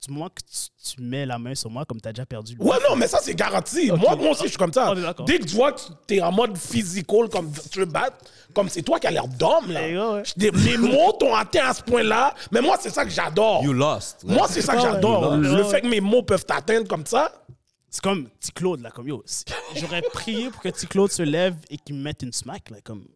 du moment que tu, tu mets la main sur moi, comme t'as déjà perdu. le-
Ouais, non, mais ça, c'est garanti.
Ok.
Moi, moi aussi, je suis comme ça.
On est d'accord.
Dès que tu vois que tu es en mode physical, comme tu veux battre, comme c'est toi qui as l'air d'homme, là.
Eh, ouais, ouais.
Je dis, Les mots t'ont atteint à ce point-là, mais moi, c'est ça que j'adore.
You lost. là.
Moi, c'est ça que
Ouais, ouais.
j'adore.
Ouais,
Le
ouais.
fait que mes mots peuvent t'atteindre comme ça,
C'est comme petit Claude là, comme yo. si- J'aurais prié pour que petit Claude se lève et qu'il me mette une smack là, comme.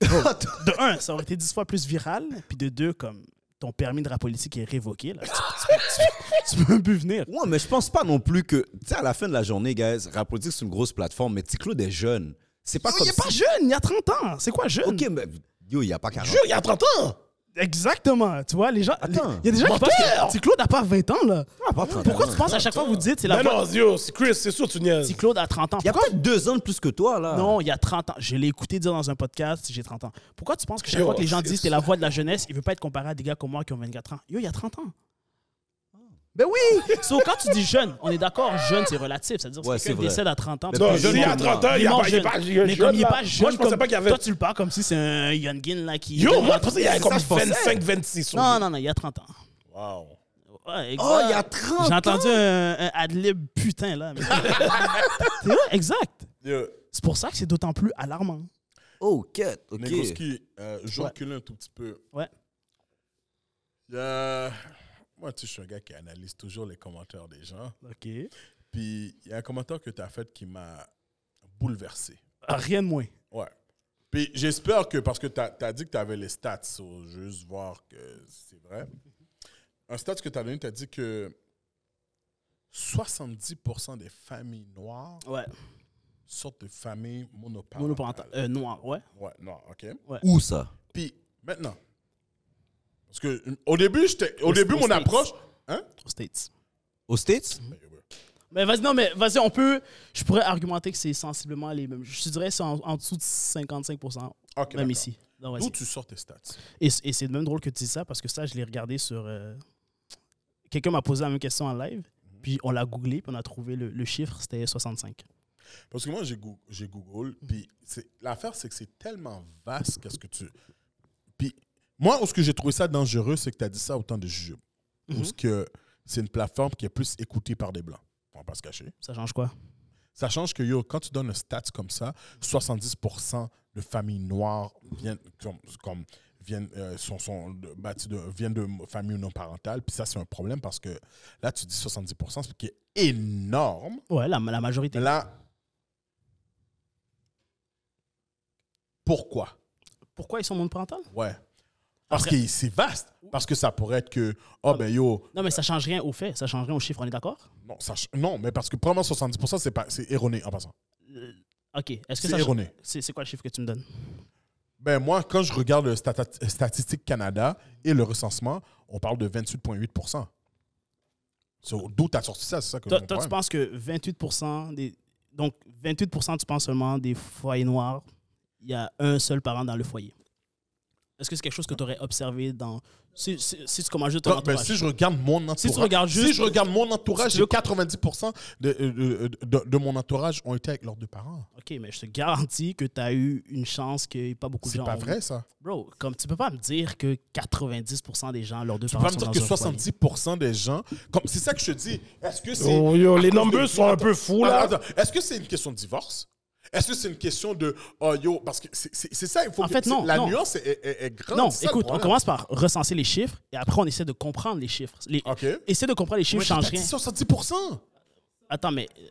De un, ça aurait été dix fois plus viral, puis de deux, comme ton permis de rap politique est révoqué là. Tu, tu- tu- tu peux même plus venir.
Ouais, mais je pense pas non plus que. Tu sais, à la fin de la journée, guys, Rap Politique, c'est une grosse plateforme, mais Ticlo des jeunes. C'est pas
Yo,
comme.
il est pas
si-
jeune, il a 30 ans. C'est quoi jeune
Ok, mais. Yo, il y a pas 40.
jure, il y a 30 ans.
Exactement. Tu vois, les gens.
Attends.
Il y a des gens qui
Menteur.
pensent que Petit Claude n'a pas 20 ans, là.
pas 30 ans.
Pourquoi tu penses à chaque fois que vous dites c'est la
Mais
voix
non, yo, c'est Chris, c'est sûr, tu niaises.
Petit Claude a 30 ans
Il y a peut-être deux ans de plus que toi,
Ah.
là.
Non, il y a 30 ans. Je l'ai écouté dire dans un podcast, j'ai 30 ans. Pourquoi tu penses que chaque
Yo,
fois que les gens
c'est
disent c'est la voix de la jeunesse, il veut pas être comparé à des gars comme moi qui ont 24 ans Yo, il y a 30 ans. Ben oui! so, quand tu dis jeune, on est d'accord, jeune, c'est relatif. C'est-à-dire que
Ouais,
quelqu'un
c'est vrai.
décède à 30 ans.
Mais
parce
Non,
que
plus jeune
s'il y a
que moi.
30 ans, il
il
y
est
a
mort
pas- il est
jeune.
pas jeune.
Mais comme il est
là.
pas jeune,
Moi, je pensais
comme-
pas qu'il y avait.
Toi, tu le parles comme si c'est un Youngin là qui.
Yo, moi, je pensais qu'il y avait
C'est
comme
ça, je pensais.
25-26.
Non, non, non, il y a 30 ans.
Wow.
Ouais, exact.
Oh, il y a 30 ans.
J'ai entendu un, un ad-lib putain, là. mais- C'est vrai, exact.
Yo,
C'est pour ça que c'est d'autant plus alarmant.
Oh, quête. Ok.
Negroski, euh, je vais
Ouais.
reculer un tout petit peu.
Ouais.
Il y a- Moi, tu sais, je suis un gars qui analyse toujours les commentaires des gens.
OK.
Puis, il y a un commentaire que tu as fait qui m'a bouleversé.
Rien de moins.
Ouais. Puis j'espère que, parce que tu as, dit que tu avais les stats, so, juste voir que c'est vrai. Un stat que tu as donné, tu as dit que 70% des familles noires
Ouais.
sortent de familles monoparentales.
Monoparental. Euh, noir, ouais.
Ouais, non, OK.
Où ça
Puis maintenant, parce que euh, au début, j'étais- au
Aux-
début
aux
mon
States.
approche... Hein?
Aux States.
Aux States
Mhm. Mais vas-y, non, mais vas-y, on peut. Je pourrais argumenter que c'est sensiblement les mêmes. Je te dirais c'est en, en dessous de 55
OK,
même
d'accord.
ici. Non, vas-y.
D'où tu sors tes stats?
Et, et c'est même drôle que tu dis ça parce que ça, je l'ai regardé sur. euh, Quelqu'un m'a posé la même question en live,
Mhm.
puis on l'a googlé, puis on a trouvé le, le chiffre, c'était 65.
Parce que moi, j'ai Goo- j'ai Google, puis c'est- l'affaire, c'est que c'est tellement vaste qu'est-ce que tu... Puis moi, où ce que j'ai trouvé ça dangereux, c'est que tu as dit ça au temps de Jujube. Où ce que c'est une plateforme qui est plus écoutée par des Blancs. On va pas se cacher.
Ça change quoi?
Ça change que, yo, quand tu donnes un stats comme ça, 70% de familles noires viennent, comme, comme viennent, euh, sont, sont de- bâties de, viennent de familles non parentales. Puis ça, c'est un problème parce que là, tu dis 70%, ce qui est énorme.
Ouais, la, la majorité.
Mais là, pourquoi?
Pourquoi ils sont monoparentales?
Ouais. Parce
Après-
que c'est vaste. Parce que ça pourrait être que, oh ben yo,
Non, mais ça change rien au fait, ça change rien au chiffre, on est d'accord?
non, ça ch- non mais parce que probablement 70%, c'est pas- c'est erroné en passant.
Ok, est-ce que
C'est
ça
erroné.
C'est c'est quoi le chiffre que tu me donnes?
Ben moi, quand je regarde le Stata- Statistique Canada et le recensement, on parle de 28,8%. So, D'où t'as sorti ça, c'est ça que
Toi,
mon
toi, tu
problème.
penses que 28% des. Donc, 28% tu penses seulement des foyers noirs, il y a un seul parent dans le foyer. Est-ce que c'est quelque chose que tu aurais observé dans. Si, si, si tu commences juste ton
Non, mais
entourage.
ben, si je regarde mon entourage,
tu regardes juste-
si je regarde mon entourage,
Si tu
j'ai
veux-
90% de, euh, de, de- de mon entourage ont été avec leurs deux parents.
Ok, mais je te garantis que tu as eu une chance que pas beaucoup de
C'est
gens.
pas
ont-
vrai, ça.
Bro, comme tu peux pas me dire que 90% des gens, leurs deux
Tu peux
parents
pas me
sont
dire que
dans un foyer.
70% des gens. comme C'est ça que je te dis. Est-ce que c'est.
Oh, yo,
à
les
cause
numbers
de-
sont un peu fous, là.
Attends, attends. Est-ce que c'est une question de divorce? Est-ce que c'est une question de. Oh yo, parce que c'est- c'est c'est ça, il faut
En
que-
fait,
c'est-
non,
La
non.
nuance est, est- est grande.
Non,
c'est ça, le
écoute, on
problème.
commence par recenser les chiffres et après on essaie de comprendre les chiffres. Les...
Ok.
Essaie de comprendre les
Mais
chiffres,
t'as
change
dit
rien.
70%.
Attends, mais euh,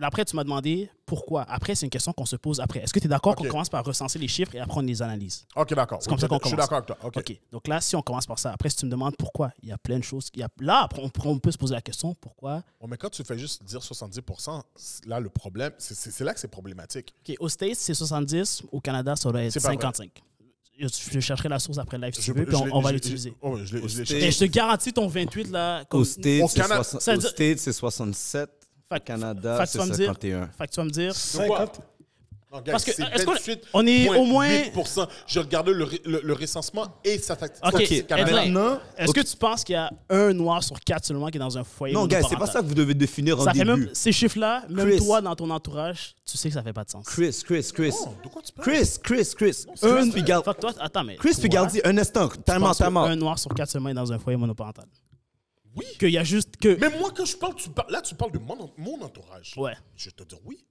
après tu m'as demandé pourquoi. Après, c'est une question qu'on se pose après. Est-ce que tu es d'accord
Ok.
qu'on commence par recenser les chiffres et après on les analyse
Ok, d'accord.
C'est comme ça qu'on
Je suis
commence.
d'accord avec toi. Ok.
OK. Donc là, si on commence par ça, après, si tu me demandes pourquoi, il y a plein de choses. Il y a... Là, après, on, on peut se poser la question pourquoi.
Ouais, Oh, mais quand tu fais juste dire 70%, c'est- là, le problème, c'est- c'est c'est là que c'est problématique.
OK, aux States, c'est 70. Au Canada, ça aurait
C'est
être
pas vrai.
55. Je, je chercherai la source après live si
Je-
tu veux,
je
puis on,
l'ai-
on va
je-
l'utiliser.
je- oh, je l'ai- je l'ai
Hosté.
Et
cherché.
je te garantis ton 28 là. Comme...
Au States,
Au
c'est
Cana-
soixante-
Ça veut
au
dire-
States, c'est 67.
Fait
Au
que-
Canada,
fait que tu
c'est
vas me dire-
51.
Fait que tu vas me dire.
Donc, quoi?
50.
Non, gars,
Parce que,
c'est
est-ce qu'on-
28,8%.
on est au moins-
Je regarde le, ré- le, le recensement et ça fait.
Ok, Edwin,
Maintenant-
est-ce que tu penses qu'il y a un noir sur quatre seulement qui est dans un foyer
Non, gars, c'est pas
monoparental?
ça que vous devez définir en
Ça fait
début.
même ces chiffres-là, même
Chris.
toi dans ton entourage, tu sais que ça fait pas de sens.
Chris, Chris, Chris.
Oh,
de quoi tu parles?
Chris, Chris, Chris.
Chris,
Un Pigal-
Fait que toi, attends, mais.
Chris
toi,
Pigaldi, un instant.
tu
Time out,
penses
time
qu'un
out.
noir sur quatre seulement est dans un foyer monoparental.
Oui.
Qu'il y a juste que.
Mais moi, quand je parle, tu parles- là, tu parles de mon, mon entourage.
Ouais.
Je vais te dire oui.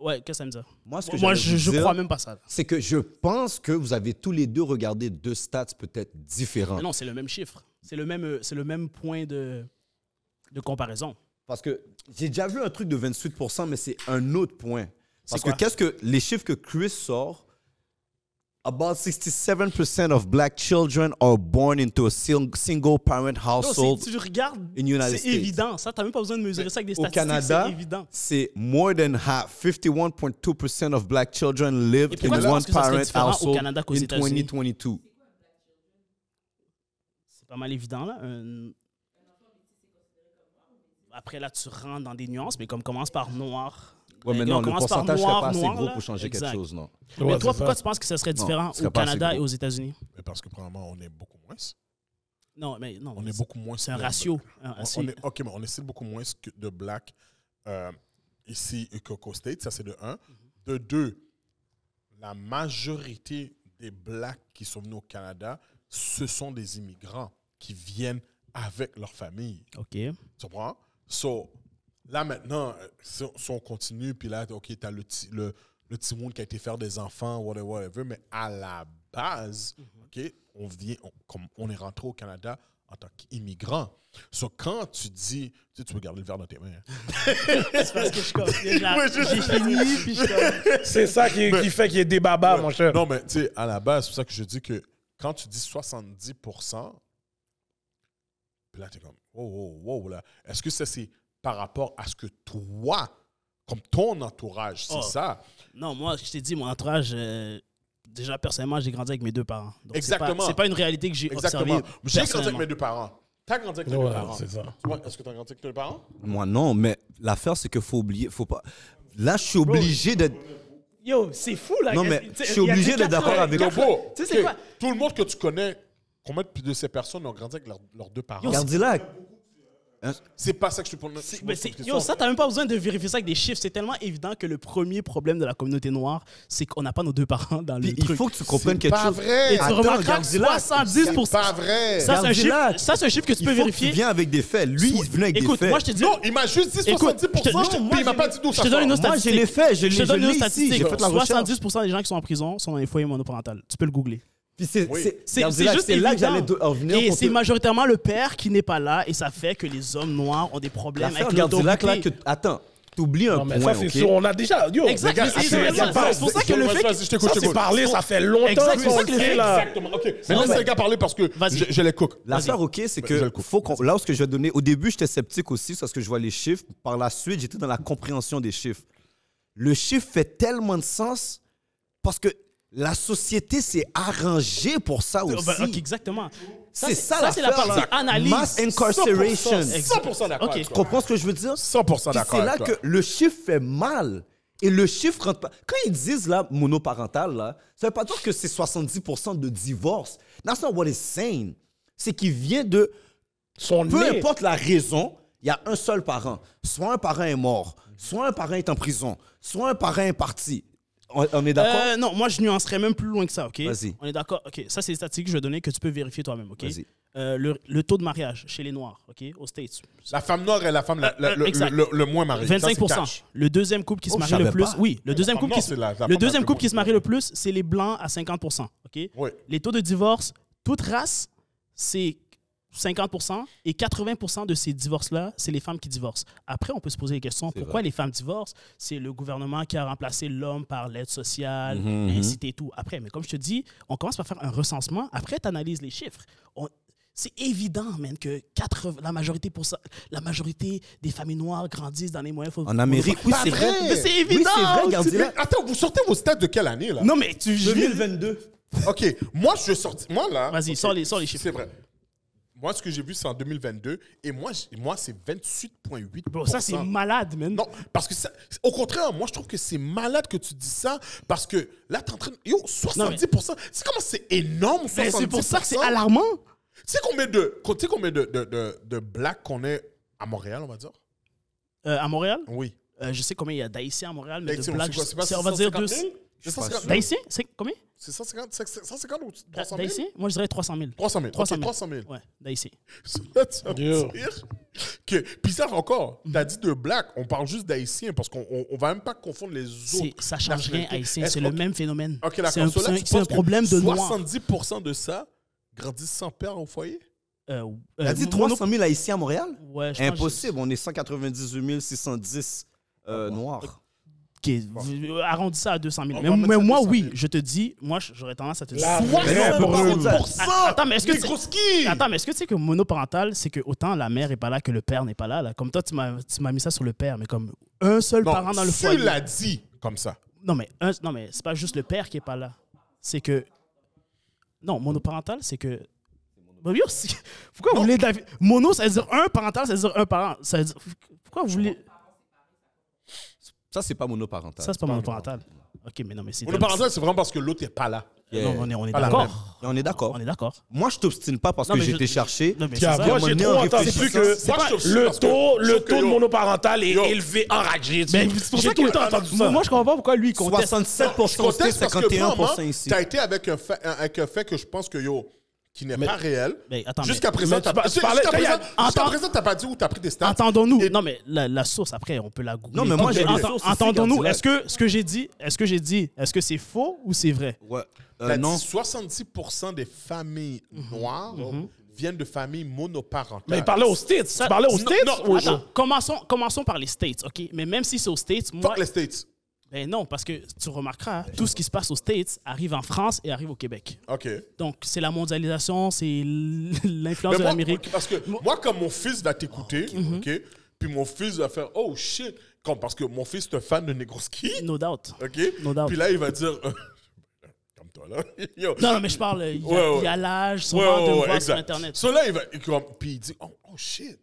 Ouais, qu'est-ce que ça me dit?
Moi, ce que
Moi,
j'allais vous
je, je
dire, Ah.
crois même pas ça. là.
C'est que je pense que vous avez tous les deux regardé deux stats peut-être différents.
Mais non, c'est le même chiffre. C'est le même, euh, c'est le même point de, de comparaison.
Parce que j'ai déjà vu un truc de 28%, mais c'est un autre point. Parce que
quoi?
qu'est-ce que les chiffres que Chris sort, about 67% of black children are born into a single parent
Non,
household.
c'est- tu regardes,
in United
c'est
States.
évident. Ça, t'as même pas besoin de mesurer ça avec des
Au
statistiques.
Canada,
c'est évident.
c'est more than half, 51.2% of black children live
Et
in
pourquoi tu
one
penses que ça serait
parent
différent au
household
Canada qu'aux
in
États-Unis?
2022.
C'est pas mal évident, là. Un- Après, là, tu rentres dans des nuances, mais comme commence par noir.
Ouais, mais
Euh,
non,
on
le
commence par
pourcentage serait
noir,
pas assez
noir,
gros
là.
pour changer
Exact.
quelque chose, non.
mais
Ouais,
toi,
c'est ça.
pourquoi tu penses que ça serait
Non,
différent
ce serait
au
pas assez
Canada
gros.
et aux États-Unis?
Mais parce que, premièrement, on est beaucoup moins.
Non, mais non.
On
mais
est beaucoup moins.
C'est un
de-
ratio.
On-
hein,
on
assez-
est- ok, mais on essaie beaucoup moins que de black euh, ici qu'au qu'au States. Ça, c'est de un.
Mm-hmm.
De deux, la majorité des blacks qui sont venus au Canada, ce sont des immigrants qui viennent avec leur famille.
OK.
Tu comprends? So, là maintenant, euh, si on, si on continue, puis là, OK, t'as le, ti- le, le petit monde qui a été faire des enfants, whatever, whatever, mais à la base, OK, on, vient, on, comme on est rentré au Canada en tant qu'immigrant. So, quand tu dis, tu sais, tu peux garder le verre dans tes mains. hein.
C'est parce que je suis comme- déjà, j'ai fini, puis je suis comme-
C'est ça qui, qui fait qu'il y ait des babas, mon cher.
Non, mais tu sais, à la base, c'est pour ça que je dis que quand tu dis 70%, puis là, t'es comme, wow, wow, wow, là. Est-ce que ça, c'est par rapport à ce que toi, comme ton entourage, c'est
Oh.
ça?
Non, moi, je t'ai dit, mon entourage, euh, déjà, personnellement, j'ai grandi avec mes deux parents. Donc, c'est pas-
Exactement.
C'est pas, une réalité que j'ai observée.
Exactement. J'ai grandi avec
personnellement.
mes deux parents. T'as grandi avec tes
Ouais,
deux parents.
c'est ça.
Tu vois, Est-ce que t'as grandi avec tes deux parents?
Moi, non, mais l'affaire, c'est qu'il faut oublier, faut pas. Là, je suis obligé d'être.
Yo, c'est fou, là.
Non, mais
Tu sais,
je suis
il y a
obligé
des
d'être d'accord
quatre-vingts.
avec
Yo, bro,
Tu sais, c'est
ok,
quoi?
Tout le monde que tu connais, combien de- de ces personnes ont grandi avec leurs leurs deux parents?
Gardilac.
C'est pas ça que je te pose. je te
Mais
pose
c'est-
cette
yo,
question.
ça, t'as même pas besoin de vérifier ça avec des chiffres. C'est tellement évident que le premier problème de la communauté noire, c'est qu'on n'a pas nos deux parents dans le
Puis il
truc.
faut que tu comprennes quelque
pas
chose.
vrai.
Et tu
Attends,
remarqueras que
Gardilac,
70
C'est pas vrai.
Ça, c'est un
Garde-la.
chiffre- ça, c'est un chiffre que tu
il
peux
faut que tu
vérifier.
viens avec des faits. Lui, il venait avec
Écoute,
des faits.
moi, je te dis.
Non, il m'a juste dit 70%,
Écoute, je te- je te-
puis
moi,
il m'a
j'ai-
pas dit d'où
je
ça
te donne une autre
sort.
Moi, j'ai les faits. Je,
Je
l'ai-
te donne
je
une
l'ai ici,
statistique.
J'ai fait la recherche.
70% des gens qui sont en prison sont dans les foyers monoparentales. Tu peux le googler.
Puis c'est
Oui.
c'est-
C'est c'est
Gardilac,
juste
c'est là que
évident.
j'allais do- en venir.
Et
pour
c'est
te-
majoritairement le père qui n'est pas là et ça fait que les hommes noirs ont des problèmes
L'affaire
avec
Gardilac, là, que.
l'autorité.
Attends, t'oublies un
Non, mais
point.
ça, c'est
ok?
sûr. On a déjà. Yo,
Exact,
les gars,
mais c'est-
c'est-
c'est-
il y a
c'est-
pas-
c'est pour ça que le
Vas-y,
fait-
Vas-y, je t'écoute,
Ça,
je
c'est
t'écoute.
parlé, ça fait longtemps
Exact, c'est
qu'on
ça
le
que le
fait,
fait-
là.
Exactement. OK. Mais laisse
mais-
les gars parler parce que
Vas-y.
je, je les cook.
L'affaire, ok, c'est
je Bah, le
que
coupe.
faut qu'on- là, ce que je vais donner, au début, j'étais sceptique aussi parce que je vois les chiffres. Par la suite, j'étais dans la compréhension des chiffres. Le chiffre fait tellement de sens parce que la société s'est arrangée pour ça aussi.
Ben, ok, exactement.
C'est ça,
c'est- c'est la
l'affaire,
partie
là.
analyse.
Mass incarceration.
100% d'accord.
Ok.
avec
Tu
toi.
comprends ce que je veux dire?
100%
Puis
d'accord.
C'est là
avec toi.
que le chiffre fait mal. Et le chiffre rentre pas. Quand ils disent là, monoparental, là, ça veut pas dire que c'est 70% de divorce. That's not what is saying. C'est qu'il vient de.
Son
Peu
nez.
importe la raison, il y a un seul parent. Soit un parent est mort, soit un parent est en prison, soit un parent est parti. On, on est d'accord?
Euh, non, moi, je nuancerais même plus loin que ça, OK?
Vas-y.
On est d'accord. OK, ça, c'est les statistiques que je vais donner que tu peux vérifier toi-même, OK?
Vas-y.
Euh, le, le taux de mariage chez les Noirs, OK? Aux States.
La femme noire est la femme la- la-
Euh,
le,
exact.
le- le- le moins mariée. Ça, c'est
25
cash.
Le deuxième couple qui se
Oh, je
marie le
savais
plus,
pas.
oui, le deuxième
femme
couple qui
noire,
se,
c'est la- la
le
femme
deuxième
la plus
couple qui se
moins-
marie le plus, c'est les blancs à 50 OK
Oui.
Les taux de divorce, tout race, c'est 50 et 80 de ces divorces-là, c'est les femmes qui divorcent. Après, on peut se poser les questions pourquoi les femmes divorcent C'est le gouvernement qui a remplacé l'homme par l'aide sociale,
Mm-hmm,
ainsi et tout. Après, mais comme je te dis, on commence par faire un recensement. Après, tu analyses les chiffres. On- c'est évident, man, que 80 la, majorité pour ça, la majorité des familles noires grandissent dans les moyens.
En Amérique, oui, c'est vrai.
Mais c'est évident.
Oui, c'est vrai,
Mais
Gardien.
attends, vous sortez vos stats de quelle année, là?
Non, mais tu. je-
2022.
OK, moi, je sorti... Moi, là...
Vas-y,
OK,
sors les- sors les chiffres.
C'est vrai. Moi, ce que j'ai vu, c'est en 2022. Et moi, j- moi c'est 28,8
Bro, Oh, ça, c'est malade, man.
Non, parce que ça... Au contraire, moi, je trouve que c'est malade que tu dis ça parce que là, t'es en train de... Yo, 70 C'est comment c'est énorme, 70
Mais Ben, c'est pour ça que c'est alarmant.
Tu sais combien de... Tu sais combien de, de, de, de blacks qu'on est à Montréal, on va dire?
Euh, à Montréal,
Oui.
euh, je sais combien il y a d'Haïtiens à Montréal, mais
Hey, tu sais,
de Black,
c'est quoi,
je-
pas
c'est- on va dire
150
deux.
000? C'est
pas
150 000?
D'Haïtiens C'est combien
C'est 150, c'est- c'est 150 ou 300 000?
D'Haïtiens Moi, je dirais 300 000.
300 000. ok,
300 000.
300 000.
Ouais, d'Haïtiens.
Là, tu vas me
Yo.
dire que. Puis ça, encore, t'as dit de black, on parle juste d'haïtiens parce qu'on on, on va même pas confondre les
C'est-
autres.
Ça change rien,
nationalités.
Haïtien.
Est-ce-
C'est le
ok,
même phénomène.
ok,
C'est
d'accord.
un,
So là,
c'est un-
tu
c'est un
penses que
problème de noir.
70% de ça grandissent sans père au foyer?
Euh, euh,
T'as dit
mono-
300 000 haïtiens à Montréal?
Ouais, je pense que-
Impossible, on est 198 610 euh, noirs.
Ah, Ok, vous- arrondis ça à 200 000.
On
Mais,
va
mais
mettre ça
moi,
200 000.
oui, je te dis, moi, j'aurais tendance à te dire. Ah, Attends, mais est-ce que tu- Attends, mais est-ce que tu sais que monoparental, c'est que autant la mère est pas là que le père n'est pas là, là? Comme toi, tu m'as tu m'as mis ça sur le père, mais comme un seul parent dans le
tu
foyer.
l'as dit comme ça.
Non, mais, un- non, mais c'est pas juste le père qui est pas là. C'est que. Non, monoparental, c'est que. Bah, yo, c'est- Pourquoi vous voulez. David- Mono, ça veut dire un, parental, ça veut dire un parent. Ça veut dire- Pourquoi vous voulez.
Ça, c'est pas monoparental.
Ça, c'est pas monoparental. Ok, mais non, mais c'est.
On le parle de ça, c'est vraiment parce que l'autre n'est pas là.
Yeah.
Non, on est, on est
Pas la
d'accord.
Et on est d'accord.
On est d'accord.
Moi, je t'obstine pas parce
Non,
que
mais
j'ai
je-
été cherché.
Non, mais c'est
Gars,
ça.
moi,
Mon
j'ai
nez
trop
en
entendu
réfléchissant,
que
c'est pas-
le
parce que-
taux, le
sauf que
taux de
yo.
monoparental est
Yo.
élevé, enragé.
Mais Ben, c'est pour
J'ai
ça que
tout le temps entendu ça.
Moi, je comprends pas pourquoi lui, il conteste.
67
Je conteste
c'est
parce que,
51
premièrement,
ici.
t'as été avec un, fait, un- avec un fait que je pense que, yo, qui n'est pas réel.
Mais attends, mais-
Jusqu'à
mais
présent, t'as
tu par-
pas-
tu parlais-
jusqu'à
t'as-
présent-
attends.
jusqu'à présent, t'as pas dit où t'as pris des stats.
Entendons-nous.
Et-
Non, mais la, la source, après, on peut la googler.
Non, mais moi, j'ai
Enten-
des sources aussi,
Entendons-nous.
Gardilac.
Est-ce que ce que j'ai dit, est-ce que j'ai dit, est-ce que c'est faux ou c'est vrai?
Ouais. Euh,
T'as dit
non,
70% des familles
Mhm.
noires viennent de familles monoparentales.
Mais il parlait aux States. Tu
Ça-
parlais aux
non,
States
non,
ou aux
attends, commençons, commençons par les States, OK? Mais même si c'est aux States, moi...
Fuck les States.
Ben non, parce que tu remarqueras, tout ce qui se passe aux States arrive en France et arrive au Québec.
OK.
Donc, c'est la mondialisation, c'est l- l'influence
Mais
de
moi,
l'Amérique.
ok, Parce que moi, quand mon fils va t'écouter,
Mhm.
OK, puis mon fils va faire « Oh, shit !» Comme Parce que mon fils est un fan de Negroski,
No doubt.
OK?
No doubt.
Puis là, il va dire... Comme toi, là. Yo.
Non, non, mais je parle, il y a,
Ouais, ouais.
il y a l'âge, son
Ouais,
manque de
ouais,
me
ouais,
voir sur
exact.
Internet. Mm-hmm.
So là, il va, il comme- puis il dit, oh, oh, shit.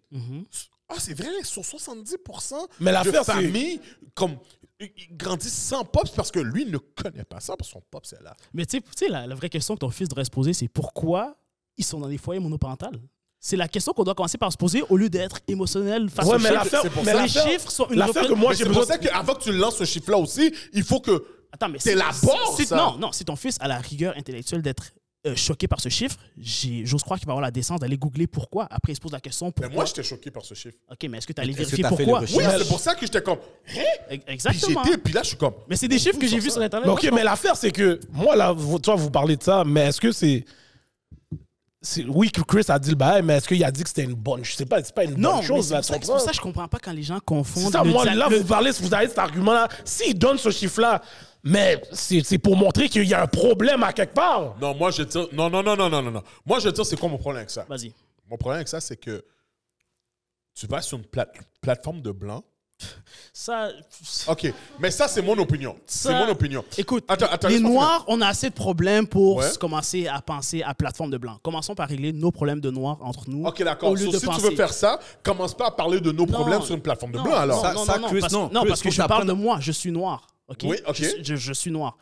Ah, c'est vrai, sur 70%
Mais
de
l'affaire, c'est-
familles, comme, ils ils grandissent sans Pops parce que lui ne connaît pas ça, parce que son Pops est là.
Mais tu sais- tu sais, la, la vraie question que ton fils devrait se poser, c'est pourquoi ils sont dans des foyers monoparentales? C'est la question qu'on doit commencer par se poser au lieu d'être émotionnel face
Ouais,
aux
mais
chiffres.
l'affaire-
C'est pour
mais
ça. les
l'affaire-
chiffres sont une
l'affaire que
repré-
moi,
Mais
j'ai
c'est
besoin
pour ça qu'avant que tu lances ce chiffre-là aussi, il faut que...
Attends, mais
C'est la barre,
si-
ça.
Non, non, si ton fils a la rigueur intellectuelle d'être euh, choqué par ce chiffre, j'ai- j'ose croire qu'il va avoir la décence d'aller googler pourquoi. Après, il se pose la question
Mais
pourquoi.
ben, moi, j'étais choqué par ce chiffre.
ok, mais est-ce que tu as allé
Est-ce que
vérifier
t'as fait
pourquoi
les
Oui,
Mais-
c'est pour ça que j'étais comme...
Ex-
Puis
Exactement.
j'étais, puis là, je suis comme...
Mais c'est des chiffres que j'ai vus sur Internet.
Mais ok, mais l'affaire, c'est que moi, là, vous- toi, vous parlez de ça, mais est-ce que c'est. c'est- Oui, que Chris a dit le bail, mais est-ce qu'il a dit que c'était une bonne. Je sais pas, c'est pas une
non,
bonne
mais
chose,
c'est
là,
pour,
tu
ça- c'est pour
comprends?
ça que je comprends pas quand les gens confondent.
C'est ça,
le
moi,
dia-
là,
le-
vous parlez, vous avez cet argument-là. S'il donne ce chiffre-là, mais c'est c'est pour montrer qu'il y a un problème à quelque part.
Non, moi, je dis... Non, non, non, non, non, non, non. Moi, je dis, c'est quoi mon problème avec ça?
Vas-y.
Mon problème avec ça, c'est que tu vas sur une plate- plateforme de blanc,
Ça,
OK. Mais ça, c'est mon opinion. C'est
Ça-
mon opinion.
Écoute,
Attends, attends,
les
laisse-moi
Noirs, on a assez de problèmes pour
Ouais.
s- commencer à penser à plateforme de blancs. Commençons par régler nos problèmes de Noirs entre nous.
OK, d'accord.
Au lieu
So,
de
si
penser.
tu veux faire ça, commence pas à parler de nos
Non,
problèmes sur une plateforme de
non,
blanc, alors.
Ça-
non, non, non,
Chris,
parce,
non.
non,
Chris,
parce que
faut
je
que
parle de
t'apprennes-
moi, je suis noir. ok?
Oui, ok.
Je, je- je suis noir.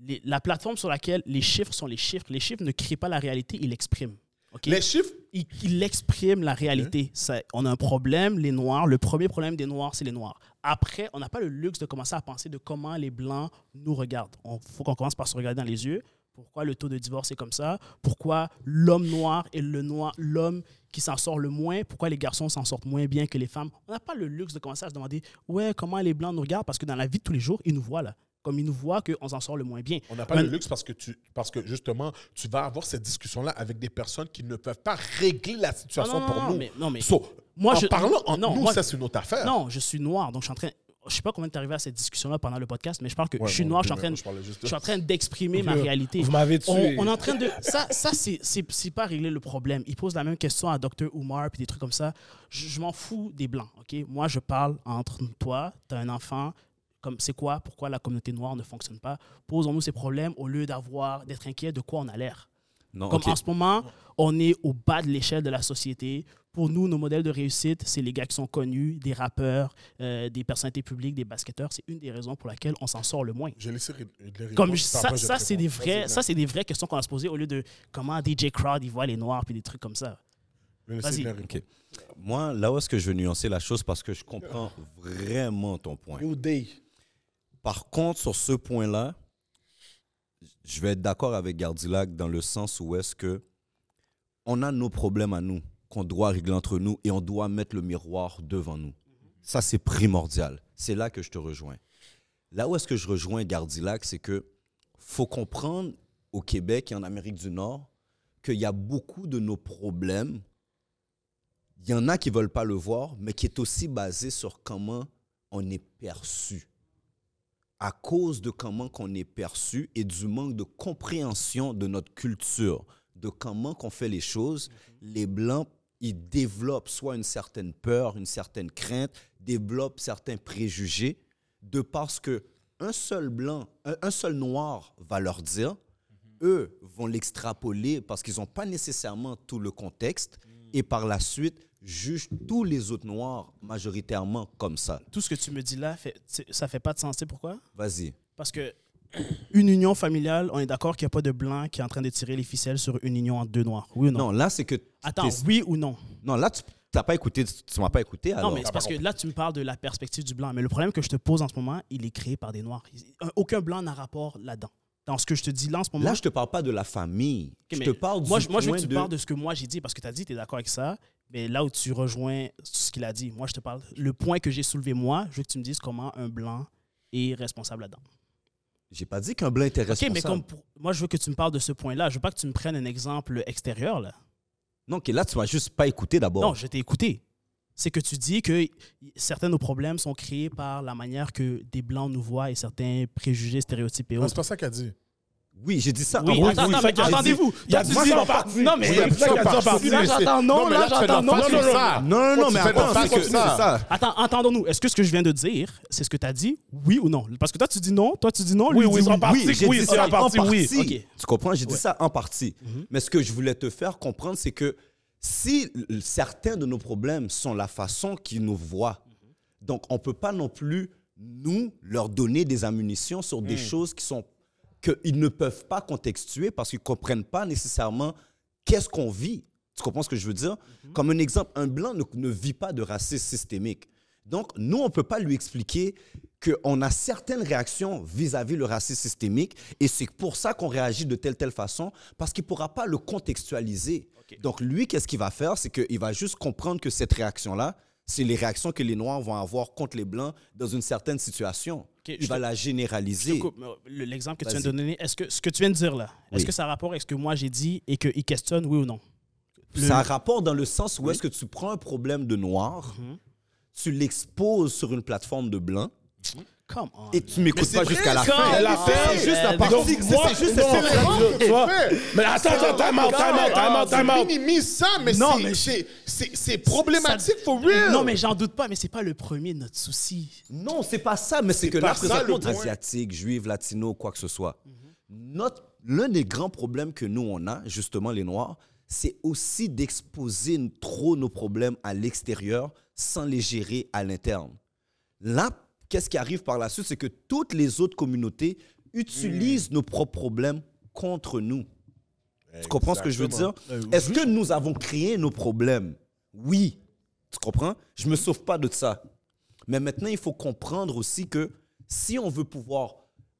Les- la plateforme sur laquelle les chiffres sont les chiffres, les chiffres ne créent pas la réalité, ils l'expriment. ok?
Les chiffres,
il, il exprime la réalité. Ça- on a un problème, les Noirs. Le premier problème des Noirs, c'est les Noirs. Après, on n'a pas le luxe de commencer à penser de comment les Blancs nous regardent. Il faut qu'on commence par se regarder dans les yeux. Pourquoi le taux de divorce est comme ça Pourquoi l'homme noir est le noir, l'homme qui s'en sort le moins Pourquoi les garçons s'en sortent moins bien que les femmes On n'a pas le luxe de commencer à se demander ouais comment les blancs nous regardent parce que dans la vie de tous les jours ils nous voient là, comme ils nous voient qu'on s'en sort le moins bien.
on n'a pas
Mais-
le luxe parce que, tu, parce que justement, tu vas avoir cette discussion-là avec des personnes qui ne peuvent pas régler la
Ah,
situation
non, non,
pour
non,
nous.
mais- non, mais-
So,
Moi,
en
je-
parlant entre
non,
nous,
moi-
ça, c'est une autre affaire.
Non, je suis noir, donc je suis en train. Je sais pas comment t'es arrivé à cette discussion-là pendant le podcast, mais je parle que
Ouais,
je suis
moi,
noir,
ok,
je suis en train,
mais
de-
je parlais juste de-
je suis en train d'exprimer ma
Vous-
réalité.
vous m'avez tué.
On, on est en train de ça, ça c'est- c'est c'est pas régler le problème. Il pose la même question à Dr Oumar puis des trucs comme ça. Je, je m'en fous des blancs, ok. Moi, je parle entre toi, t'as un enfant. Comme c'est quoi, pourquoi la communauté noire ne fonctionne pas Posons-nous ces problèmes au lieu d'avoir d'être inquiet de quoi on a l'air.
Non,
Comme
Ah, ok.
en ce moment, on est au bas de l'échelle de la société. Pour nous, nos modèles de réussite, c'est les gars qui sont connus, des rappeurs, euh, des personnalités publiques, des basketteurs. C'est une des raisons pour laquelle on s'en sort le moins.
Je laisse ré- les réponses,
Comme
puis
ça,
après, je
ça
te
c'est des
réponds.
vrais,
Vas-y,
ça c'est des vraies questions qu'on va se poser au lieu de comment DJ Crowd il voit les noirs puis des trucs comme ça.
je laisse
vas-y.
les réponses.
Ok. Moi, là où est-ce que je veux nuancer la chose parce que je comprends vraiment ton point.
New Day.
Par contre, sur ce point-là, je vais être d'accord avec Gardilac dans le sens où est-ce que on a nos problèmes à nous qu'on doit régler entre nous et on doit mettre le miroir devant nous. Ça, c'est primordial. C'est là que je te rejoins. Là où est-ce que je rejoins Gardilac, c'est que faut comprendre au Québec et en Amérique du Nord qu'il y a beaucoup de nos problèmes. Il y en a qui veulent pas le voir, mais qui est aussi basé sur comment on est perçu à cause de comment qu'on est perçu et du manque de compréhension de notre culture, de comment qu'on fait les choses, les Blancs, ils développent soit une certaine peur, une certaine crainte, développent certains préjugés, de parce que un seul Blanc, un, un seul Noir va leur dire, eux vont l'extrapoler parce qu'ils n'ont pas nécessairement tout le contexte, et par la suite jugent tous les autres Noirs majoritairement comme ça.
Tout ce que tu me dis là, fait, c'est- ça fait pas de sens. Tu sais pourquoi
Vas-y.
Parce que une union familiale, on est d'accord qu'il n'y a pas de blanc qui est en train de tirer les ficelles sur une union entre deux noirs. Oui ou non,
Non, là, c'est que...
Attends,
t'es-
oui ou non
Non, là, tu n'as pas écouté. Tu, tu m'as pas écouté alors. ah,
Non, mais c'est parce que là, tu me parles de la perspective du blanc. Mais le problème que je te pose en ce moment, il est créé par des Noirs. Un- Aucun blanc n'a rapport là-dedans. Dans ce que je te dis là en ce moment.
Là, je te parle pas de la famille.
Ok,
je
mais
te parle
moi,
du
je- moi, je veux
point
que tu
de...
parles de ce que moi j'ai dit, parce que tu as dit, tu es d'accord avec ça. Mais là où tu rejoins ce qu'il a dit, moi, je te parle. Le point que j'ai soulevé, moi, je veux que tu me dises comment un blanc est responsable là-dedans.
J'ai pas dit qu'un blanc était
OK,
responsable.
mais comme pour- moi, je veux que tu me parles de ce point-là. Je veux pas que tu me prennes un exemple extérieur, là.
Non, que là, tu m'as juste pas écouté d'abord.
Non, je t'ai écouté. C'est que tu dis que y- certains de nos problèmes sont créés par la manière que des Blancs nous voient et certains préjugés, stéréotypes et
Non, C'est
autres.
pas ça qu''a dit.
Oui, j'ai dit ça.
Oui,
En gros, oui,
attends, attends,
ça
mais
qu'il a dit.
entendez-vous.
Il y a
Toi,
dit
tu
ça
dis-
en partie.
Non, mais
Oui, il y a dit ça en
Attends,
partie.
Là, j'attends non, là, j'attends non.
Non,
Non,
Non,
non,
non, non, mais attends, c'est que-
c'est
c'est ça.
Attends, entendons-nous. Est-ce que ce que je viens de dire, c'est ce que tu as dit, oui ou non? Parce que toi, tu dis non, toi, tu dis non, lui,
Oui,
il
oui,
dit
en
Oui,
partie,
j'ai
oui,
dit
c'est
ça
en partie, oui.
Ok.
Tu comprends? J'ai dit ça en partie. Mais ce que je voulais te faire comprendre, c'est que si l- certains de nos problèmes sont la façon qu'ils nous voient, donc on ne peut pas non plus, nous, leur donner des ammunitions sur des choses qui sont qu'ils ne peuvent pas contextuer parce qu'ils ne comprennent pas nécessairement qu'est-ce qu'on vit. Tu comprends ce que je veux dire? Comme un exemple, un blanc ne, ne vit pas de racisme systémique. Donc, nous, on ne peut pas lui expliquer qu'on a certaines réactions vis-à-vis le racisme systémique et c'est pour ça qu'on réagit de telle telle façon parce qu'il ne pourra pas le contextualiser. Donc, lui, qu'est-ce qu'il va faire? C'est qu'il va juste comprendre que cette réaction-là, c'est les réactions que les Noirs vont avoir contre les Blancs dans une certaine situation.
Ok,
Il
je
va
te-
la généraliser.
Coupe, mais le- L'exemple que tu viens de
Vas-y.
donner, est-ce que ce que tu viens de dire là,
Oui.
est-ce que ça a rapport avec ce que moi j'ai dit et qu'il questionne, oui ou non? Le-
Ça a rapport dans le sens où est-ce que tu
Mhm.
prends un problème de noir, tu l'exposes sur une plateforme de blanc,
Come on.
Et tu m'écoutes
c'est
pas jusqu'à la
vrai,
fin.
la
Ah,
fin,
c'est
juste la
vrai.
partie.
Donc,
que
moi, non,
c'est vraiment.
c'est
Tu vois?
fait.
Mais attends, attends, time out, time out, time out, time
Tu
out.
minimises ça, mais
Non,
c'est-
mais-
c'est- c'est c'est problématique
Ça-
for real.
Non, mais j'en doute pas, mais c'est pas le premier de notre souci.
Non, c'est pas ça, mais c'est que
pas
là,
ça,
présentement,
le point.
asiatique, juive, latino, quoi que ce soit, notre- l'un des grands problèmes que nous, on a, justement, les Noirs, c'est aussi d'exposer n- trop nos problèmes à l'extérieur sans les gérer à l'interne. Là, qu'est-ce qui arrive par la suite, c'est que toutes les autres communautés
Mmh.
utilisent nos propres problèmes contre nous. Tu comprends ce que je veux dire?
Euh,
Est-ce que nous avons créé nos problèmes? Oui. Tu comprends? Je me sauve pas de ça. Mais maintenant, il faut comprendre aussi que si on veut pouvoir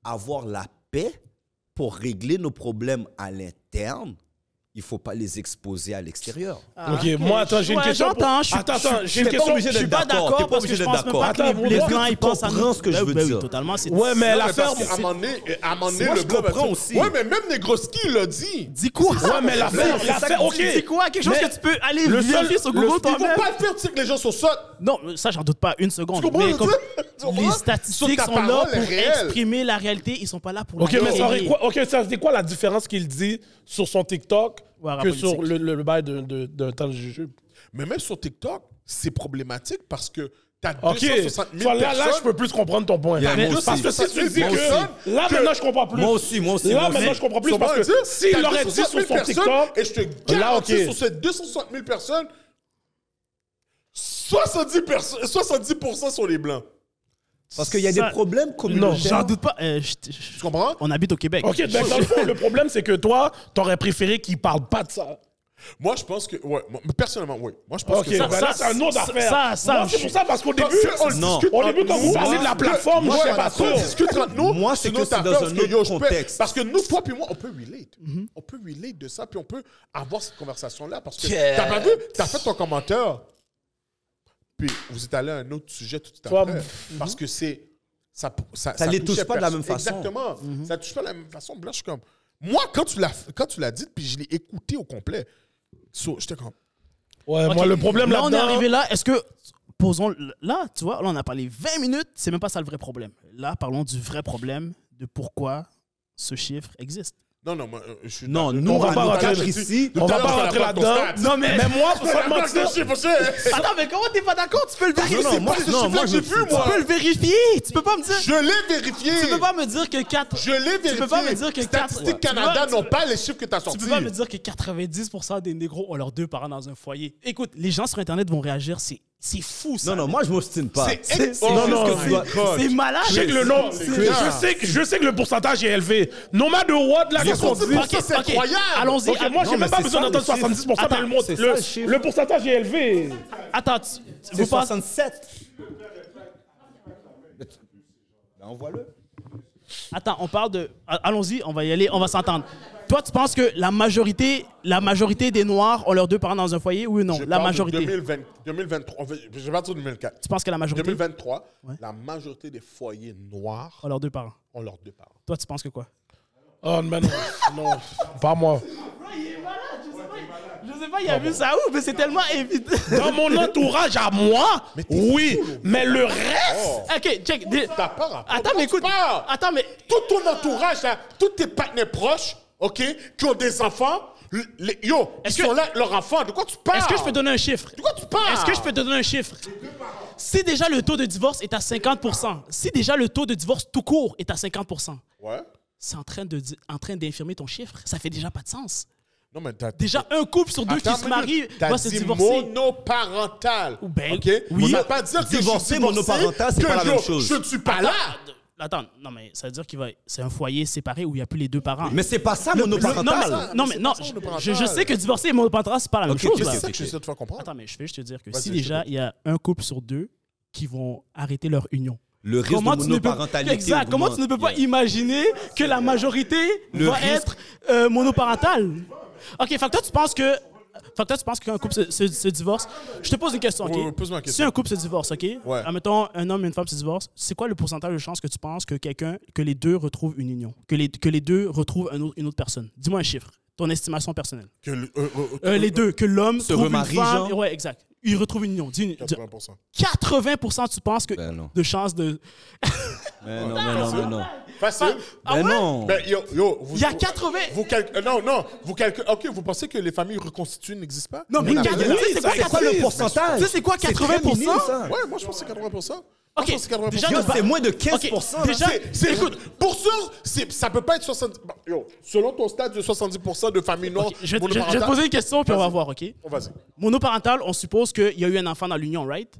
avoir la paix pour régler nos problèmes à l'interne, il faut pas les exposer à l'extérieur.
Ah,
Ok, moi, attends, j'ai une
Ouais,
question. pour-
j'entends, je suis-
Attends,
je suis-
attends, j'ai une
t'es pas
question.
obligé
Je suis
d'être
pas
d'accord, t'es
d'accord
pas
parce
obligé
que je
d'être
pense même
d'accord.
pas
Attends,
que les- les
moi,
blancs
tu
ils pensent à
comprends
nous.
ce que je
Ben
veux
oui, ben oui,
dire.
Totalement, c'est
Ouais, mais
Non,
la
mais parce
ferme.
qu'à un moment donné- euh, à un moment donné,
Moi,
le
je
gars va
comprends
dire-
aussi.
Ouais, mais même Negroski il l'a dit.
Dis quoi
Ouais, mais la ferme, la ferme, ok.
C'est quoi Quelque chose
Mais
que tu peux aller
le seul-
vérifier sur
le-
Google
ils vont
Faut
toi-même.
pas le faire tirer que les gens sont sottes.
Non, ça, j'en doute pas une seconde.
comprends
Mais
le
comme
truc? Tu
les
comprends? Sur
statistiques
ta
sont là
parole
pour
réelle.
exprimer la réalité. Ils sont pas là pour.
Ok,
la
mais ça aurait
créer.
quoi, ok, ça, c'est quoi la différence qu'il dit sur son TikTok
Ouais, rap
que sur le,
politique.
le, le bail d'un de, de, temps de jujube?
Mais même sur TikTok, c'est problématique parce que t'as
Ok,
260 000
Soit là, là, je
personnes.
peux plus comprendre ton point.
Yeah,
Mais-
moi
parce
aussi.
que si tu dis
Moi
que.
aussi.
Là,
Que-
maintenant, je comprends plus.
Moi aussi, moi aussi,
Là,
moi
maintenant,
aussi.
je comprends plus
Sur hein?
parce
moi, dire,
que s'il
t'as
l'aurait dit
260
sur
000
son
personnes,
TikTok.
Et je te
Là,
garantis,
ok.
sur ces 260 000 personnes, 70%, perso- 70 sont les Blancs.
Parce qu'il y a
Ça-
des problèmes communautaires.
J'en doute pas. Euh, je- je-
Tu comprends?
On habite au Québec.
Ok, donc, dans le fond, le problème, c'est que toi, t'aurais préféré qu'il parle pas de ça.
Moi, je pense que... Ouais, moi, personnellement, oui. Moi, je pense
Ok,
que ça...
ben là,
ça,
c'est un autre
ça,
affaire.
ça, ça,
Moi, c'est
je-
pour ça, parce qu'au début,
si on le
Non.
discute
au
entre
début, quand vous
nous,
parlez de la plateforme, je sais pas
quand
trop.
on discute entre nous.
Moi, c'est que
notre
c'est
affaire,
dans un
parce que,
autre
yo, je peux-
contexte. Mhm.
Parce que nous, toi puis moi, on peut relate. On peut relate de ça, puis on peut avoir cette conversation-là. Parce que t'as pas vu, t'as fait ton commentaire, puis vous êtes allé à un autre sujet tout
Toi, Mhm.
à l'heure. Parce que c'est... Ça, ça, ça
les
touchait
touche pas de la
personne.
même façon. Mhm.
Exactement. Ça touche pas de la même façon. Puis Là, je suis comme... Moi, quand tu l'as quand tu l'as dit, puis je l'ai écouté au complet, so, j'étais comme...
Ouais, moi, le problème
Là, on est
là-dedans-
arrivé là. Est-ce que. Posons. Là, tu vois, là, on a parlé 20 minutes. C'est même pas ça le vrai problème. Là, parlons du vrai problème de pourquoi ce chiffre existe.
Non, non, moi, euh, je suis...
Non,
d'accord.
nous,
on va
à
pas
notre
rentrer
âge
là-dessus.
ici,
On va
Tout à
pas
l'heure,
rentrer
on a parlé de
là-dedans.
constats.
Non, mais, mais moi, pour
Ah,
te
non,
mentir-
je sais pas, c'est-
Attends, mais comment t'es pas d'accord? Tu peux le
non,
vérifier.
non, moi,
c'est
non,
pas
moi,
ce
je
que j'ai vu,
suis-
moi.
Tu peux le vérifier. Tu peux pas me dire.
Je l'ai vérifié.
Tu peux pas me dire que 4.
Je l'ai vérifié.
Tu peux pas me dire que quatre-
Statistique
Ouais.
Canada
Tu vois,
n'ont
tu-
pas les chiffres que t'as
Tu
sortis.
peux pas me dire que 90% des négros ont leurs deux parents dans un foyer. Écoute, les gens sur Internet vont réagir. C'est c'est fou, ça.
Non, non, moi, je m'obstine pas.
Ah,
C'est
C'est-
ex-
c'est
Oh
juste
my
que tu dois-
C'est malade.
Je sais que le nom,
C'est
je
clair.
sais que je sais que le pourcentage est élevé. No matter what, là, qu'est-ce qu'on dit
pourcent- ça, c'est
Ok,
incroyable.
Allons-y.
Ok, moi,
Non,
j'ai
mais
même pas
c'est
besoin
ça,
d'entendre
le chiffre.
70 mais
Attends,
le monde-
c'est ça,
le-
le chiffre.
Le pourcentage est élevé.
Attends, tu- tu-
C'est
vous pensez-
67. Ben, envoie-le.
Attends, on parle de. a- Allons-y, on va y aller, on va s'entendre. Toi, tu penses que la majorité, la majorité des Noirs ont leurs deux parents dans un foyer, oui ou non
Je
La
parle de
majorité.
2020 2023. enfin, Je vais pas dire 2004.
Tu penses que la majorité
2023,
Ouais.
la majorité des foyers noirs
ont leurs deux parents
ont leurs deux parents.
Toi, tu penses que quoi
Oh mais non, non, pas moi.
Je sais pas, il a vu ça où, mais c'est tellement évident.
Dans mon entourage à moi, oui, mais le reste.
ok, check. des-
T'as pas rapport.
Attends,
Pourquoi tu
mais écoute.
parles?
Attends, mais.
Tout ton entourage, là, tous tes partenaires proches, OK, qui ont des enfants, l- les, yo, ils
Est-ce que-
sont là, leurs enfants. De quoi tu parles?
Est-ce que je peux te donner un chiffre
De quoi tu parles?
Est-ce que je peux te donner un chiffre Si déjà le taux de divorce est à 50%, si déjà le taux de divorce tout court est à 50%,
Ouais.
c'est en train de di- en train d'infirmer ton chiffre. Ça fait déjà pas de sens.
Non, mais t'as.
Déjà un couple sur deux
Attends
qui se
une
marie
minute. T'as
va se
dit
divorcer.
monoparental.
Ou ben,
OK?
oui.
On va pas dire que
Divorcer,
je suis divorcé,
monoparental, c'est
que
pas la même
je-
chose.
Je ne suis pas
Ah,
là.
Attends, non mais ça veut dire qu'il va c'est un foyer séparé où il n'y a plus les deux parents.
Mais c'est pas ça,
Le-
monoparental.
non, mais-
ça, mais
non,
c'est
mais
pas
non,
ça,
je-
monoparental.
je, je sais que divorcer et monoparental c'est pas la même
Ok,
chose.
ok,
là.
C'est ça
ok.
que j'essaie de te faire comprendre.
Attends mais je vais juste te dire que
Vas-y,
si
je
déjà
t'écoute.
il y a un couple sur deux qui vont arrêter leur union.
Le risque
Comment
de
tu, ne peux,
monoparentalité.
exact, comment tu ne peux pas
augmente.
imaginer que la majorité
Le
va
risque-
être euh, monoparentale? OK, fait que toi, tu penses que... Fait que toi, tu penses qu'un couple se, se- se divorce... Je te pose une question, OK?
Ouais, ouais, pose-moi la question.
Si un couple se divorce, OK?
Ouais.
Admettons, un homme et une femme se divorcent, c'est quoi le pourcentage de chances que tu penses que quelqu'un... que les deux retrouvent une union? Que les, que les deux retrouvent un autre- une autre personne? Dis-moi un chiffre. Ton estimation personnelle.
Que le- euh, euh,
Euh,
euh,
les deux. Que l'homme se trouve
remarie,
une femme...
genre?
Ouais, exact. Ils retrouvent une union. Dis une- dis-
80%.
80% tu penses que...
Ben non.
de chances de...
Mais non, mais non, mais non.
Facile.
Ah
mais
ouais?
non.
Ben, yo, yo, vous,
Il y a
vous-
80.
Vous calcu- euh, non, non. Vous calcu- OK, vous pensez que les familles reconstituées n'existent pas?
Non, mais
Mais
quatre-
oui,
tu sais, c'est
ça,
quoi
c'est quoi
80?
le pourcentage
Tu sais, c'est quoi
C'est très
80%?
minime, ça.
Ouais, moi, je pense que c'est 80
Ok,
Moi, je pense que c'est 80
déjà,
Yo,
de ba-
c'est moins de
Ok,
15%. là.
déjà,
C'est- c'est- pour ça, c'est- ça peut pas être 70. Bon, Yo, selon ton stade de 70% de familles noires,
ok, je, je- je
monoparentales-
vais te poser une question, puis on va voir, OK?
Oh, vas-y.
Monoparental, on suppose qu'il y a eu un enfant dans l'union, right?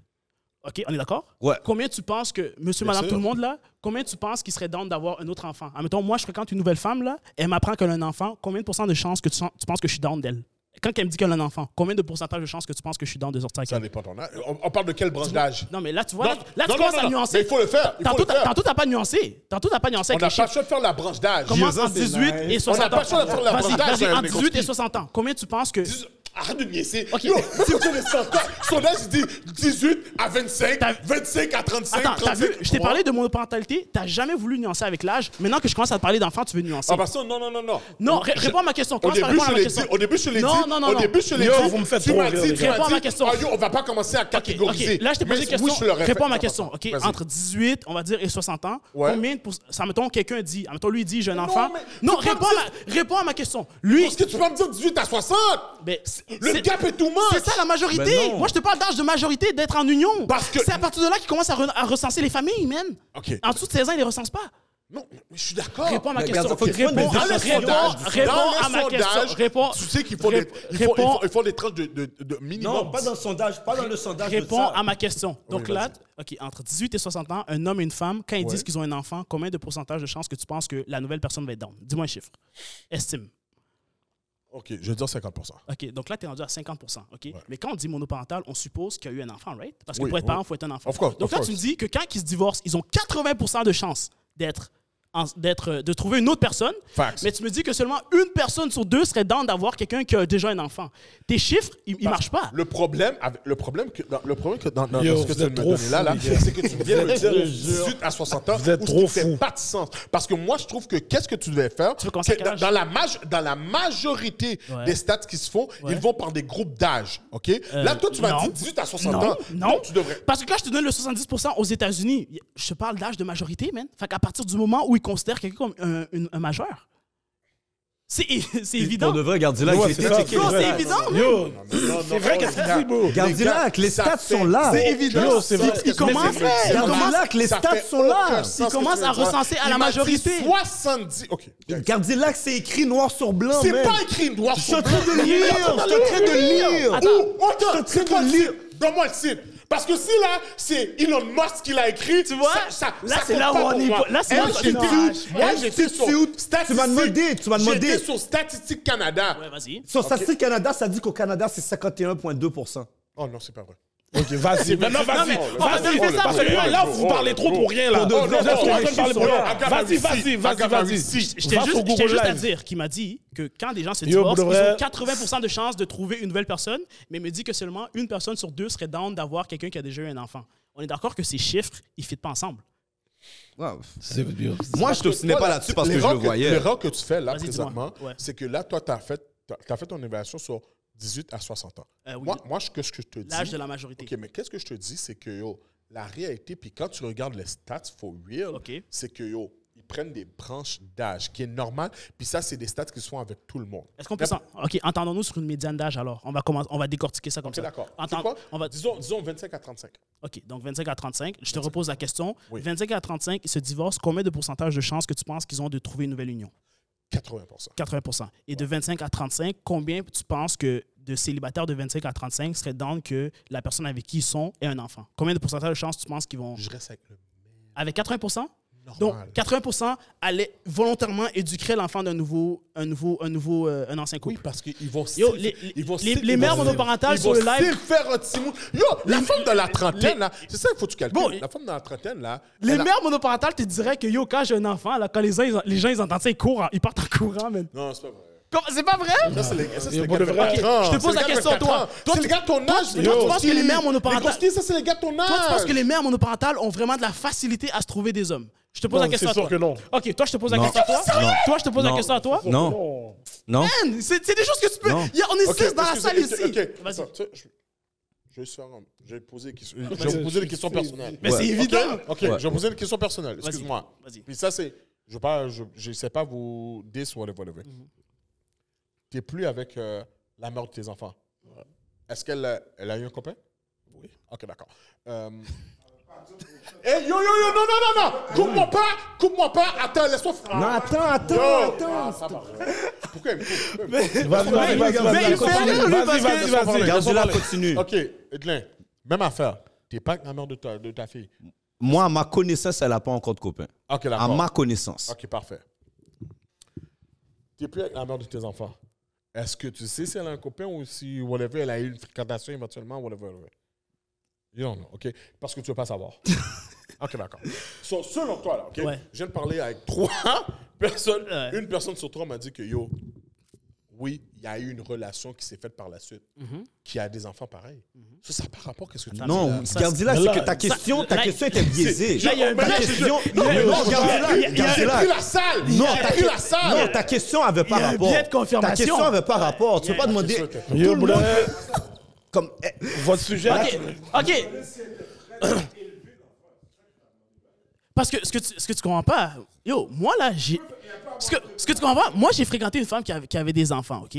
OK, on est d'accord?
Ouais.
Combien tu penses que, monsieur, madame,
sûr.
tout le monde, là, combien tu penses qu'il serait down d'avoir un autre enfant? Admettons, moi, je fréquente une nouvelle femme, là, elle m'apprend qu'elle a un enfant. Combien de pourcents de chances que tu, sens- tu penses que je suis down d'elle? Quand elle me dit qu'elle a un enfant, combien de pourcentage de chances que tu penses que je suis down de sortir avec
Ça
elle?
dépend. ton âge. On, on parle de quelle branche d'âge?
Non, mais là, tu vois,
Non,
là, là,
non,
tu commences
non,
à
non, Mais
nuancer.
il faut le faire. Il faut
Tantôt,
le faire.
t'as- tantôt, t'as pas nuancé. Tantôt, t'as pas nuancé
on
avec
n'a
les
pas le
chiffres.
choix de faire la branche d'âge.
Commence
Jésus,
en
c'est
18
nice.
et 60
On n'a pas le choix de faire la
Vas-y,
bandage,
vas-y,
euh,
en
les
18 et 60 ans. Combien tu penses que...
Dix- Arrête de niaiser. Yo, si vous avez 100 ans, son âge, il dit 18 à 25,
T'as-
25 à 35,
Attends, t'as
35
vu, je t'ai parlé de monoparentalité, t'as jamais voulu nuancer avec l'âge. Maintenant que je commence à te parler d'enfant, tu veux nuancer.
Ah, parce que non, non, non, non.
Non, ré- réponds à ma question.
Au
Commence par
début,
répondre
je
à ma
l'ai dit.
question.
Au début, je l'ai dit.
Non, non, non.
Au
non.
début, je l'ai
Yo,
dit.
vous me faites
Tu
trop
m'as
rire,
dit,
les
tu
gars.
m'as
Réponds à ma
dit,
question.
ah, yo, on va pas commencer à
Ok,
catégoriser.
ok. Là, je t'ai
Mais
posé une question.
Oui, je le répète.
Réponds à ma
Attends,
question.
attends.
OK,
Vas-y.
entre 18, on va dire, et 60 ans,
Ouais.
combien de pour... Ça, mettons, quelqu'un dit, mettons, lui dit, j'ai un
Non,
enfant.
mais
Non,
tu peux
réponds,
me
à ma... réponds à ma question. Lui,
Parce que tu peux me dire 18 à 60.
ben, c'est-
Le
c'est-
gap est tout
C'est
much.
ça la majorité.
Ben non.
Moi, je te parle d'âge de majorité, d'être en union.
Parce que-
C'est à partir de là qu'ils commencent à, re- à recenser les familles, man.
Ok.
En dessous de 16 ans, ils les recensent pas.
Non, mais je suis d'accord.
Réponds à ma
Mais
question.
regarde, faut que tu
Réponds-
répondes.
Dans les
réponds-
sondages,
réponds
dans les
à ma question.
sondages,
Réponds.
Tu sais qu'il faut des,
Rép-
il faut, il faut,
réponds-
il faut des tranches de, de, de minimum.
Non, pas dans le sondage, pas dans le sondage. de
Réponds
ça.
à ma question. Donc
Oui,
là, OK, entre 18 et 60 ans, un homme et une femme, quand ils disent qu'ils ont un enfant, combien de pourcentage de chances que tu penses que la nouvelle personne va être down? Dis-moi un chiffre. Estime.
Ok, je vais dire 50%.
OK, donc là, tu es rendu à 50 OK? Mais quand on dit monoparental, on suppose qu'il y a eu un enfant, right? Parce que
Oui,
pour être
oui.
parent, il faut être un enfant.
Of course,
donc
of
là,
course.
tu me dis que quand ils se divorcent, ils ont 80 de chances d'être en- d'être euh, de trouver une autre personne.
Facts.
Mais tu me dis que seulement une personne sur deux serait down d'avoir quelqu'un qui a déjà un enfant. Tes chiffres, ils ils marchent pas.
Le problème, avec- le problème que, dans- le problème que dans, dans-
Yo,
dans ce que
vous
tu viens
êtes
de me
trop
donner là, là,
fous, les gars.
c'est que tu viens de me
êtes
dire
trop
18 à 60 ans,
Vous êtes
où
trop
ce qui fait
fous.
pas de sens. Parce que moi, je trouve que qu'est-ce que tu devais faire
veux commencer à
que
quel
dans,
âge?
dans la maj- dans la majorité
Ouais.
des stats qui se font,
Ouais. Euh,
ils vont par des groupes d'âge, ok Là, toi, tu m'as
non.
dit 18 à 60
non,
ans.
Non,
Donc, tu devrais.
Parce que quand je te donne le 70% aux États-Unis, y- je te parle d'âge de majorité, man. Fait qu'à partir du moment où ils considèrent quelqu'un comme un, une- un majeur, c'est c'est évident.
On devrait regarder là.
Ouais,
j'ai
c'est
été
ça,
checké.
c'est
Non,
vrai.
c'est évident, man.
Yo,
Non,
c'est
non,
vrai
oh,
non,
qu'est-ce
les
qu'il
gars,
dit, bro.
Regardez là, que les
ça
stats
fait-
sont là.
C'est évident.
Yo, c'est vrai.
Ils commencent- ils
Ça
commencent-
Regardez là, que les
fait
stats sont là.
aucun sens que tu
commencent
viens
à
de dire.
recenser à la
Il m'a dit
majorité.
70. Ok.
Regardez là, que c'est écrit noir sur blanc.
C'est
man.
pas écrit noir
Je suis
sur
en
blanc.
train de lire. Je suis en train de lire.
Attends.
Ou, attends,
Je suis en
c'est
train
quoi
de
le
lire.
titre Donne-moi le titre. Parce que si là, c'est Elon Musk qui l'a écrit, tu
vois? Là, c'est là où on est pas- là, c'est là où on est pas.
Moi,
Moi,
j'étais
j'étais
sur
sur-
Statistique-
Tu m'as demandé, tu m'as demandé.
J'étais sur Statistique Canada.
Ouais, vas-y.
Sur Statistique Canada, ça dit qu'au Canada, c'est 51,2%.
Oh non, c'est pas vrai.
Ok, vas-y. Maintenant, vas-y.
mais-
Vas-y,
Oh,
fais
le
ça. Parce que
bordel.
là, là, vous
Oh,
parlez trop
oh,
pour rien, là.
de
Là, je
vrai,
suis en
oh,
train de parler pour
oh,
rien.
Agave
Vas-y,
Russie,
vas-y, vas-y,
Agave
vas-y.
Russie.
J'étais
Va sur
juste, j'étais
Google
juste à
Live.
dire qu'il m'a dit que quand des gens se
Yo, pour
divorcent,
de vrai-
ils ont 80% de chances de trouver une nouvelle personne, mais il me dit que seulement une personne sur deux serait down d'avoir quelqu'un qui a déjà eu un enfant. On est d'accord que ces chiffres, ils ne fitent pas ensemble.
C'est- yo,
Moi, je t'obstinais pas là-dessus parce que je le voyais.
L'erreur que tu fais là
Vas-y,
présentement,
dis-moi. Ouais.
c'est que là, toi, t'as fait, t'as- t'as fait ton évaluation sur 18 à 60 ans.
Euh, oui,
Moi, moi, ce que je te dis.
L'âge de la majorité.
OK, mais qu'est-ce que je te dis, c'est que yo, la réalité, puis quand tu regardes les stats for real,
OK.
c'est que yo, ils prennent des branches d'âge, qui est normal, puis ça, c'est des stats qui sont avec tout le monde.
Est-ce qu'on peut s'en... OK, entendons-nous sur une médiane d'âge, alors. On va, commencer, on va décortiquer ça comme
C'est
ça.
d'accord.
Entend-
C'est quoi?
on va...
disons, disons 25 à 35.
OK, donc 25 à 35. Je te repose la question. 25 à 35, ils se divorcent. Combien de pourcentage de chances que tu penses qu'ils ont de trouver une nouvelle union?
80
80 Et de 25 à 35, combien tu penses que de célibataires de 25 à 35 seraient dans que la personne avec qui ils sont ait un enfant? Combien de pourcentage de chances tu penses qu'ils vont...
Je reste avec le
Avec 80
normal.
Donc, 80 allaient volontairement éduquer l'enfant d'un nouveau, un nouveau, un nouveau, euh, un ancien couple.
Oui, parce qu'ils vont
Yo,
s'il-
les-
ils vont
les-
s'il-
les
ils
mères
vont
monoparentales
s'il-
sur le
ils vont
live-
s'il faire un petit mou- Yo, la femme de la trentaine,
les-
là, c'est ça qu'il faut que tu calcules.
Bon,
la femme de la trentaine, là.
Les
elle a-
mères monoparentales te diraient que yo, quand j'ai un enfant, là, quand les gens, ils, en- les gens, ils entendent ça, ils courent, en- ils partent en courant, man.
Non, c'est pas vrai.
Comme- C'est pas vrai?
Ça, c'est les, ça, c'est
Yo,
les
pour
gars de
de vrai.
24 ans.
Je te pose
C'est les
la
gars de
question,
24
toi.
ans.
Toi,
C'est
tu-
les gars de ton
toi,
âge.
tu- toi, tu penses que les mères monoparentales-
Réconcilier, ça, c'est les gars de ton âge.
Toi, tu penses que les mères monoparentales ont vraiment de la facilité à se trouver des hommes? Je te pose
Non,
la question
c'est
à
sûr
toi.
que non.
OK, toi, je te pose la
Non.
question à toi.
Non.
Toi, je te pose la
Non.
question à toi.
Non, non.
Man, C'est c'est des choses que tu peux...
Non.
Y a- on est
Ok,
six dans la
excusez,
salle ici.
ok,
Vas-y.
attends, tu sais, je- Je vais juste faire un- Je vais poser, des questions- je vais vous poser des questions personnelles.
Mais
Ouais.
c'est
Ok.
évident.
Ok,
Ouais.
je vais poser une question personnelle.
Vas-y.
Excuse-moi.
Vas-y.
Puis ça, c'est. Je ne pas, je, je sais pas vous dis ou whatever. whatever.
Mhm.
T'es plus avec euh, la mère de tes enfants. Est-ce qu'elle a- elle a eu un copain? Oui. Ok, d'accord. Euh... hey, yo, yo, yo, non, non, non, non! Coupe-moi pas! Coupe-moi pas! Attends, laisse-moi. Ah,
Non, attends, attends, attends.
Pourquoi il me coupe?
Vas-y, vas-y, vas-y,
Mais il
vas-y,
fait rien, lui, parce que-
vas-y, vas-y, vas-y.
Garde-la, continue.
Ok, Edlin, même affaire. T'es pas avec la mère de ta, de ta fille.
Moi, à ma connaissance, elle n'a pas encore de copain.
Ok,
À
d'accord.
ma connaissance.
Ok, parfait. T'es plus avec la mère de tes enfants. Est-ce que tu sais si elle a un copain ou si, whatever, elle a eu une fréquentation éventuellement, whatever, whatever. You don't know, ok? Parce que tu veux pas savoir. ok, d'accord. So, selon toi, là, ok?
Ouais.
Je viens de parler avec trois personnes.
Ouais.
Une personne sur trois m'a dit que, yo, oui, il y a eu une relation qui s'est faite par la suite, qui a des enfants pareils. Ça, ça n'a pas rapport à ce que tu dis.
Non,
Ça,
Gardila,
ça-
c'est que
là,
ta question, ta
là,
question était biaisée.
Là, il y a un
Ta
blâche,
question, non,
je- il y a-
non,
il y a- il y a-
Gardila,
il y a-
Gardila.
la salle!
Non,
Il a
ta,
pris la salle!
non, ta question avait pas
Il y a un
rapport.
biais de confirmation.
Ta question avait pas rapport. Tu peux pas demander.
question
Tout le monde- Comme. eh,
Votre sujet.
Ok, ok. Parce que ce que tu, ce que tu comprends pas, yo, moi là, j'ai. Ce que, ce que tu comprends pas, moi j'ai fréquenté une femme qui avait, qui avait des enfants, ok?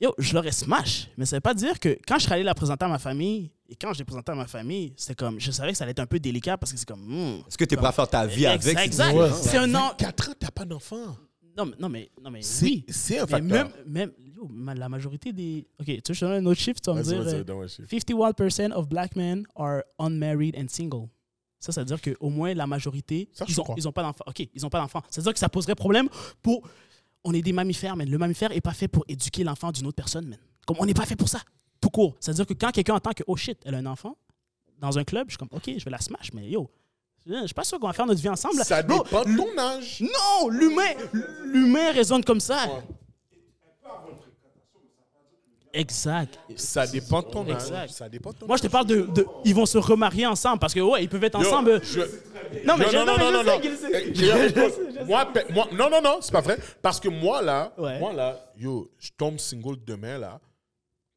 Yo, je leur ai smash, mais ça veut pas dire que quand je serais allé la présenter à ma famille, et quand je l'ai présentée à ma famille, c'était comme, je savais que ça allait être un peu délicat parce que c'est comme, hmm,
Est-ce que t'es prêt à faire ta vie avec
exact,
c'est
exact.
différent.
C'est un an.
4 ans, t'as pas d'enfant.
Non, mais, non, mais, non, mais
C'est-
oui.
c'est un
Mais
facteur.
même, même yo, ma- la majorité des. Ok, tu veux, je te donne un autre chiffre, tu vas me
Vas-y,
dire.
vas-y,
euh,
donne-moi un chiffre.
51% of black men are unmarried and single. Ça, ça veut dire qu'au moins la majorité,
Ça, je
ils ont,
crois.
ils ont pas d'enfants. OK, ils ont pas d'enfants. Ça veut dire que ça poserait problème pour... On est des mammifères, mais le mammifère est pas fait pour éduquer l'enfant d'une autre personne, man. Comme on n'est pas fait pour ça, tout court. Ça veut dire que quand quelqu'un entend que, oh shit, elle a un enfant, dans un club, je suis comme, OK, je vais la smash, mais yo, je suis pas sûr qu'on va faire notre vie ensemble. là.
Ça
Bro,
dépend de ton âge.
non, l'humain, l'humain raisonne comme ça. Exact.
Ça dépend de ton
Exact.
âge. Ça dépend de ton
Moi,
âge.
je te parle de, de- Ils vont se remarier ensemble parce que, ouais, ils peuvent être ensemble. euh, Non, mais je- non, mais je sais qu'il sait.
Eh, j'ai la réponse. Moi, pe- moi- non, non, non, c'est pas vrai. Parce que moi, là,
Ouais.
moi, là, yo, je tombe single demain, là.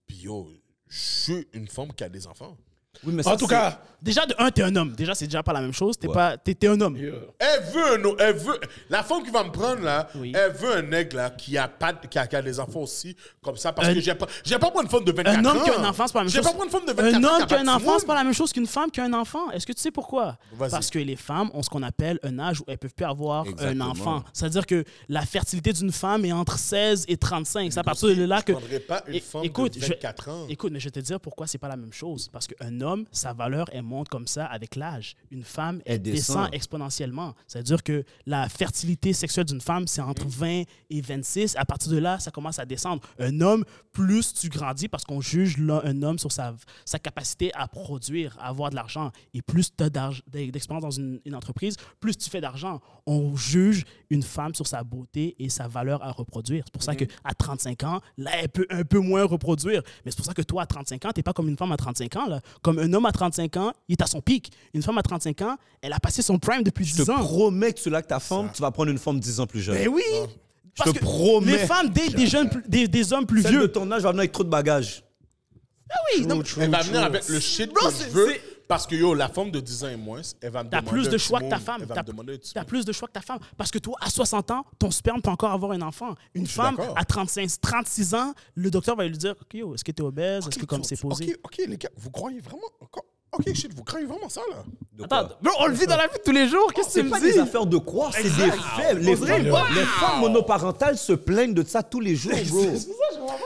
Puis, yo, je suis une femme qui a des enfants.
Oui, mais ça,
En tout
c'est-
cas,
Déjà, de un, t'es un homme. Déjà, c'est déjà pas la même chose. T'es
Ouais.
pas, t'es, t'es un homme.
Elle veut, un, au- elle veut, la femme qui va me prendre là,
Oui.
elle veut un nègre là qui a pas, de- qui a, qui a des enfants aussi comme ça parce
Un-
que j'ai pas, j'ai pas pour une femme de 24 ans.
Un homme qui a un enfant, c'est pas la même chose.
J'ai pas pour une femme de 24 ans.
un homme
a
qui a
pas de
un enfant,
petit
c'est pas la même chose qu'une femme qui a un enfant. Est-ce que tu sais pourquoi
Vas-y.
Parce que les femmes ont ce qu'on appelle un âge où elles peuvent plus avoir
Exactement.
un enfant. C'est-à-dire que la fertilité d'une femme est entre 16 et 35. C'est à partir de là que.
Bah Je prendrais pas une
É-
femme
écoute,
de
je-
24 ans.
Écoute, mais je vais te dire pourquoi c'est pas la même chose. Parce qu'un homme, sa valeur, elle monte comme ça avec l'âge. Une femme, elle,
Elle
descend.
descend.
exponentiellement. C'est-à-dire que la fertilité sexuelle d'une femme, c'est entre 20 et 26. À partir de là, ça commence à descendre. Un homme, plus tu grandis, parce qu'on juge l'un- un homme sur sa, sa capacité à produire, à avoir de l'argent. Et plus tu as d'expérience dans une, une entreprise, plus tu fais d'argent. On juge une femme sur sa beauté et sa valeur à reproduire. C'est pour
Mhm.
ça qu'à 35 ans, là, elle peut un peu moins reproduire. Mais c'est pour ça que toi, à 35 ans, tu n'es pas comme une femme à 35 ans. Là. Comme un homme à 35 ans, il est à son pic. Une femme à 35 ans, elle a passé son prime depuis
Je
10
te
ans.
promets que tu l'as avec ta femme, tu vas prendre une femme 10 ans plus jeune.
Eh oui! Parce
te
que
promets.
Les femmes datent des, jeunes, plus- des, des hommes plus
Celle de
vieux.
ton âge va venir avec trop de bagages.
Ah Oui, non, mais-
Elle va venir avec le shit
Bro,
que je
c'est-
veux
c'est-
parce que yo, la femme de 10 ans et moins, elle va me
T'as
demander.
plus de
un
choix que ta
timon.
femme.
Elle va
T'as
me demander un petit
t'as plus de choix que ta femme. Parce que toi, à 60 ans, ton sperme peut encore avoir un enfant. Une femme
d'accord.
à 35, 36 ans, le docteur va lui dire Ok, yo, est-ce que t'es obèse Est-ce que comme c'est posé
Ok, ok, les gars, vous croyez vraiment. encore- Ok, shit, vous croyez vraiment ça là?
De quoi?
Attends, bro, on le vit dans la vie de tous les jours. Qu'est-ce que
C'est
tu
pas
me
des
dis
affaires de croire, c'est des faits. Les, femmes, les femmes monoparentales se plaignent de ça tous les jours, bro.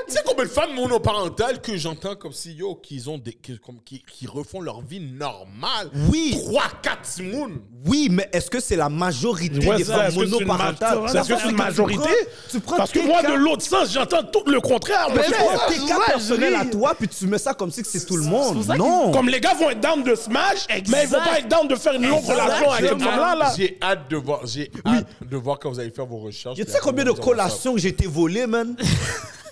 Tu sais combien de femmes monoparentales que j'entends comme si yo, qu'ils ont des. qui- comme, qui, qui refont leur vie normale?
Oui. Oh,
3-4 timounes!
Oui, mais est-ce que c'est la majorité
Ouais,
des
ça,
femmes
est-ce que c'est une
monoparentales
ma- ça, est-ce que c'est une
Quand tu
majorité
prends- Tu prends
Parce que
tes
moi,
cas-
de l'autre sens, j'entends tout le contraire.
tu
mais c'est
prends
ça,
tes
c'est
cas
vrai,
personnels
je
à
dis.
toi, puis tu mets ça comme si que c'est tout le monde. Non.
Comme les gars vont être down de smash, mais ils vont
Exact.
pas être down de faire une longue
Exact.
relation avec
J'ai
cette femme-là.
hâte,
Là.
j'ai hâte de voir, j'ai hâte de voir quand vous allez faire vos recherches.
Yo, Tu
puis
sais
après,
combien de
vous allez voir ça.
collations que j'ai été volé, man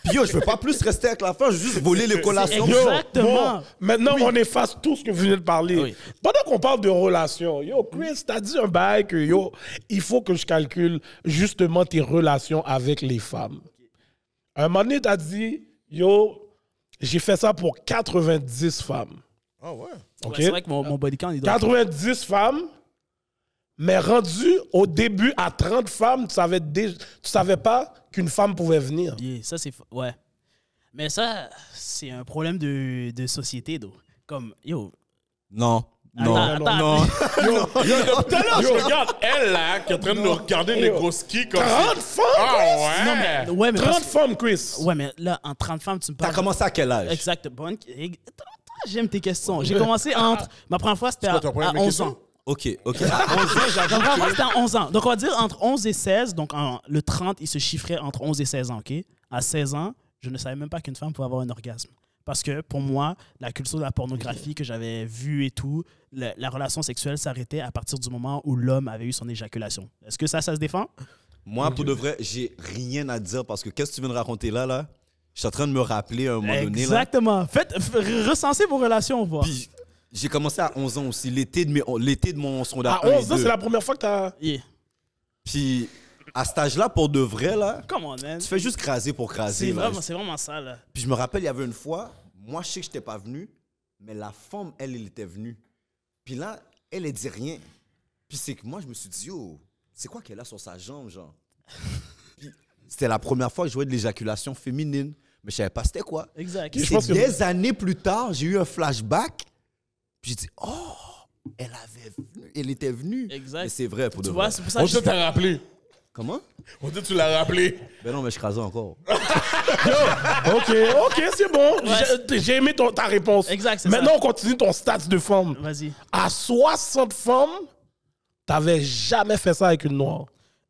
Puis yo, je veux pas plus rester avec la femme, je veux juste voler les collations.
Yo,
Exactement.
bon, maintenant, on efface tout ce que vous venez de parler. Pendant qu'on parle de relations, yo, Chris, t'as dit un bail que, yo, il faut que je calcule justement tes relations avec les femmes. À un moment donné, t'as dit, yo, j'ai fait ça pour 90 femmes.
Ah ouais.
OK?
Ouais, c'est vrai que mon, mon body count, il doit.
90 femmes, mais rendu au début à 30 femmes, tu savais, dé- tu savais pas qu'une femme pouvait venir.
Yeah, ça, c'est. fa- Ouais. Mais ça, c'est un problème de, de société, d'eau. Comme, yo.
Non. Non.
Attends, attends.
non.
Tout à l'heure, je regarde elle là, qui est en train de nous regarder les gros skis comme
30
si-
femmes, Chris?
Ah ouais!
Ouais, mais
30
parce que-
femmes, Chris.
Ouais, mais là, en 30 femmes, tu me parles.
T'as
de-
commencé à quel âge
Exact. Bonne... Attends, attends, J'aime tes questions. J'ai commencé entre. Ma première fois, c'était à,
ta première
à 11
question?
ans.
Ok, ok. À 11 ans,
Ma première fois,
j'avoue que...
c'était à 11 ans. Donc, on va dire entre 11 et 16. Donc, en- le 30, il se chiffrait entre 11 et 16 ans, OK? À 16 ans, je ne savais même pas qu'une femme pouvait avoir un orgasme. Parce que, pour moi, la culture de la pornographie que j'avais vue et tout, le- la relation sexuelle s'arrêtait à partir du moment où l'homme avait eu son éjaculation. Est-ce que ça, ça se défend?
Moi, pour de vrai, j'ai rien à dire parce que qu'est-ce que tu viens de raconter là, là Je suis en train de me rappeler à un moment donné, là.
Exactement. Faites, f- recensez vos relations, voir.
Puis j'ai commencé à 11 ans aussi, l'été de, mes, l'été de mon
À
sondage.
11 ans, c'est la première fois que t'as.
Yeah.
Puis à cet âge-là, pour de vrai, là,
Come on, man.
tu fais juste craser pour
C'est
craser. là.
vraiment, c'est vraiment ça, là.
Puis je me rappelle, il y avait une fois, moi, je sais que je n'étais pas venu, mais la femme, elle, elle était venue. Puis là, elle, elle dit rien. Puis c'est que moi, je me suis dit, yo, c'est quoi qu'elle a sur sa jambe, genre? Puis c'était la première fois que je voyais de l'éjaculation féminine, mais je savais pas c'était quoi.
Exact.
C'est
pense que-
des années plus tard, j'ai eu un flashback, puis j'ai dit, oh, elle avait venu, elle était venue.
Exact.
Mais c'est vrai, pour de
Tu
vrai.
vois, c'est pour ça
On
que
dit
je...
que t'as rappelé.
Comment?
On dit que tu l'as rappelé.
Ben non, mais je crasais encore.
Ok, ok, c'est bon.
Ouais.
J'ai- euh, J'ai aimé ton- ta réponse.
Exact, c'est
Maintenant,
ça.
on continue ton stats de femme.
Vas-y.
À 60 femmes, t'avais jamais fait ça avec une noire.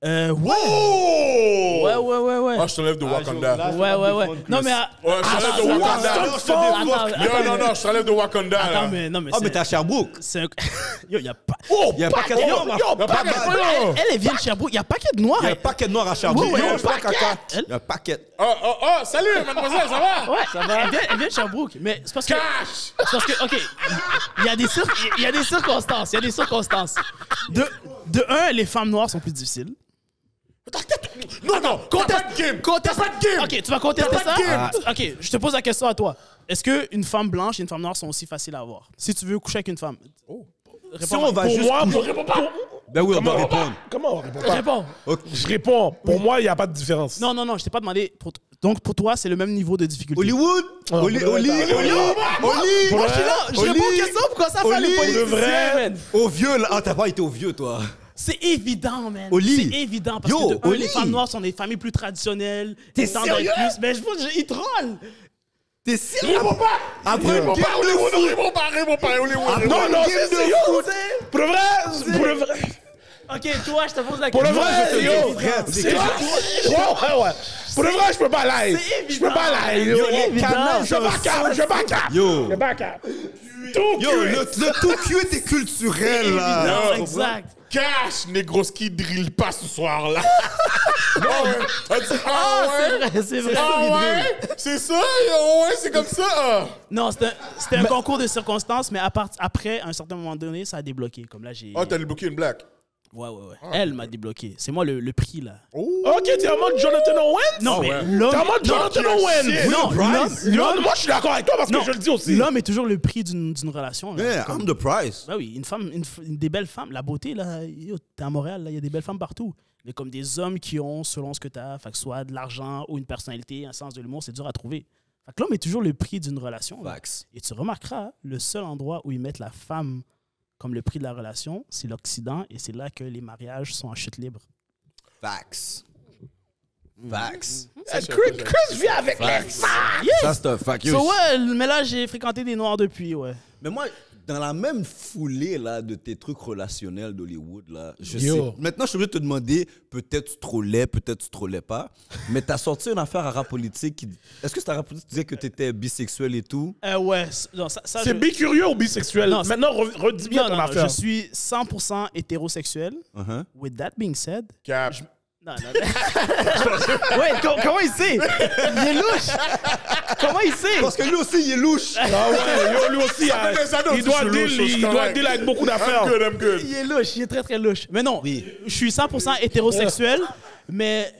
Oh,
Euh, ouais.
Oh.
Ouais, ouais, ouais, ouais.
Ah, je te lève de Wakanda.
Ouais, ouais, ouais. Non, mais. à-
Ouais, je
Ah,
te lève de Wakanda.
Attends, attends,
Yo,
attends,
non, Oh, non, je te lève de Wakanda.
attends,
là.
mais non, mais
Ah, mais t'es
c'est.
à Sherbrooke!
C'est un. Yo, y a pas.
Oh,
Y a un paquet de
yo,
noirs, ma-
yo,
y a un
oh,
paquet
paquet de
de
Elle,
noirs.
elle, elle vient de Sherbrooke. Y a pas qu'à de noirs.
Il y a un
elle-
paquet de noirs à Sherbrooke.
Ouais, ouais,
Yo,
un
je vois caca. Il y a un paquet.
Oh, oh, oh, salut, mademoiselle, ça va?
Ouais, Elle vient, elle vient de Sherbrooke. Mais c'est parce que.
Cash!
C'est parce que, OK, il y, a des cir- il y a des circonstances. Il y a des circonstances. De, de un, les femmes noires sont plus difficiles.
Non, non, conteste. Pas de game. T'as
Conteste-
pas de game.
OK, tu vas contester
T'as pas
ça?
de game.
Ah. OK, je te pose la question à toi. Est-ce qu'une femme blanche et une femme noire sont aussi faciles à avoir? Si tu veux coucher avec une femme. Réponds,
Si on va
Pour
juste.
moi, pour- pour-
Ben oui, on
Comment
doit
on-
répondre.
Comment on répond pas?
Réponds.
Je réponds. Pour moi, il n'y a pas de différence.
Non, non, non, je t'ai pas demandé. pour t- Donc, pour toi, c'est le même niveau de difficulté.
Hollywood! Oli, Oli, Oli, Oli!
Moi, je suis là,
je réponds aux questions, pourquoi ça fait les
Oli,
politiciens,
le vrai!
man?
Au vieux, là. Ah, t'as pas été au vieux, toi.
C'est évident, man.
Oli.
C'est évident parce
Yo,
que de un,
Oli.
les femmes noires sont des familles plus traditionnelles. T'es
sérieux?
Plus, mais je pense que j'ai troll.
T'es sérieux? Après
Réponds
une
pas,
game de
Hollywood,
foot! Ah.
réponds pas, réponds pas, Hollywood.
Après
Non,
une
non,
game
c'est
de
sérieux.
foot.
Pour le vrai, pour le vrai.
Ok, toi, je te pose la
Pour le
question.
c'est
vrai, yo.
vrai, c'est
C'est vrai. Ouais, ouais, ouais. Pour le vrai, je peux pas live.
c'est
Je peux pas live.
Yo,
yo.
les canards,
Je back up, je back up.
Yo.
Je back up. Tout
Yo,
cuit.
le, le tout cul était culturel, là.
Non, exact.
Cash, Negroski drille pas ce soir-là. Non, ouais. Elle dit, ah
C'est
ouais.
vrai, c'est vrai.
Ah ouais, c'est ça, yo, ouais, c'est comme ça. ah.
Non, c'était un- c'était un concours de circonstances, mais à part- après, à un certain moment donné, ça a débloqué. Comme là, j'ai.
Ah,
Oh, t'as débloqué une blague.
Ouais, ouais, ouais. Elle m'a débloqué. C'est moi le, le prix, là.
Ok, t'es en mode Jonathan Owens?
Non, mais l'homme.
T'es en mode
non,
Jonathan
non,
Owens?
shit.
Non, l'homme.
L'homme, moi, je suis d'accord avec toi parce que
Non.
je le dis aussi.
L'homme est toujours le prix d'une d'une relation. là.
Yeah,
Comme-
I'm the prize.
Bah oui, une femme, une, f- une- des belles femmes. La beauté, là, yo, t'es à Montréal, là, il y a des belles femmes partout. Mais comme des hommes qui ont, selon ce que t'as, fait que soit de l'argent ou une personnalité, un sens de l'humour, c'est dur à trouver. Fait que l'homme est toujours le prix d'une relation. là.
Vax.
Et tu remarqueras, hein, le seul endroit où ils mettent la femme comme le prix de la relation, c'est l'Occident et c'est là que les mariages sont en chute libre.
Vax. Vax.
Chris, Chris vit avec les femmes.
Ça, c'est un fact. Yo,
So, ouais, mais là, j'ai fréquenté des noirs depuis, ouais.
Mais moi, dans la même foulée là, de tes trucs relationnels d'Hollywood, là, je
Yo.
sais. Maintenant, je suis obligé de te demander, peut-être tu trollais, peut-être tu trollais pas, mais t'as sorti une affaire à rap politique. qui- Est-ce que c'est un rap politique qui disait que t'étais bisexuel et tout
Euh, ouais, c- non, ça, ça,
C'est
je-
bicurieux ou bisexuel?
Non, c'est-
Maintenant, re- redis bien
Non,
ton
non, non, je
affaire.
suis 100% hétérosexuel.
Uh-huh.
With that being said,
Cap.
Non, non. non. ouais, co- comment il sait Il est louche. Comment il sait
Parce que lui aussi, il est louche.
Ah ouais, yo, lui aussi, hein,
fait- ça donne
il doit
du chelou,
deal,
chose
il doit
correcte.
deal avec beaucoup d'affaires.
I'm good, I'm good.
Il est louche, il est très très louche. Mais non, je suis 100% hétérosexuel, mais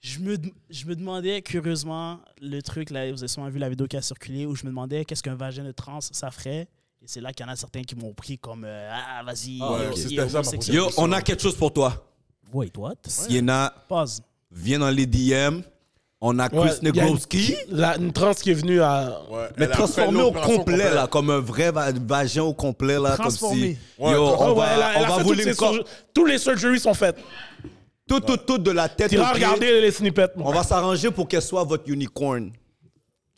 je me, dem- je me demandais curieusement le truc là, vous avez sûrement vu la vidéo qui a circulé où je me demandais qu'est-ce qu'un vagin de trans ça ferait. Et Et c'est là qu'il y en a certains qui m'ont pris comme euh, Ah, vas-y.
Ah,
euh,
ok.
il est
C'était ça, ma
homosexuel.
Yo, on a quelque chose pour toi.
Wait, what?
Sienna,
Pause.
viens dans les DM. On a Chris
Ouais, y a une-
Negrowski.
la- une trans qui est venue à.
Ouais, elle
Mais
a fait
transformé au
l'opération
complet, là, comme un vrai va- vagin au complet, là, comme si...
Transformé.
Yo,
Oh, Ouais,
Oh, on
ouais, elle a-
va,
elle
on
a
va
fait
vous
toutes
les
ses
corps.
surg- Tous les surgeries sont faites.
Tout, tout, tout, de la tête
T'iras
aux pieds.
regarder les snippets.
On va s'arranger pour qu'elle soit votre unicorn. Tu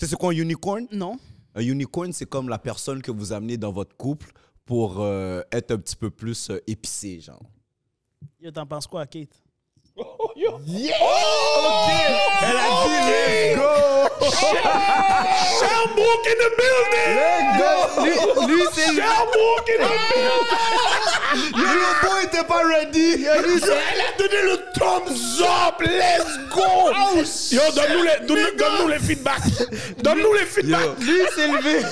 sais c'est quoi un unicorn?
Non.
Un unicorn, c'est comme la personne que vous amenez dans votre couple pour euh, être un petit peu plus euh, épicé, genre.
Yo, t'en penses quoi, Kate?
Elle a dit, let's
Sherbrooke in the building!
go! Lui,
Oh,
lui, c'est lui,
Sherbrooke in the building!
le bon était pas ready! Il a dit, c'est-
Elle a donné le thumbs up! Let's go!
Oh,
Yo, donne-nous les, donne-nous, donne-nous les feedbacks! Donne-nous les feedbacks!
Lui, il s'est levé!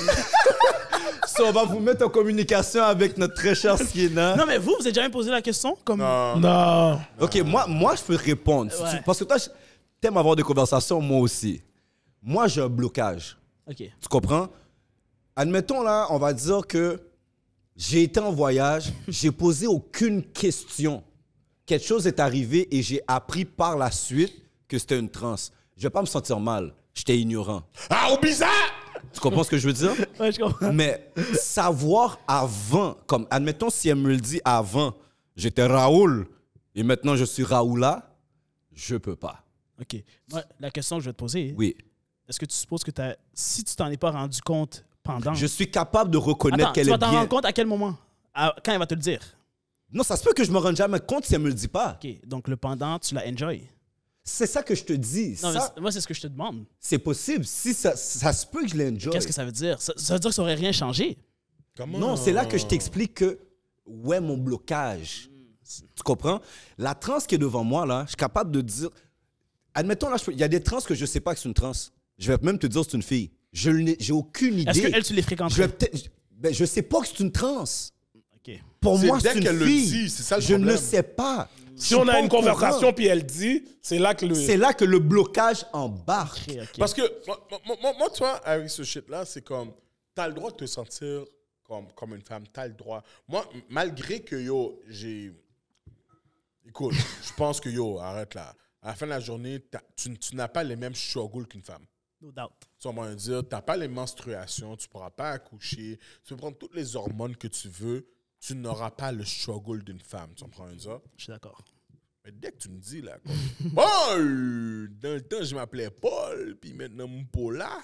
Ça, on va vous mettre en communication avec notre très cher Sienna.
Non, mais vous, vous êtes jamais posé la question? Comme...
Non.
Ok, moi, moi, je peux répondre. Si tu-
Ouais.
Parce que toi, je- t'aimes avoir des conversations, moi aussi. Moi, j'ai un blocage.
Ok.
Tu comprends? Admettons, là, on va dire que j'ai été en voyage, j'ai posé aucune question. Quelque chose est arrivé et j'ai appris par la suite que c'était une transe. Je vais pas me sentir mal. J'étais ignorant.
Ah, au bizarre!
Tu comprends ce que je veux dire?
Ouais, je comprends.
Mais savoir avant, comme admettons si elle me le dit avant, j'étais Raoul et maintenant je suis Raoula, je peux pas.
Ok. Moi, la question que je vais te poser,
Oui.
est-ce que tu supposes que t'as- si tu t'en es pas rendu compte pendant.
Je suis capable de reconnaître
Attends, tu
qu'elle est
vas t'en
bien.
rendre compte à quel moment? À- Quand elle va te le dire.
Non, ça se peut que je me rende jamais compte si elle me le dit pas.
OK. Donc, le pendant, tu la enjoy.
C'est ça que je te dis.
Non, mais
ça,
c'est- moi, c'est ce que je te demande.
c'est possible. Si ça, ça se peut que je l'enjoy.
Qu'est-ce que ça veut dire? Ça, ça veut dire que ça aurait rien changé.
Non, c'est là que je t'explique que ouais mon blocage. Tu comprends La transe qui est devant moi là, je suis capable de dire admettons là je peux- il y a des transes que je sais pas que c'est une transe. Je vais même te dire que c'est une fille. Je n'ai- j'ai aucune idée.
Est-ce qu'elle, tu
je vais
les fréquenterais?
peut-être je- ben, je sais pas que c'est une transe.
OK.
Pour
C'est
moi
dès
c'est une
qu'elle le
fille.
dit, c'est ça le
je ne
problème.
sais pas.
Si on a une conversation puis elle dit, c'est là que le.
c'est là que le blocage embarque.
Ok, ok.
Parce que moi, moi, moi- moi, toi, avec ce shit-là, c'est comme, t'as le droit de te sentir comme, comme une femme, t'as le droit. Moi, m- malgré que yo, j'ai. Écoute, je pense que yo, arrête là. À la fin de la journée, t'as- tu, n- tu n'as pas les mêmes struggles qu'une femme.
No doubt.
Tu vas me dire, t'as pas les menstruations, tu pourras pas accoucher, tu peux prendre toutes les hormones que tu veux, tu n'auras pas le struggle d'une femme. Tu comprends dire?
Je suis d'accord.
Mais dès que tu me dis là, comme, Paul, dans le temps je m'appelais Paul, puis maintenant mon Paula,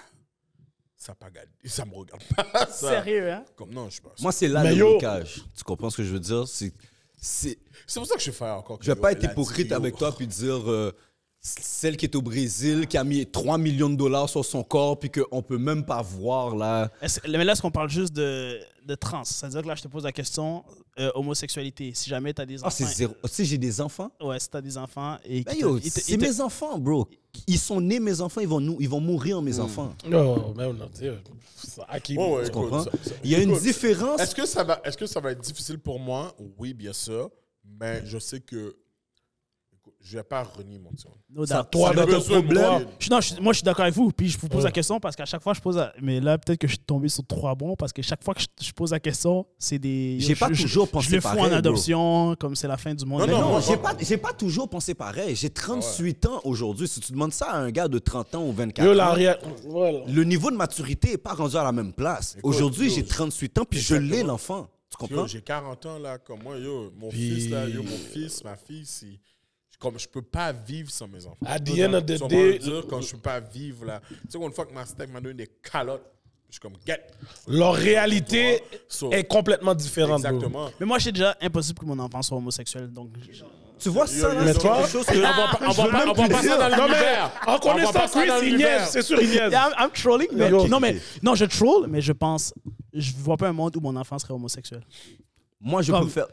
ça pas gardé, ça me regarde pas. ça.
Sérieux, hein?
Comme non, je pense.
Moi c'est là
Mais
le
yo-
blocage. Tu comprends ce que je veux dire C'est c'est
C'est pour ça que je fais encore. que
Je vais
yo,
pas être
elle a dit,
hypocrite
yo,
avec toi puis dire euh, c- celle qui est au Brésil, qui a mis 3 millions de dollars sur son corps, puis qu'on peut même pas voir là.
Euh, Est-ce- mais là, est-ce qu'on parle juste de, de trans? C'est-à-dire que là, je te pose la question euh, homosexualité. Si jamais t'as des
Ah,
enfants.
c'est zéro. Tu sais, j'ai des enfants.
ouais, si t'as des enfants et.
Ben
qu'ils te-
yo,
ils te-
c'est
ils te-
mes enfants, bro. Ils sont nés, mes enfants, ils vont, nous, ils vont mourir,
Hmm.
mes enfants.
Non, Oh, mais non, tu sais, ça, euh, à qui-
Ouais, ouais,
Tu
écoute,
comprends?
ça- ça-
Il y a une
écoute,
différence.
Est-ce que ça va, est-ce que ça va être difficile pour moi Oui, bien sûr, mais je sais que écoute, je vais pas renier mon tion.
No
Ça,
doubt.
Toi,
J'ai
dans ton
besoin de
problème.
moi.
Je- non, je suis- moi, je suis d'accord avec vous. Puis je vous pose la question parce qu'à chaque fois, je pose. la- mais là, peut-être que je suis tombé sur trois bons parce que chaque fois que je, je pose la question, c'est des.
J'ai
je-
pas
je-
toujours
je,
pensé
Je le fous
pareil,
en
bro.
adoption, comme c'est la fin du monde.
Non,
Mais
Non,
moi,
j'ai
moi-
pas, j'ai pas toujours pensé pareil.
Ah
J'ai 38 ans aujourd'hui. Si tu demandes ça à un gars de 30 ans ou 24
Yo,
ans,
la réa- voilà.
le niveau de maturité est pas rendu à la même place. Aujourd'hui, j'ai 38 ans, puis je l'ai,
Exactement.
l'enfant. Tu
Yo,
comprends?
j'ai 40 ans là, comme moi, yo, mon fils là, yo, mon fils, ma fille, si, comme je peux pas vivre sans mes enfants.
At the end of
Tu
the
vas
day,
me dire quand je peux pas vivre là. Tu sais, une fois que ma stack m'a donné des calottes, je suis comme get.
leur réalité
So-
est complètement différente. bro.
Exactement.
Mais moi, c'est déjà impossible que mon enfant soit homosexuel. Donc, je-
Tu vois, ça, là,
Mais
c'est
toi-
quelque chose que...
On va pas, on va pas ça dans
Non, mais
l'univers.
en
On va
connaissant
pas ça
Chris,
dans
il
l'univers.
niaise, c'est sûr, il niaise.
Yeah, I'm, I'm trolling. mais-
Ok,
non, mais non, je troll, mais je pense. Je vois pas un monde où mon enfant serait homosexuel.
Moi, je
Comme-
peux faire.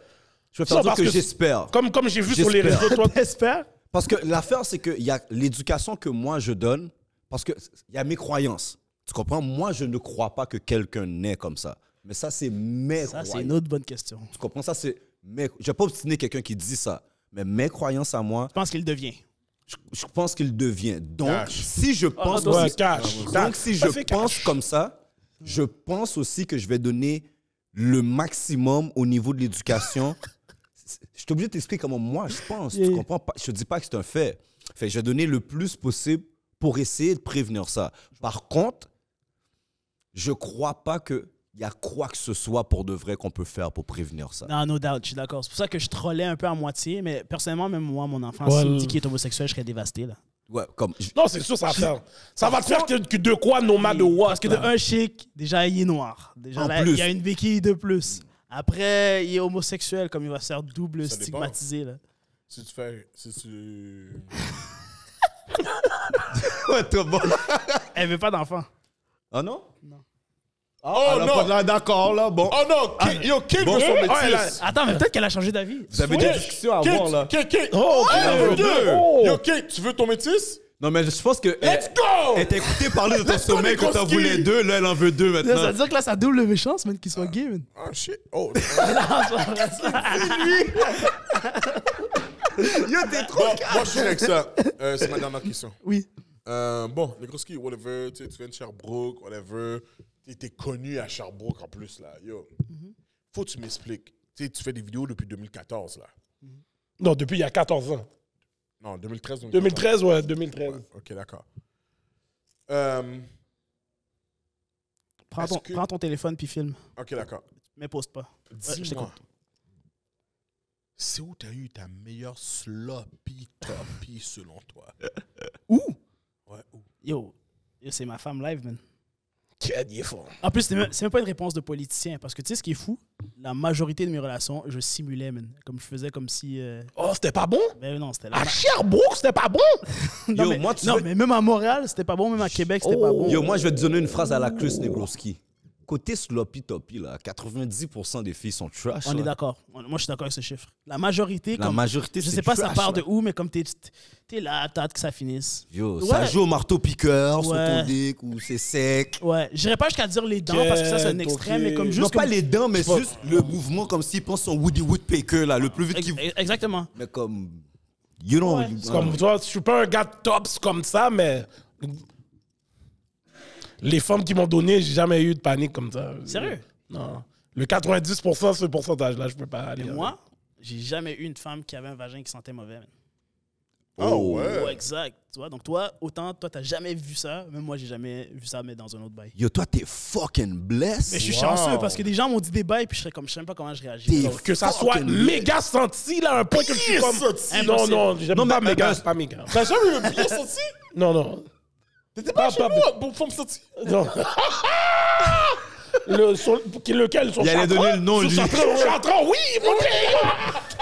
Je peux
Ça,
faire dire
parce
que,
que-
j'espère.
Comme, comme j'ai vu sur les
J'espère.
réseaux, toi,
J'espère.
Parce que l'affaire, c'est qu'il y a l'éducation que moi je donne, parce qu'il y a mes croyances. Tu comprends? Moi, je ne crois pas que quelqu'un naît comme ça. Mais ça, c'est mes
Ça, c'est une
croyances.
autre bonne question.
Tu comprends? Ça, c'est mes. Je vais pas obstiner quelqu'un qui dit ça. Mais mes croyances à moi,
Je pense qu'il devient.
je, je pense qu'il devient. Donc,
Cash.
si je pense.
ouais,
aussi-
cash.
Donc,
Tac.
si
Ça
je
fait
pense
cash.
comme ça, je pense aussi que je vais donner le maximum au niveau de l'éducation. je suis obligé de t'expliquer comment moi je pense.
Yeah.
Tu comprends pas? Je te dis pas que c'est un fait. Fait que je vais donner le plus possible pour essayer de prévenir ça. Par contre, je crois pas que il y a quoi que ce soit pour de vrai qu'on peut faire pour prévenir ça.
Non, Ah, no doubt, je suis d'accord. C'est pour ça que je trollais un peu à moitié, mais personnellement, même moi, mon enfant,
Ouais,
s'il me
le-
dit qu'il est homosexuel, je serais dévasté. Là.
Ouais, comme je-
Non, c'est sûr, ça va faire. Ça va te faire que, que de quoi, no matter what.
Parce que de un chic, déjà, il est noir. Déjà,
En
là,
plus. Mm.
il y a une béquille de plus. Après, il est homosexuel, comme il va se faire double
Ça dépend.
stigmatiser. Là.
Si tu fais. Si tu.
Ouais, trop bon.
Elle veut pas d'enfant.
Ah non?
Oh
Alors, pas de
non!
là, d'accord, là, bon.
Oh non! Ki-
Ah,
Yo, Kim veut son
Ouais,
métis!
Attends,
Euh.
mais peut-être qu'elle a changé d'avis.
Vous avez des discussions à avoir, là.
Kim, Kim!
ah, Oh,
Hey,
Kim veut Oh.
yo,
deux.
Yo, Kim, tu veux ton métis?
Non, mais je pense que.
Let's
elle-
go!
Elle t'a écouté parler de ton
Laisse-toi
sommeil
des
quand t'en
grosses
voulais
quilles.
deux, là, elle en veut deux
Là, ça
maintenant.
veut dire que là, ça double mes chances, man, qu'il soit gay, man.
Oh shit! Oh!
Yo, t'es trop.
Bon, moi, je suis avec ça. Euh, C'est ma dernière question.
Oui.
Euh, bon, les Groski, whatever, tu sais, tu viens de Sherbrooke, whatever. Tu t'es connu à Sherbrooke en plus, là. Yo.
Mm-hmm.
Faut que tu m'expliques. Tu sais, tu fais des vidéos depuis 2014, là.
Non, depuis il y a 14 ans.
Non, 2013. 2014.
2013, ouais, 2013.
Ok, d'accord. Euh,
Prends ton,
Est-ce que-
prends ton téléphone puis filme.
ok, d'accord.
Mais poste pas. Ouais, je
Dis-moi. C'est où t'as eu ta meilleure sloppy toppy selon toi?
Yo, yo c'est ma femme live, man.
Quel est fort.
En plus, c'est même, c'est même pas une réponse de politicien. Parce que tu sais ce qui est fou? La majorité de mes relations, je simulais, man. Comme je faisais comme si. euh,
Oh, c'était pas bon?
Ben non, c'était la.
À Sherbrooke, c'était pas bon?
Non,
Yo,
mais,
moi, Ah, tu
non,
veux- Oh,
mais même à Montréal, c'était pas bon. Même à Québec, c'était pas bon.
Yo, moi, je vais te donner une phrase à la Chris Negroski. Côté sloppy toppy, là, 90% des filles sont trash.
On
là.
est d'accord. On- Moi, je suis d'accord avec ce chiffre. La majorité,
La
comme-
majorité,
je
c'est
sais pas ça
trash,
part
là.
de où, mais comme t'es es là, t'attends que ça finisse.
Yo, ça
Ouais.
joue au marteau-piqueur sur
Ouais.
ton dick ou c'est sec.
Ouais, j'irais pas jusqu'à dire les dents parce que ça, c'est un
Ok, ok.
extrême, mais comme
non,
juste.
pas
comme-
les dents, mais juste le mouvement comme s'il pense son Woody Woodpecker, là, le plus vite qu'il...
Ex- Exactement.
Mais comme... You know...
Ouais.
you-
C'est comme, toi, je suis pas un gars de tops comme ça, mais. Les femmes qui m'ont donné, j'ai jamais eu de panique comme ça.
Sérieux?
Non. Le 90%, ce pourcentage-là, je peux pas aller.
Et
avec.
moi, j'ai jamais eu une femme qui avait un vagin qui sentait mauvais. man.
Oh, ouais.
Ouais, exact. Tu vois, donc toi, autant toi, t'as jamais vu ça, même moi, j'ai jamais vu ça, mais dans un autre bail.
Yo, toi, t'es fucking blessed.
Mais je suis
Wow.
chanceux parce que des gens m'ont dit des bails, puis je serais comme, je sais même pas comment je réagis.
T'es
Donc,
Que ça
fucking
soit
blessed.
méga senti, là, à un point que je suis comme.
senti.
Non,
Impossible.
non, j'aime
Non,
pas
mais-
méga.
mais-
c'est pas méga.
T'as jamais eu le bien senti?
Non, non.
T'étais pas
Pas-
chez
pas-
moi pour pour me sentir.
Non. Le, sur, qui- lequel sur
Il allait
Chartrand?
donner le nom,
Sur
lui.
Chartrand, sur Chartrand, oui, mon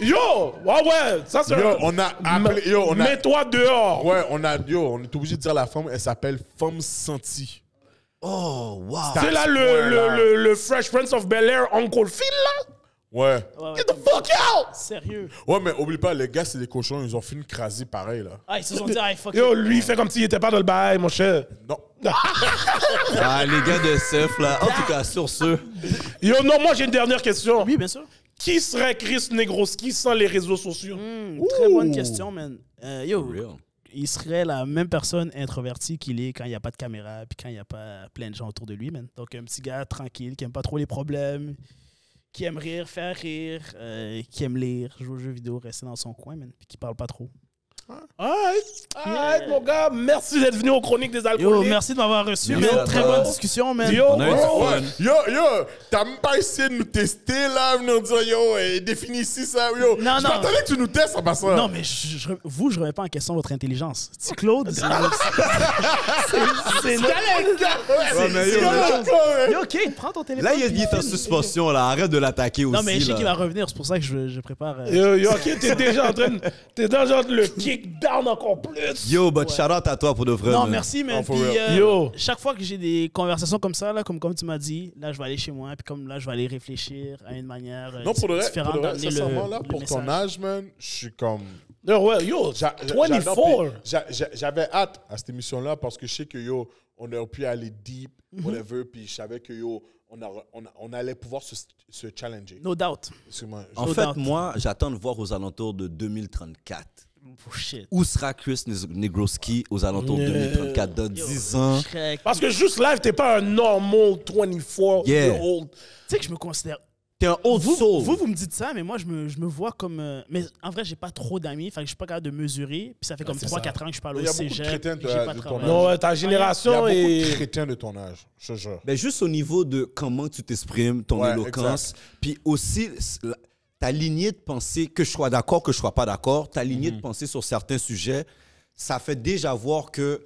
Dieu, Yo, ah ouais, ça c'est.
Yo,
un-
on a appelé- yo, on a-
Mets-toi dehors.
Ouais, on a. Yo, on est obligé de dire la femme, elle s'appelle Femme Sentie.
Oh, wow.
C'est là le,
Ouais,
le,
là.
le- le Fresh Prince of Bel Air Uncle Phil là.
Ouais.
ouais, ouais,
Get the fuck out.
Sérieux.
Ouais, mais oublie pas, les gars, c'est des cochons, ils ont fini de craser pareil, là.
Ah, ils se sont dit, ah, fuck.
Yo,
it.
lui il fait comme s'il était pas dans le bail, mon cher.
Non.
Ah, les gars de SF, là. En tout cas, sur ce...
Yo, non, moi j'ai une dernière question.
Oui, bien sûr.
Qui serait Chris Negroski sans les réseaux sociaux?
Hmm, très bonne question, man. Euh, yo,
real.
il serait la même personne introvertie qu'il est quand il n'y a pas de caméra puis quand il n'y a pas plein de gens autour de lui, man. Donc, un petit gars tranquille qui aime pas trop les problèmes, qui aime rire, faire rire, euh, qui aime lire, jouer aux jeux vidéo, rester dans son coin, man, puis qui parle pas trop.
Alright, alright, mon gars, merci d'être venu aux Chroniques des Alcooliques.
Yo, merci de m'avoir reçu,
Merci
man.
à
Très
toi.
bonne discussion, man.
Yo,
On a eu du
oh,
fun.
Yo, yo, t'as même pas essayé de nous tester, là, venir dire, yo, eh, définis si ça, yo.
Non,
je
non.
m'attendais que tu nous testes en passant.
Non, mais je, je- vous, je remets pas en question votre intelligence. Petit Claude, euh, c'est- c'est- c'est notre-
Ouais, mais yo,
Yo,
là,
yo, yo.
Yo, OK, prends ton téléphone.
là, il est-
puis
il est en
filme.
suspension, là. Arrête de l'attaquer aussi,
Non, mais je sais
là.
qu'il va revenir, c'est pour ça que je, je prépare. euh,
Yo, yo, ok, t'es déjà en train de, t'es déjà en train de le kick down encore plus.
Yo, but shout out à toi pour de vrai.
Non,
man.
merci, mais
Oh, for
puis,
real.
euh,
Yo.
chaque fois que j'ai des conversations comme ça, là, comme, comme tu m'as dit, là, je vais aller chez moi, puis comme là, je vais aller réfléchir à une manière euh,
Non, pour le reste,
différente
pour le reste,
d'amener
sincèrement, là,
le
pour ton
message.
âge, man, je suis comme.
Yo, ouais, yo,
J'a- j'a-
24.
j'adore, puis j'a- j'a- J'avais hâte à cette émission-là parce que je sais que yo, on aurait pu aller deep, whatever, puis je savais que yo, on, aura- on, on allait pouvoir se, se challenger.
No doubt.
Excuse-moi, je-
En
No
fait,
doubt.
moi, j'attends de voir aux alentours de 2034.
Oh, shit.
Où sera Chris Nez- Negroski aux alentours de 2034 dans 10 ans?
Je serais-
Parce que juste live, t'es pas un normal 24
Yeah.
year old.
Tu sais que je me considère.
T'es un old
Vous,
soul.
vous, vous me dites ça, mais moi, je me, je me vois comme. euh, Mais en vrai, j'ai pas trop d'amis. Fait que je suis pas capable de mesurer. Puis ça fait comme 3-4 ans que je parle
Il
au
y a beaucoup de
cégep.
chrétiens de-
puis j'ai pas
de ton
travaillé.
âge.
Non, ta
Il y a
génération
beaucoup
est.
de chrétiens de ton âge, je te jure.
Ben, juste au niveau de comment tu t'exprimes, ton
Ouais,
éloquence, puis aussi s- la- ta lignée de pensée, que je sois d'accord, que je sois pas d'accord, ta lignée de pensée sur certains sujets, ça fait déjà voir que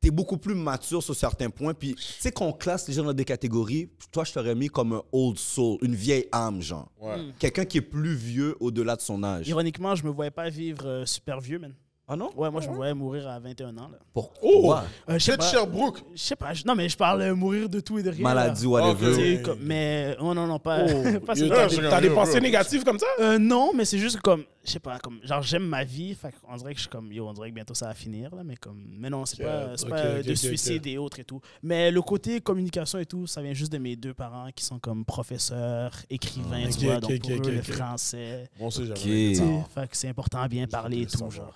tu es beaucoup plus mature sur certains points. Puis, tu sais, qu'on classe les gens dans des catégories, toi, je t'aurais mis comme un old soul, une vieille âme, genre. Quelqu'un qui est plus vieux au-delà de son âge.
Ironiquement, je me voyais pas vivre euh, super vieux, man.
Ah non?
Ouais, moi, je me voyais mourir à 21 ans. Là.
Pourquoi?
Euh, je sais
Chez
pas.
Sherbrooke,
Je sais pas. je- Non, mais je parle euh, mourir de tout et de rien. là.
Maladie,
Tu
whatever.
sais, comme- Mais. Oh non, non, pas. pas
Yo,
ce-
T'as
c'est
des,
comme
t'as des
yo,
pensées
bro.
négatives comme ça?
Euh, non, mais c'est juste comme, je sais pas, comme, genre j'aime ma vie, fait on dirait que je suis comme, yo, on dirait que bientôt ça va finir, là, mais comme, mais non, c'est pas, c'est
ok,
pas euh,
ok,
de
ok,
suicide et autres et tout. Mais le côté communication et tout, ça vient juste de mes deux parents qui sont comme professeurs, écrivains,
Ah, ok,
tu vois,
ok,
donc
ok,
pour
ok,
eux, le
ok.
français,
Bon, c'est jamais.
Ok.
tu sais, fait que c'est important à bien parler et tout, genre.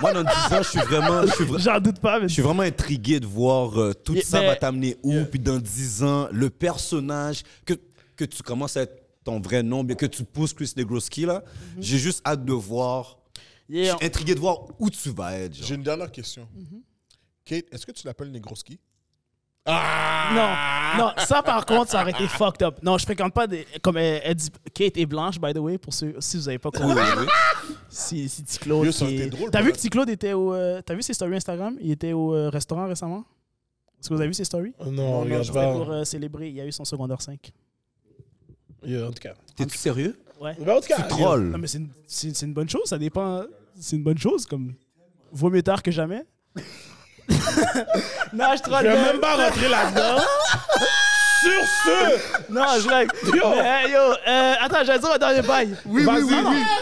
Moi, dans 10 ans, je suis vraiment. je suis vra-
J'en doute pas, mais
Je suis vraiment intrigué de voir euh, tout
Yeah,
ça
ben-
va t'amener où, puis dans 10 ans, le personnage, que, que tu commences à être ton vrai nom, bien que tu pousses Chris Negroski, là.
Mhm.
J'ai juste hâte de voir. Je
Yeah, on-
suis intrigué de voir où tu vas être. genre.
J'ai une dernière question. Kate, est-ce que tu l'appelles Negroski
Non, non, ça par contre, ça aurait été fucked up. Non, je fréquente pas des. Comme euh, elle, elle dit, Kate est blanche, by the way, pour ceux, si vous avez pas compris. si, si Tic Claude.
Yo, ça aurait
qui-
été drôle,
T'as
par
vu que
contre.
Tic Claude était au. euh, T'as vu ses stories Instagram Il était au euh, restaurant récemment Est-ce que vous avez vu ses stories
Euh,
Non, regarde
bah.
C'était pour euh, célébrer, il y a eu son secondaire 5.
Yeah, en tout cas.
T'es-tu sérieux?
Ouais.
Mais en tout cas,
Tu trolles.
Non, mais c'est une, c'est- c'est une bonne chose, ça dépend. C'est une bonne chose, comme. Vaut mieux tard que jamais. non, je
je
troll.
vais
mais-
même pas rentrer là-dedans. Sur ce,
Non, je like.
Yo.
Mais, hey, yo, euh, attends, j'allais dire un dernier bail.
Vas-y.
Non, non,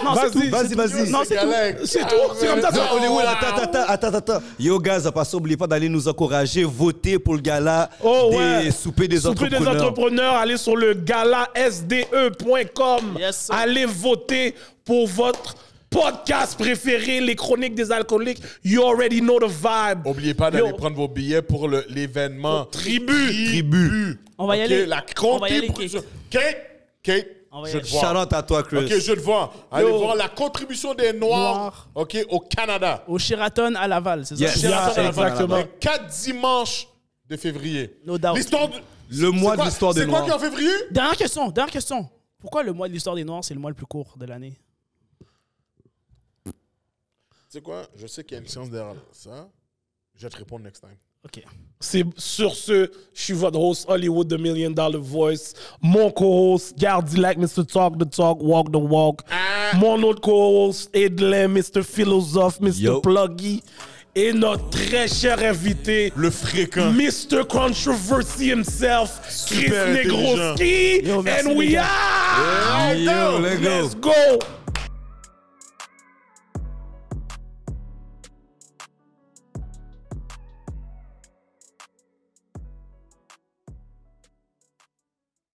non, c'est
Vas-y.
tout.
Vas-y, vas-y.
Non, c'est tout.
c'est tout. C'est comme ça.
Attends,
ça-
Hollywood, attends, attends, attends, attends. Yo, guys, à passer, oubliez pas d'aller nous encourager, voter pour le gala
Oh,
des
ouais.
soupers des
Soupez des
entrepreneurs.
entrepreneurs, allez sur le galasde.com.
Yes, sir.
E allez voter pour votre podcast préféré, les chroniques des alcooliques. You already know the vibe.
Oubliez pas d'aller
Yo.
prendre vos billets pour le- l'événement.
Tribu.
Tribu.
On va y
Ok,
aller.
La
On va y aller,
contribution.
Kate.
Kate, Kate,
On va y
je
aller.
te
Shout
vois.
out à toi, Chris.
Ok, je te vois. Allez
Yo.
voir la contribution des Noirs,
Noirs.
ok, au Canada.
Au Sheraton à Laval, c'est ça?
Yes.
Sheraton.
Yeah,
exactement.
Les quatre dimanches de février.
No doubt.
L'histoire de-
Le mois
C'est
de
quoi-
l'histoire des
C'est quoi qui est
Noirs.
en février
Dernière question, dernière question. Pourquoi le mois de l'histoire des Noirs, c'est le mois le plus court de l'année?
C'est quoi Je sais qu'il y a une science derrière ça. Je vais te répondre next time.
OK.
C'est sur ce, je suis votre host Hollywood The Million Dollar Voice. Mon co-host, Gardilac, Mr. Talk the Talk, Walk the Walk.
Ah.
Mon autre co-host, Edlin, Mr. Philosophe, Mr.
Yo.
Pluggy. Et notre très cher invité,
Le fréquent.
Mr. Controversy himself, Chris
Super intelligent.
Negroski.
Yo, merci,
And
les
we
gars.
are.
Yo, let's go.
Let's go.